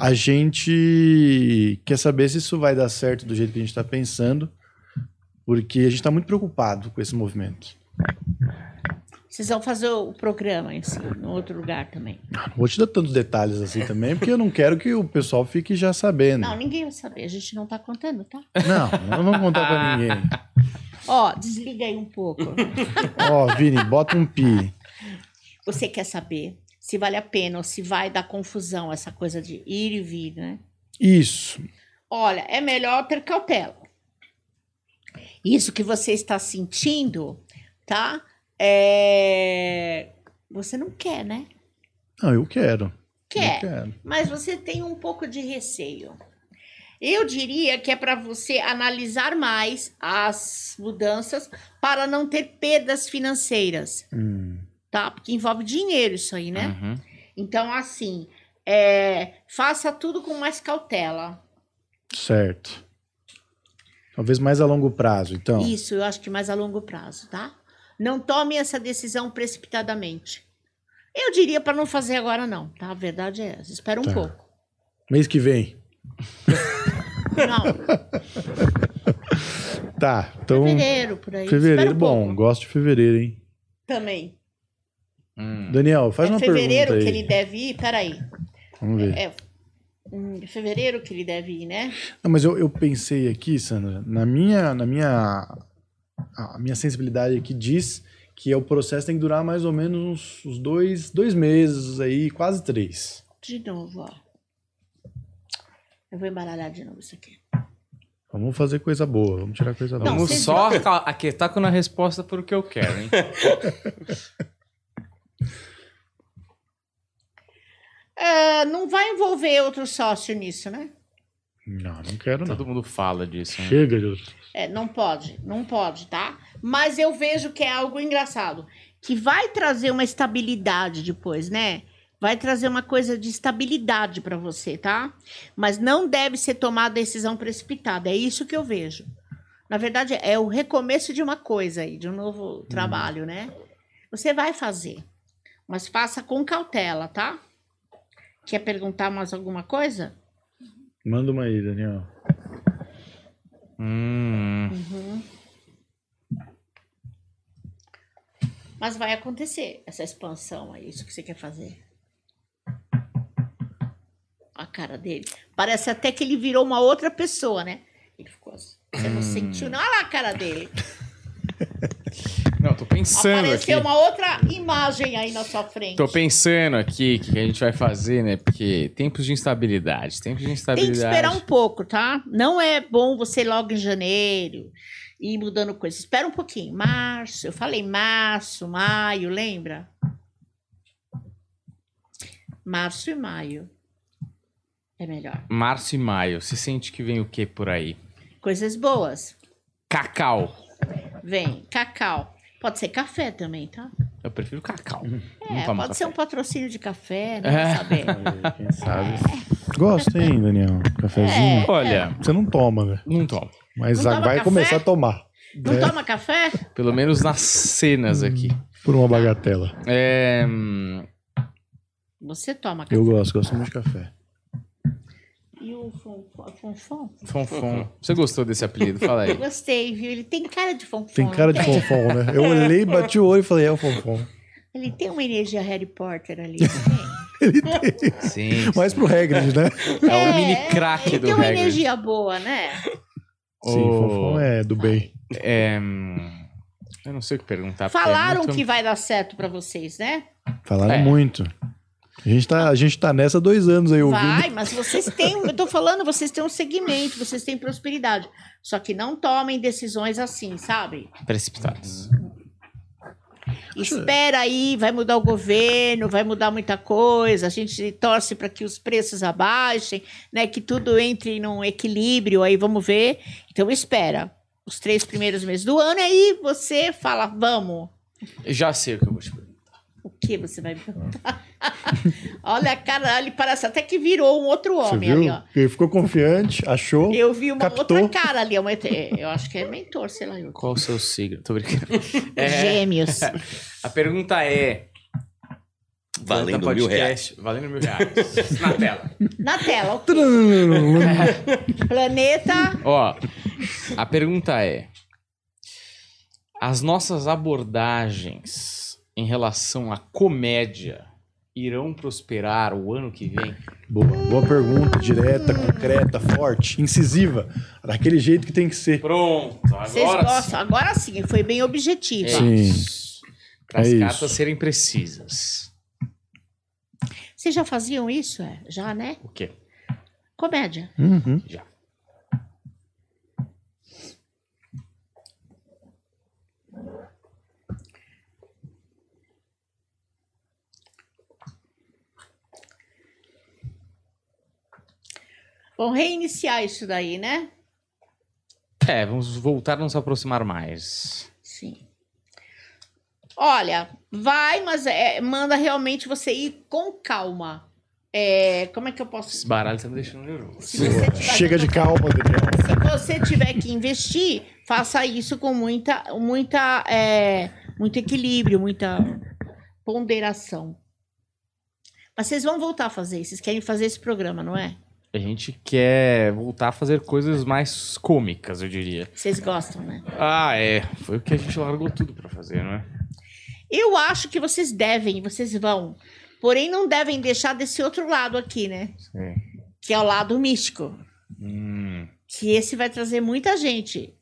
[SPEAKER 3] A gente quer saber se isso vai dar certo do jeito que a gente está pensando, porque a gente está muito preocupado com esse movimento.
[SPEAKER 2] Vocês vão fazer o programa em si, em outro lugar também.
[SPEAKER 3] Não vou te dar tantos detalhes assim também, porque eu não quero que o pessoal fique já sabendo.
[SPEAKER 2] Não,
[SPEAKER 3] Não,
[SPEAKER 2] ninguém vai saber. A gente não tá contando, tá?
[SPEAKER 3] não, vamos contar para ninguém.
[SPEAKER 2] Ó, desliga aí um pouco.
[SPEAKER 3] Ó, Vini, bota um pi.
[SPEAKER 2] Você quer saber se vale a pena ou se vai dar confusão essa coisa de ir e vir, né?
[SPEAKER 3] Isso.
[SPEAKER 2] Olha, é melhor ter cautela. Isso que você está sentindo, tá? É... Você não quer, né?
[SPEAKER 3] Não, eu quero. Eu
[SPEAKER 2] Quer,
[SPEAKER 3] quero.
[SPEAKER 2] mas você tem um pouco de receio. Eu diria que é para você analisar mais as mudanças para não ter perdas financeiras,
[SPEAKER 3] Hum.
[SPEAKER 2] tá? Porque envolve dinheiro isso aí, né?
[SPEAKER 1] Uhum.
[SPEAKER 2] Então, assim, é, faça tudo com mais cautela.
[SPEAKER 3] Certo. Talvez mais a longo prazo, então.
[SPEAKER 2] Isso, eu acho que mais a longo prazo, tá? Não tome essa decisão precipitadamente. Eu diria para não fazer agora, não, tá? A verdade é essa. Espera um
[SPEAKER 3] Tá.
[SPEAKER 2] pouco.
[SPEAKER 3] Então, Mês que vem.
[SPEAKER 2] Não.
[SPEAKER 3] Tá, então.
[SPEAKER 2] fevereiro, por aí. Espera
[SPEAKER 3] Fevereiro,
[SPEAKER 2] um
[SPEAKER 3] bom,
[SPEAKER 2] pouco.
[SPEAKER 3] gosto de fevereiro, hein?
[SPEAKER 2] Também.
[SPEAKER 1] Hum.
[SPEAKER 3] Daniel, faz
[SPEAKER 2] é
[SPEAKER 3] uma
[SPEAKER 2] fevereiro
[SPEAKER 3] pergunta aí.
[SPEAKER 2] que ele deve ir, peraí.
[SPEAKER 3] Vamos ver.
[SPEAKER 2] É, hum, é fevereiro que ele deve ir, né?
[SPEAKER 3] Não, mas eu, eu pensei aqui, Sandra, na minha, na minha, a minha sensibilidade aqui diz que é o processo tem que durar mais ou menos uns, uns dois, dois meses aí, quase três.
[SPEAKER 2] De novo, ó. Eu vou embaralhar de novo isso aqui.
[SPEAKER 3] Vamos fazer coisa boa, vamos tirar coisa
[SPEAKER 2] Não,
[SPEAKER 3] boa.
[SPEAKER 1] Vamos
[SPEAKER 2] vocês-
[SPEAKER 1] só aca- aquietar tá com a resposta por o que eu quero, <laughs> hein?
[SPEAKER 2] Ah, não vai envolver outro sócio nisso, né?
[SPEAKER 3] Não, não quero não.
[SPEAKER 1] Todo mundo fala disso. Né?
[SPEAKER 3] Chega, Jus.
[SPEAKER 2] É, não pode, não pode, tá? Mas eu vejo que é algo engraçado, que vai trazer uma estabilidade depois, né? Vai trazer uma coisa de estabilidade pra você, tá? Mas não deve ser tomada decisão precipitada, é isso que eu vejo. Na verdade, é o recomeço de uma coisa aí, de um novo trabalho, né? Você vai fazer, mas faça com cautela, tá? Quer perguntar mais alguma coisa?
[SPEAKER 3] Manda uma aí, Daniel.
[SPEAKER 1] Hum.
[SPEAKER 2] Uhum. Mas vai acontecer essa expansão aí, isso que você quer fazer. A cara dele. Parece até que ele virou uma outra pessoa, né? Ele ficou assim. Você
[SPEAKER 1] Hum.
[SPEAKER 2] não sentiu, não? Olha lá a cara dele.
[SPEAKER 1] Tá Não, tô pensando aqui.
[SPEAKER 2] Apareceu uma outra imagem aí na sua frente.
[SPEAKER 1] Tô pensando aqui o que que a gente vai fazer, né? Porque tempos de instabilidade, tempos de
[SPEAKER 2] Tem que
[SPEAKER 1] instabilidade.
[SPEAKER 2] esperar um pouco, tá? Não é bom você ir logo em janeiro e ir mudando coisas. Espera um pouquinho. Março, eu falei março, maio, lembra? Março e maio. É melhor.
[SPEAKER 1] Março e maio, você sente que vem o que por aí?
[SPEAKER 2] Coisas boas.
[SPEAKER 1] Cacau.
[SPEAKER 2] Vem, cacau. Pode ser café também, tá?
[SPEAKER 1] Eu prefiro cacau.
[SPEAKER 2] É,
[SPEAKER 1] Não tomo
[SPEAKER 2] pode ser um
[SPEAKER 1] café.
[SPEAKER 2] patrocínio de café, né?
[SPEAKER 1] É.
[SPEAKER 2] Vai Saber.
[SPEAKER 3] <laughs> Quem
[SPEAKER 2] <laughs>
[SPEAKER 3] sabe? Gosta, hein, Daniel? Cafezinho.
[SPEAKER 2] É.
[SPEAKER 1] Olha, um
[SPEAKER 3] Você não toma, né?
[SPEAKER 1] não tomo.
[SPEAKER 3] Mas
[SPEAKER 2] Não
[SPEAKER 3] a-
[SPEAKER 2] toma
[SPEAKER 3] vai
[SPEAKER 2] café?
[SPEAKER 3] começar a tomar.
[SPEAKER 2] Não
[SPEAKER 3] né?
[SPEAKER 2] toma café?
[SPEAKER 1] Pelo menos nas cenas aqui.
[SPEAKER 3] Por uma bagatela.
[SPEAKER 1] É, hum,
[SPEAKER 2] Você toma café.
[SPEAKER 3] Eu gosto, gosto muito de café.
[SPEAKER 2] E o fonfon? fonfon?
[SPEAKER 1] Fonfon. Você gostou desse apelido? Fala aí.
[SPEAKER 2] Gostei, viu? Ele tem cara de fonfon.
[SPEAKER 3] Tem
[SPEAKER 2] não
[SPEAKER 3] cara de fofão, né?
[SPEAKER 2] <laughs> É.
[SPEAKER 3] Eu olhei, bati o olho e falei, é o fofão.
[SPEAKER 2] Ele tem uma energia Harry Potter ali.
[SPEAKER 1] <laughs>
[SPEAKER 2] não tem?
[SPEAKER 1] <laughs> Sim.
[SPEAKER 3] Mais pro Hagrid, né?
[SPEAKER 1] É o mini craque
[SPEAKER 2] Ele
[SPEAKER 1] do
[SPEAKER 2] tem uma
[SPEAKER 1] Hagrid.
[SPEAKER 2] energia boa, né?
[SPEAKER 3] Sim,
[SPEAKER 1] Oh.
[SPEAKER 3] fofão é do bem.
[SPEAKER 1] É, hum, eu não sei o que perguntar. porque é
[SPEAKER 2] Falaram
[SPEAKER 1] muito-
[SPEAKER 2] que vai dar certo pra vocês, né?
[SPEAKER 3] Falaram
[SPEAKER 1] É.
[SPEAKER 3] muito. A gente, tá, a gente tá nessa há dois anos aí ouvindo.
[SPEAKER 2] Vai, mas vocês têm, eu tô falando, vocês têm um segmento, vocês têm prosperidade. Só que não tomem decisões assim, sabe?
[SPEAKER 1] Precipitados.
[SPEAKER 2] Espera aí, vai mudar o governo, vai mudar muita coisa. A gente torce para que os preços abaixem, né? Que tudo entre num equilíbrio aí, vamos ver. Então espera. Os três primeiros meses do ano, aí você fala, vamos.
[SPEAKER 1] Já sei o que eu vou te perguntar.
[SPEAKER 2] O que você vai me
[SPEAKER 3] Ah.
[SPEAKER 2] perguntar? <laughs> olha, cara, ele parece até que virou um outro
[SPEAKER 3] Você
[SPEAKER 2] homem
[SPEAKER 3] viu?
[SPEAKER 2] ali, ó.
[SPEAKER 3] Ele ficou confiante, achou.
[SPEAKER 2] Eu vi uma
[SPEAKER 3] Captou?
[SPEAKER 2] outra cara ali, uma, eu acho que é
[SPEAKER 3] <laughs>
[SPEAKER 2] mentor, sei lá. eu-
[SPEAKER 1] Qual o seu signo? Tô brincando. É,
[SPEAKER 2] Gêmeos.
[SPEAKER 1] a pergunta é.
[SPEAKER 4] Valendo
[SPEAKER 1] um Planta
[SPEAKER 4] mil reais.
[SPEAKER 1] podcast, Valendo mil reais. Na tela.
[SPEAKER 2] Na tela, o quê?
[SPEAKER 3] Trum.
[SPEAKER 2] planeta.
[SPEAKER 1] Ó, a pergunta é: as nossas abordagens em relação à comédia irão prosperar o ano que vem?
[SPEAKER 3] Boa, boa pergunta, direta, concreta, forte, incisiva. Daquele jeito que tem que ser.
[SPEAKER 1] Pronto,
[SPEAKER 2] Vocês
[SPEAKER 1] agora sim.
[SPEAKER 2] gostam? Agora sim, foi bem
[SPEAKER 1] É
[SPEAKER 2] objetivo.
[SPEAKER 3] Sim.
[SPEAKER 1] isso. Para as
[SPEAKER 3] É
[SPEAKER 1] cartas
[SPEAKER 3] isso.
[SPEAKER 1] serem precisas.
[SPEAKER 2] Vocês já faziam isso? É? Já, né?
[SPEAKER 1] O quê?
[SPEAKER 2] Comédia.
[SPEAKER 3] Uhum.
[SPEAKER 1] Já.
[SPEAKER 2] Vão reiniciar isso daí, né?
[SPEAKER 1] É, vamos voltar a nos aproximar mais.
[SPEAKER 2] Sim. Olha, vai, mas é, manda realmente você ir com calma. É, como é que eu posso.
[SPEAKER 1] Esse baralho tá me deixando nervoso.
[SPEAKER 2] Se você tiver-
[SPEAKER 3] Chega de calma, Daniel.
[SPEAKER 2] Se você tiver que investir, faça isso com muita, muita, é, muito equilíbrio, muita ponderação. Mas vocês vão voltar a fazer, vocês querem fazer esse programa, não é?
[SPEAKER 1] A gente quer voltar a fazer coisas mais cômicas, eu diria.
[SPEAKER 2] Vocês gostam, né?
[SPEAKER 1] Ah, é. Foi o que a gente largou tudo pra fazer, não é?
[SPEAKER 2] Eu acho que vocês devem, vocês vão. Porém, não devem deixar desse outro lado aqui, né?
[SPEAKER 1] Sim.
[SPEAKER 2] Que é o lado místico.
[SPEAKER 1] Hum,
[SPEAKER 2] Que esse vai trazer muita gente.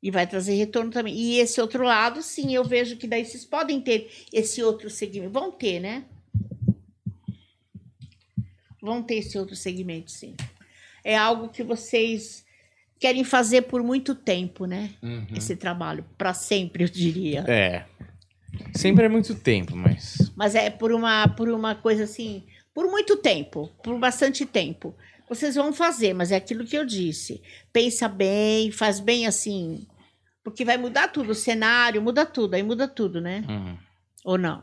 [SPEAKER 2] E vai trazer retorno também. E esse outro lado, sim, eu vejo que daí vocês podem ter esse outro segmento. Vão ter, né? Vão ter esse outro segmento, sim. É algo que vocês querem fazer por muito tempo, né?
[SPEAKER 1] uhum.
[SPEAKER 2] Esse trabalho. Para sempre, eu diria.
[SPEAKER 1] É. Sempre é muito tempo, mas.
[SPEAKER 2] Mas é por uma, por uma coisa assim, por muito tempo, por bastante tempo. Vocês vão fazer, mas é aquilo que eu disse. Pensa bem, faz bem assim, porque vai mudar tudo, o cenário muda tudo, aí muda tudo, né?
[SPEAKER 1] Uhum.
[SPEAKER 2] Ou não?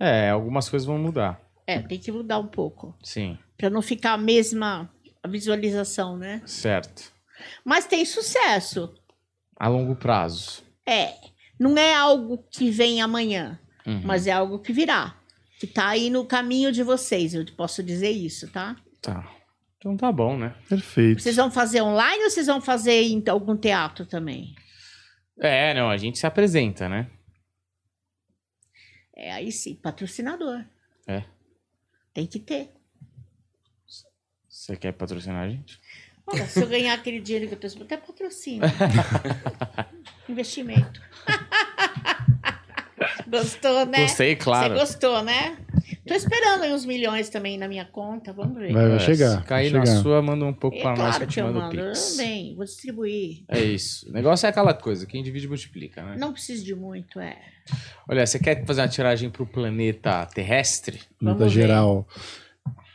[SPEAKER 1] É, algumas coisas vão mudar.
[SPEAKER 2] É, tem que mudar um pouco,
[SPEAKER 1] Sim,
[SPEAKER 2] para não ficar a mesma visualização, né?
[SPEAKER 1] certo.
[SPEAKER 2] Mas tem sucesso.
[SPEAKER 1] A longo prazo.
[SPEAKER 2] É, não é algo que vem amanhã,
[SPEAKER 1] Uhum.
[SPEAKER 2] mas é algo que virá, que tá aí no caminho de vocês, eu posso dizer isso, tá?
[SPEAKER 1] Tá. Então tá bom, né?
[SPEAKER 3] Perfeito.
[SPEAKER 2] Vocês vão fazer online ou vocês vão fazer em t- algum teatro também?
[SPEAKER 1] É, não, a gente se apresenta, né?
[SPEAKER 2] É, aí sim, patrocinador.
[SPEAKER 1] É.
[SPEAKER 2] Tem que ter.
[SPEAKER 1] Você quer patrocinar a gente?
[SPEAKER 2] Olha, se
[SPEAKER 1] <laughs>
[SPEAKER 2] eu ganhar aquele dinheiro que eu tô esperando, até patrocínio. Investimento. <laughs> gostou, né?
[SPEAKER 1] Gostei, claro.
[SPEAKER 2] Você gostou, né? Tô esperando aí uns milhões também na minha conta, vamos ver.
[SPEAKER 3] Vai, vai
[SPEAKER 1] É,
[SPEAKER 3] chegar.
[SPEAKER 1] Se cair
[SPEAKER 3] vai
[SPEAKER 1] na
[SPEAKER 3] chegar.
[SPEAKER 1] sua, manda um pouco
[SPEAKER 2] É
[SPEAKER 1] pra nós que
[SPEAKER 2] claro
[SPEAKER 1] eu
[SPEAKER 2] que
[SPEAKER 1] te
[SPEAKER 2] eu
[SPEAKER 1] mando o
[SPEAKER 2] mando. Eu
[SPEAKER 1] Pix.
[SPEAKER 2] também, vou distribuir.
[SPEAKER 1] É isso. O negócio é aquela coisa, quem divide multiplica, né?
[SPEAKER 2] Não preciso de muito, é.
[SPEAKER 1] Olha, você quer fazer uma tiragem pro planeta terrestre?
[SPEAKER 2] Vamos
[SPEAKER 3] Luta
[SPEAKER 2] ver.
[SPEAKER 3] geral.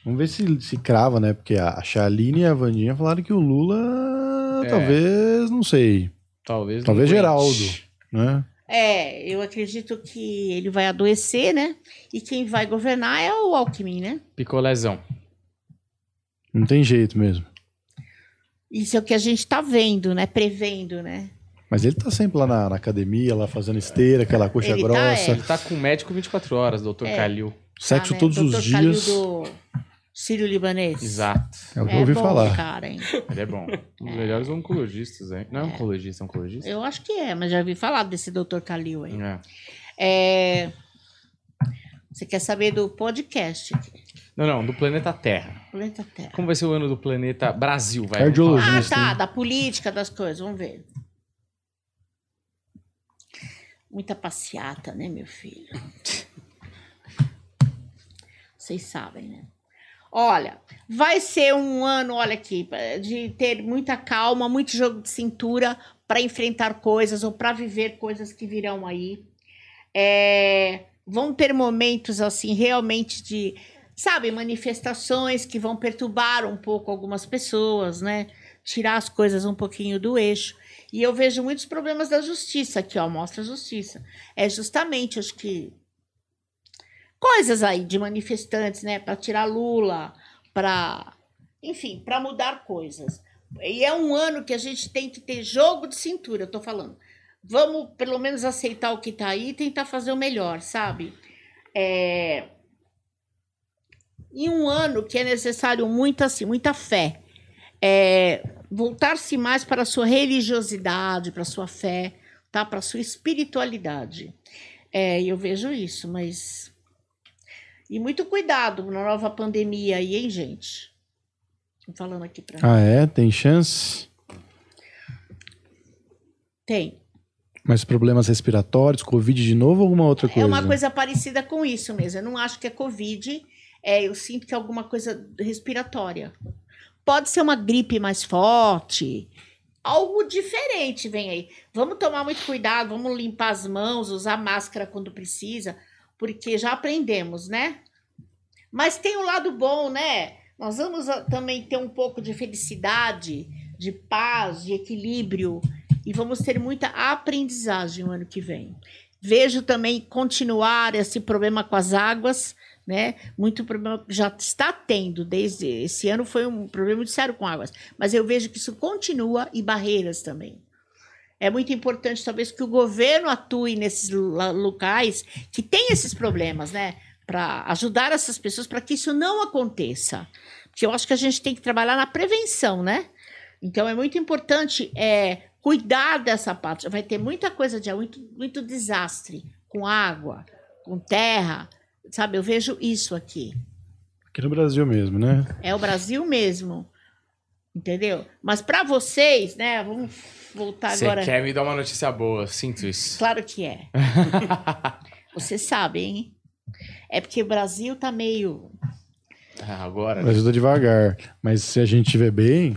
[SPEAKER 3] Vamos ver se, se crava, né? Porque a Chaline e a Vandinha falaram que o Lula,
[SPEAKER 1] É.
[SPEAKER 3] talvez, não sei,
[SPEAKER 1] Talvez. não
[SPEAKER 3] Talvez
[SPEAKER 1] aguente.
[SPEAKER 3] Geraldo. né?
[SPEAKER 2] É, eu acredito que ele vai adoecer, né? E quem vai governar é o Alckmin, né?
[SPEAKER 1] Picolézão.
[SPEAKER 3] Não tem jeito mesmo.
[SPEAKER 2] Isso é o que a gente tá vendo, né? Prevendo, né?
[SPEAKER 3] Mas ele tá sempre lá na, na academia, lá fazendo esteira, aquela coxa
[SPEAKER 2] Ele tá,
[SPEAKER 3] grossa,
[SPEAKER 1] Ele tá com o médico 24 horas, doutor
[SPEAKER 2] É.
[SPEAKER 1] Calil.
[SPEAKER 3] sexo
[SPEAKER 2] Tá, né?
[SPEAKER 3] todos os
[SPEAKER 2] Dr. Calil
[SPEAKER 3] dias.
[SPEAKER 2] do Sírio Libanês.
[SPEAKER 1] Exato.
[SPEAKER 3] É o que
[SPEAKER 2] É
[SPEAKER 3] eu ouvi
[SPEAKER 2] bom,
[SPEAKER 3] falar.
[SPEAKER 2] cara, hein?
[SPEAKER 1] Ele é bom. Um dos melhores oncologistas, hein? Não é oncologista, é oncologista?
[SPEAKER 2] Eu acho que é, mas já ouvi falar desse Dr. Calil aí.
[SPEAKER 1] É.
[SPEAKER 2] É, Você quer saber do podcast? aqui,
[SPEAKER 1] Não, não, do planeta Terra.
[SPEAKER 2] Planeta Terra.
[SPEAKER 1] Como vai ser o ano do planeta Brasil? Vai,
[SPEAKER 3] Cardiologia.
[SPEAKER 1] Vamos
[SPEAKER 2] Ah,
[SPEAKER 3] Justo,
[SPEAKER 2] tá,
[SPEAKER 3] hein?
[SPEAKER 2] da política, das coisas, vamos ver. Muita passeata, né, meu filho? Vocês sabem, né? Olha, vai ser um ano, olha aqui, de ter muita calma, muito jogo de cintura para enfrentar coisas ou para viver coisas que virão aí. É, vão ter momentos assim realmente de, sabe, manifestações que vão perturbar um pouco algumas pessoas, né? tirar as coisas um pouquinho do eixo. E eu vejo muitos problemas da justiça aqui, ó, mostra a justiça. É justamente, acho que coisas aí de manifestantes, né, para tirar Lula, para, enfim, para mudar coisas. E é um ano que a gente tem que ter jogo de cintura, eu tô falando. Vamos pelo menos aceitar o que tá aí e tentar fazer o melhor, sabe? É... Em um ano que é necessário muita, assim, muita fé é, voltar-se mais para a sua religiosidade, para a sua fé, tá? para a sua espiritualidade. É, eu vejo isso, mas. E muito cuidado na nova pandemia aí, hein, gente? Tô falando aqui para.
[SPEAKER 3] Ah, é? Tem chance?
[SPEAKER 2] Tem.
[SPEAKER 3] Mas problemas respiratórios, Covid de novo ou alguma outra coisa?
[SPEAKER 2] É uma coisa parecida com isso mesmo. Eu não acho que é Covid. É, eu sinto que é alguma coisa respiratória. Pode ser uma gripe mais forte. Algo diferente vem aí. Vamos tomar muito cuidado, vamos limpar as mãos, usar máscara quando precisa, porque já aprendemos, né? Mas tem o lado bom, né? Nós vamos ah, também ter um pouco de felicidade, de paz, de equilíbrio. E vamos ter muita aprendizagem o ano que vem. Vejo também continuar esse problema com as águas, né? Muito problema já está tendo desde esse ano foi um problema muito sério com águas, mas eu vejo que isso continua e barreiras também. É muito importante talvez que o governo atue nesses la- locais que tem esses problemas, né? Para ajudar essas pessoas para que isso não aconteça. Porque eu acho que a gente tem que trabalhar na prevenção, né? Então é muito importante é, cuidar dessa parte. Vai ter muita coisa de água, muito, muito desastre com água, com terra. Sabe, eu vejo isso aqui.
[SPEAKER 3] Aqui no Brasil mesmo, né?
[SPEAKER 2] É o Brasil mesmo. Entendeu? Mas para vocês, né? Vamos voltar
[SPEAKER 1] Você
[SPEAKER 2] agora.
[SPEAKER 1] quer me dar uma notícia boa, sinto isso.
[SPEAKER 2] Claro que é.
[SPEAKER 1] <laughs>
[SPEAKER 2] Você sabe, hein? É porque o Brasil tá meio.
[SPEAKER 1] Ah, agora. né?
[SPEAKER 3] Ajuda devagar. Mas se a gente estiver bem,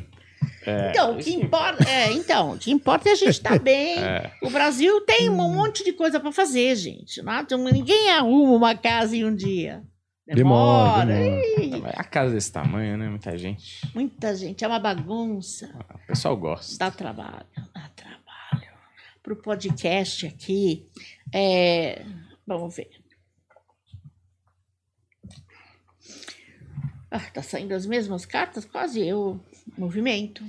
[SPEAKER 2] então, o que importa. É, então, o que importa é a gente <laughs> tá bem.
[SPEAKER 1] É.
[SPEAKER 2] O Brasil tem um monte de coisa para fazer, gente. Nada- Ninguém arruma uma casa em um dia.
[SPEAKER 3] Demora,
[SPEAKER 2] Demora.
[SPEAKER 3] demora.
[SPEAKER 2] Ih,
[SPEAKER 1] É, A casa desse tamanho, né? Muita gente.
[SPEAKER 2] muita gente. É uma bagunça.
[SPEAKER 1] O pessoal gosta.
[SPEAKER 2] Dá trabalho, dá trabalho. Para o podcast aqui, é, vamos ver. Ah, tá saindo as mesmas cartas? Quase eu. Movimento.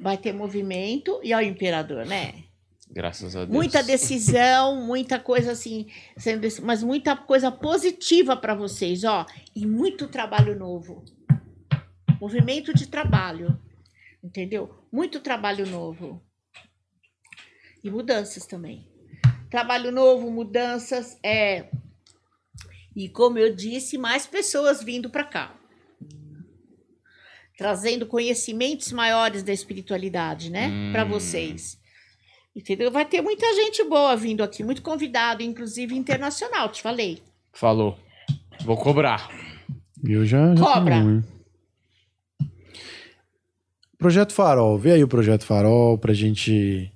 [SPEAKER 2] Vai ter movimento. E olha o imperador, né?
[SPEAKER 1] Graças a Deus.
[SPEAKER 2] Muita decisão, muita coisa assim, sendo esse- mas muita coisa positiva para vocês, ó, e muito trabalho novo. Movimento de trabalho. Entendeu? Muito trabalho novo. E mudanças também. Trabalho novo, mudanças, é E como eu disse, mais pessoas vindo para cá. Trazendo conhecimentos maiores da espiritualidade, né,
[SPEAKER 1] Hum.
[SPEAKER 2] para vocês. Entendeu? Vai ter muita gente boa vindo aqui, muito convidado, inclusive internacional, te falei.
[SPEAKER 1] Falou. Vou cobrar.
[SPEAKER 3] eu já. um, já tô
[SPEAKER 2] Cobra.
[SPEAKER 3] ruim. Projeto Farol. Vê aí o Projeto Farol pra gente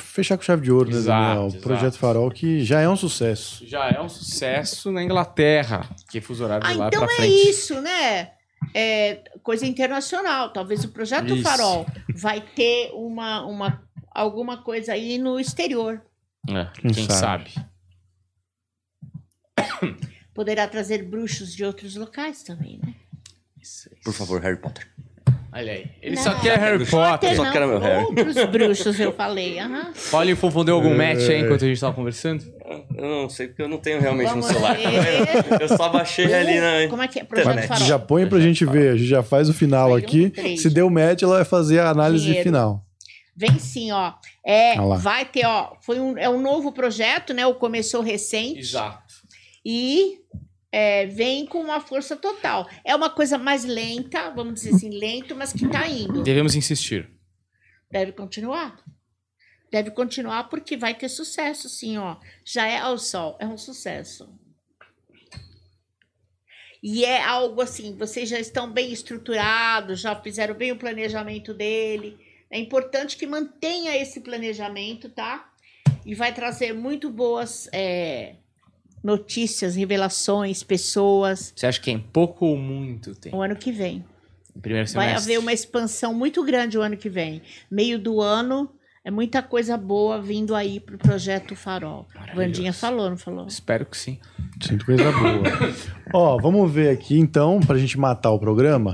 [SPEAKER 3] fechar com chave de ouro, né,
[SPEAKER 1] Exato,
[SPEAKER 3] Daniel? O
[SPEAKER 1] exato.
[SPEAKER 3] Projeto Farol que já é um sucesso.
[SPEAKER 1] Já é um sucesso na Inglaterra. Que fuso horário
[SPEAKER 2] Ah,
[SPEAKER 1] de lá
[SPEAKER 2] então
[SPEAKER 1] pra
[SPEAKER 2] é
[SPEAKER 1] frente.
[SPEAKER 2] isso, né? É coisa internacional. Talvez o projeto
[SPEAKER 1] Isso.
[SPEAKER 2] Farol vai ter uma, uma, alguma coisa aí no exterior.
[SPEAKER 1] É,
[SPEAKER 3] Quem
[SPEAKER 1] quem,
[SPEAKER 3] sabe?
[SPEAKER 1] sabe?
[SPEAKER 2] Poderá trazer bruxos de outros locais também, né?
[SPEAKER 4] Por favor, Harry Potter.
[SPEAKER 2] <laughs>
[SPEAKER 1] Olha aí. Ele
[SPEAKER 2] Não.
[SPEAKER 1] só quer Harry
[SPEAKER 2] Potter
[SPEAKER 1] Potter.
[SPEAKER 4] Só quero meu Harry.
[SPEAKER 2] outros bruxos, eu falei.
[SPEAKER 4] <laughs>
[SPEAKER 2] aham.
[SPEAKER 1] Olha, o Fofão deu algum match aí enquanto a gente tava conversando?
[SPEAKER 4] Eu não sei porque eu não tenho realmente
[SPEAKER 2] Vamos
[SPEAKER 4] no celular.
[SPEAKER 2] ver.
[SPEAKER 4] Eu só baixei ali na.
[SPEAKER 2] Como é que é? Projeto
[SPEAKER 4] Internet.
[SPEAKER 2] Farol.
[SPEAKER 3] Já põe pra gente ver, a gente já faz o final
[SPEAKER 2] Vai um,
[SPEAKER 3] aqui.
[SPEAKER 2] três.
[SPEAKER 3] Se deu match, ela vai fazer a análise
[SPEAKER 2] Dinheiro.
[SPEAKER 3] final.
[SPEAKER 2] Vem sim, ó. É,
[SPEAKER 3] Ah lá.
[SPEAKER 2] vai ter, ó. Foi um, é um novo projeto, né? O começou recente.
[SPEAKER 1] Exato.
[SPEAKER 2] e é, vem com uma força total. É uma coisa mais lenta, vamos dizer assim, lento, mas que está indo.
[SPEAKER 1] Devemos insistir.
[SPEAKER 2] Deve continuar. Deve continuar porque vai ter sucesso, sim, ó. Já é ao sol, é um sucesso. E é algo assim, vocês já estão bem estruturados, já fizeram bem o planejamento dele. É importante que mantenha esse planejamento, tá? E vai trazer muito boas é, notícias, revelações, pessoas
[SPEAKER 1] Você acha que é em pouco ou muito tempo?
[SPEAKER 2] o ano que vem.
[SPEAKER 1] Em Primeiro
[SPEAKER 2] Vai
[SPEAKER 1] semestre.
[SPEAKER 2] haver uma expansão muito grande o ano que vem. Meio do ano, é muita coisa boa vindo aí pro projeto Farol.
[SPEAKER 1] Maravilhoso.
[SPEAKER 2] Vandinha falou, não falou?
[SPEAKER 1] Espero que sim.
[SPEAKER 3] Sinto coisa boa. <laughs> Ó, vamos ver aqui então, pra gente matar o programa.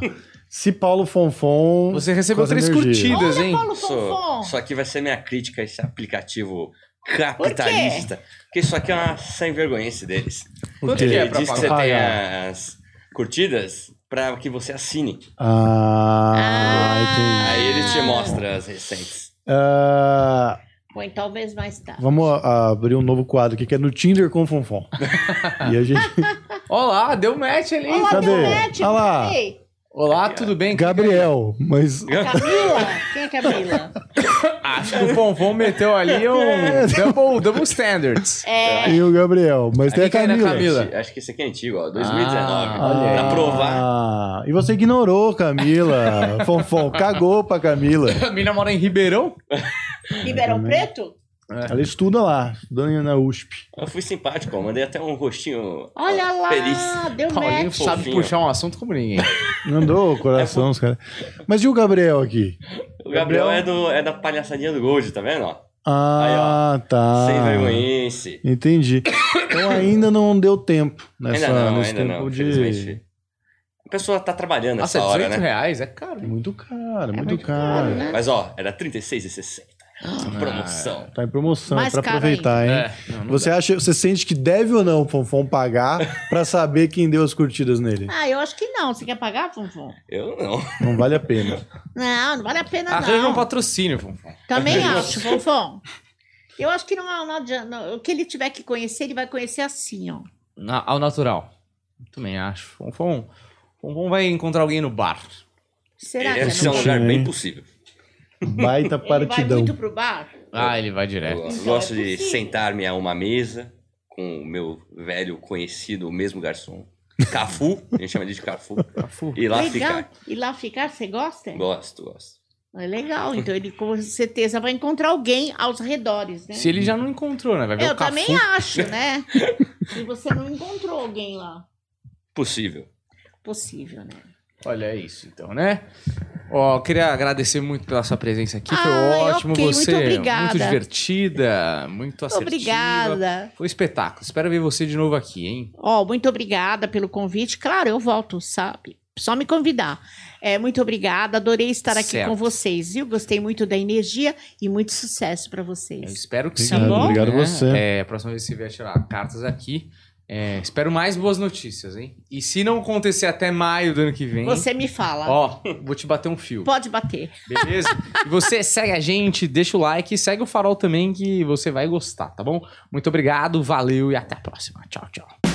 [SPEAKER 3] Se Paulo Fonfon.
[SPEAKER 1] Você recebeu
[SPEAKER 3] Quase
[SPEAKER 1] três
[SPEAKER 3] energia.
[SPEAKER 1] curtidas,
[SPEAKER 2] Olha,
[SPEAKER 1] hein?
[SPEAKER 2] Paulo
[SPEAKER 4] Isso,
[SPEAKER 2] Fonfon!
[SPEAKER 4] isso aqui vai ser minha crítica a esse aplicativo capitalista. Porque isso aqui é uma sem vergonhice deles.
[SPEAKER 3] O
[SPEAKER 1] Quanto que é
[SPEAKER 3] quê?
[SPEAKER 4] Ele
[SPEAKER 1] pra é.
[SPEAKER 4] diz que você
[SPEAKER 1] pagar?
[SPEAKER 4] tem as curtidas pra que você assine.
[SPEAKER 3] Ah, entendi.
[SPEAKER 2] Ah.
[SPEAKER 4] Aí ele te mostra as recentes.
[SPEAKER 3] Ah,
[SPEAKER 2] Põe talvez mais tarde.
[SPEAKER 3] vamos a- abrir um novo quadro aqui que é no Tinder com Fonfon.
[SPEAKER 4] <laughs>
[SPEAKER 3] e a gente.
[SPEAKER 1] Olá, deu match ali.
[SPEAKER 2] Olha lá,
[SPEAKER 3] Cadê?
[SPEAKER 2] deu match,
[SPEAKER 3] Olha lá.
[SPEAKER 2] falei.
[SPEAKER 1] Olá, tudo bem?
[SPEAKER 3] Gabriel, mas.
[SPEAKER 2] Camila? Quem é Camila?
[SPEAKER 1] Acho que o Fonfon meteu ali um double, double standards.
[SPEAKER 2] É,
[SPEAKER 1] <laughs>
[SPEAKER 3] E o Gabriel, mas tem a
[SPEAKER 1] Aqui que é da
[SPEAKER 3] Camila.
[SPEAKER 1] Camila.
[SPEAKER 4] Acho que esse aqui é antigo, ó. 2019.
[SPEAKER 1] Ah, olha
[SPEAKER 4] pra
[SPEAKER 1] aí.
[SPEAKER 4] provar.
[SPEAKER 3] Ah, e você ignorou,
[SPEAKER 4] <laughs>
[SPEAKER 3] Camila. Fonfon, cagou pra Camila.
[SPEAKER 1] A mina mora em Ribeirão?
[SPEAKER 2] Ribeirão Preto?
[SPEAKER 3] Ela estuda lá, estudando na USP.
[SPEAKER 4] Eu fui simpático, ó. Mandei até um rostinho. ó,
[SPEAKER 2] Olha lá,
[SPEAKER 4] Feliz.
[SPEAKER 2] deu
[SPEAKER 1] Paulinho
[SPEAKER 2] é match.
[SPEAKER 4] Fofinho.
[SPEAKER 1] sabe puxar um assunto como
[SPEAKER 2] <laughs>
[SPEAKER 1] ninguém.
[SPEAKER 3] Mandou o coração, os caras. Mas e o Gabriel aqui?
[SPEAKER 4] O Gabriel é, do, é da palhaçadinha do Gold, tá vendo? Ó?
[SPEAKER 3] Ah, tá.
[SPEAKER 4] Sem vergonhice.
[SPEAKER 3] Entendi. Então ainda não deu tempo nessa,
[SPEAKER 4] ainda não,
[SPEAKER 3] nesse
[SPEAKER 4] ainda
[SPEAKER 3] tempo
[SPEAKER 4] não.
[SPEAKER 3] de.
[SPEAKER 4] Infelizmente. A pessoa tá trabalhando
[SPEAKER 1] Nossa, é
[SPEAKER 4] nessa hora,
[SPEAKER 1] 18
[SPEAKER 4] né?
[SPEAKER 1] reais é caro.
[SPEAKER 3] Muito caro, muito,
[SPEAKER 2] muito
[SPEAKER 3] caro.
[SPEAKER 2] caro, né?
[SPEAKER 4] Mas ó, era 36,60. Promoção.
[SPEAKER 3] Tá em promoção,
[SPEAKER 2] Mais
[SPEAKER 3] é pra
[SPEAKER 2] caro
[SPEAKER 3] aproveitar, hein?
[SPEAKER 2] Ah,
[SPEAKER 1] É, não, não
[SPEAKER 3] Você acha, você sente que deve ou não, Fonfon, pagar pra saber quem deu as curtidas nele?
[SPEAKER 2] Ah, eu acho que não. Você quer pagar, Funfun?
[SPEAKER 4] Eu não.
[SPEAKER 3] Não vale a pena.
[SPEAKER 2] Não, não vale a pena,
[SPEAKER 1] dá. Arranja
[SPEAKER 2] não.
[SPEAKER 1] um patrocínio, Fonfon. <laughs>
[SPEAKER 2] Também acho, Fonfon. Eu acho que não, não adianta. não, O que ele tiver que conhecer, ele vai conhecer assim, ó.
[SPEAKER 1] Na- ao natural. Também acho. Fonfon, Fonfon vai encontrar alguém no bar.
[SPEAKER 2] Será que é
[SPEAKER 4] Esse é um
[SPEAKER 2] não?
[SPEAKER 3] lugar
[SPEAKER 4] lugar bem
[SPEAKER 3] hein?
[SPEAKER 4] possível.
[SPEAKER 3] Baita
[SPEAKER 2] Ele vai
[SPEAKER 3] partidão.
[SPEAKER 2] muito pro bar?
[SPEAKER 1] Ah, ele vai direto.
[SPEAKER 4] Eu
[SPEAKER 2] Então,
[SPEAKER 4] gosto
[SPEAKER 2] é
[SPEAKER 4] de
[SPEAKER 2] possível.
[SPEAKER 4] sentar-me a uma mesa com o meu velho conhecido, o mesmo garçom. Cafu, a gente chama ele de Cafu.
[SPEAKER 1] Cafu.
[SPEAKER 4] E lá
[SPEAKER 2] legal.
[SPEAKER 4] ficar.
[SPEAKER 2] E lá ficar, você gosta?
[SPEAKER 4] Gosto, gosto.
[SPEAKER 2] É legal. Então ele com certeza vai encontrar alguém aos redores, né? É,
[SPEAKER 1] Se ele já não encontrou, né? Vai ver
[SPEAKER 2] Eu
[SPEAKER 1] o Cafu.
[SPEAKER 2] também acho,
[SPEAKER 1] <laughs>
[SPEAKER 2] né? Se você não encontrou alguém lá,
[SPEAKER 4] Possível.
[SPEAKER 2] possível, né?
[SPEAKER 1] Olha isso, então, né? Ó, eu queria agradecer muito pela sua presença aqui. Foi
[SPEAKER 2] Ai,
[SPEAKER 1] ótimo
[SPEAKER 2] Ah, ok, muito
[SPEAKER 1] você.
[SPEAKER 2] obrigada.
[SPEAKER 1] muito divertida, muito assertiva.
[SPEAKER 2] Obrigada.
[SPEAKER 1] Foi um espetáculo. Espero ver você de novo aqui, hein?
[SPEAKER 2] Ó, muito obrigada pelo convite. Claro, eu volto, sabe? Só me convidar. É, muito obrigada, adorei estar aqui
[SPEAKER 1] Certo.
[SPEAKER 2] com vocês, viu? Gostei muito da energia e muito sucesso
[SPEAKER 1] É
[SPEAKER 2] para
[SPEAKER 1] Eu
[SPEAKER 2] vocês.
[SPEAKER 1] espero que
[SPEAKER 3] Obrigado,
[SPEAKER 1] sim.
[SPEAKER 3] obrigado
[SPEAKER 1] né?
[SPEAKER 3] você.
[SPEAKER 1] É, a próxima vez que você vier tirar cartas aqui. é, espero mais boas notícias, hein? E se não acontecer até maio do ano que vem,
[SPEAKER 2] Você me fala.
[SPEAKER 1] ó, vou te bater um fio.
[SPEAKER 2] Pode bater.
[SPEAKER 1] Beleza? E você segue a gente, deixa o like, segue o Farol também que você vai gostar, tá bom? Muito obrigado, valeu e até a próxima. Tchau, tchau.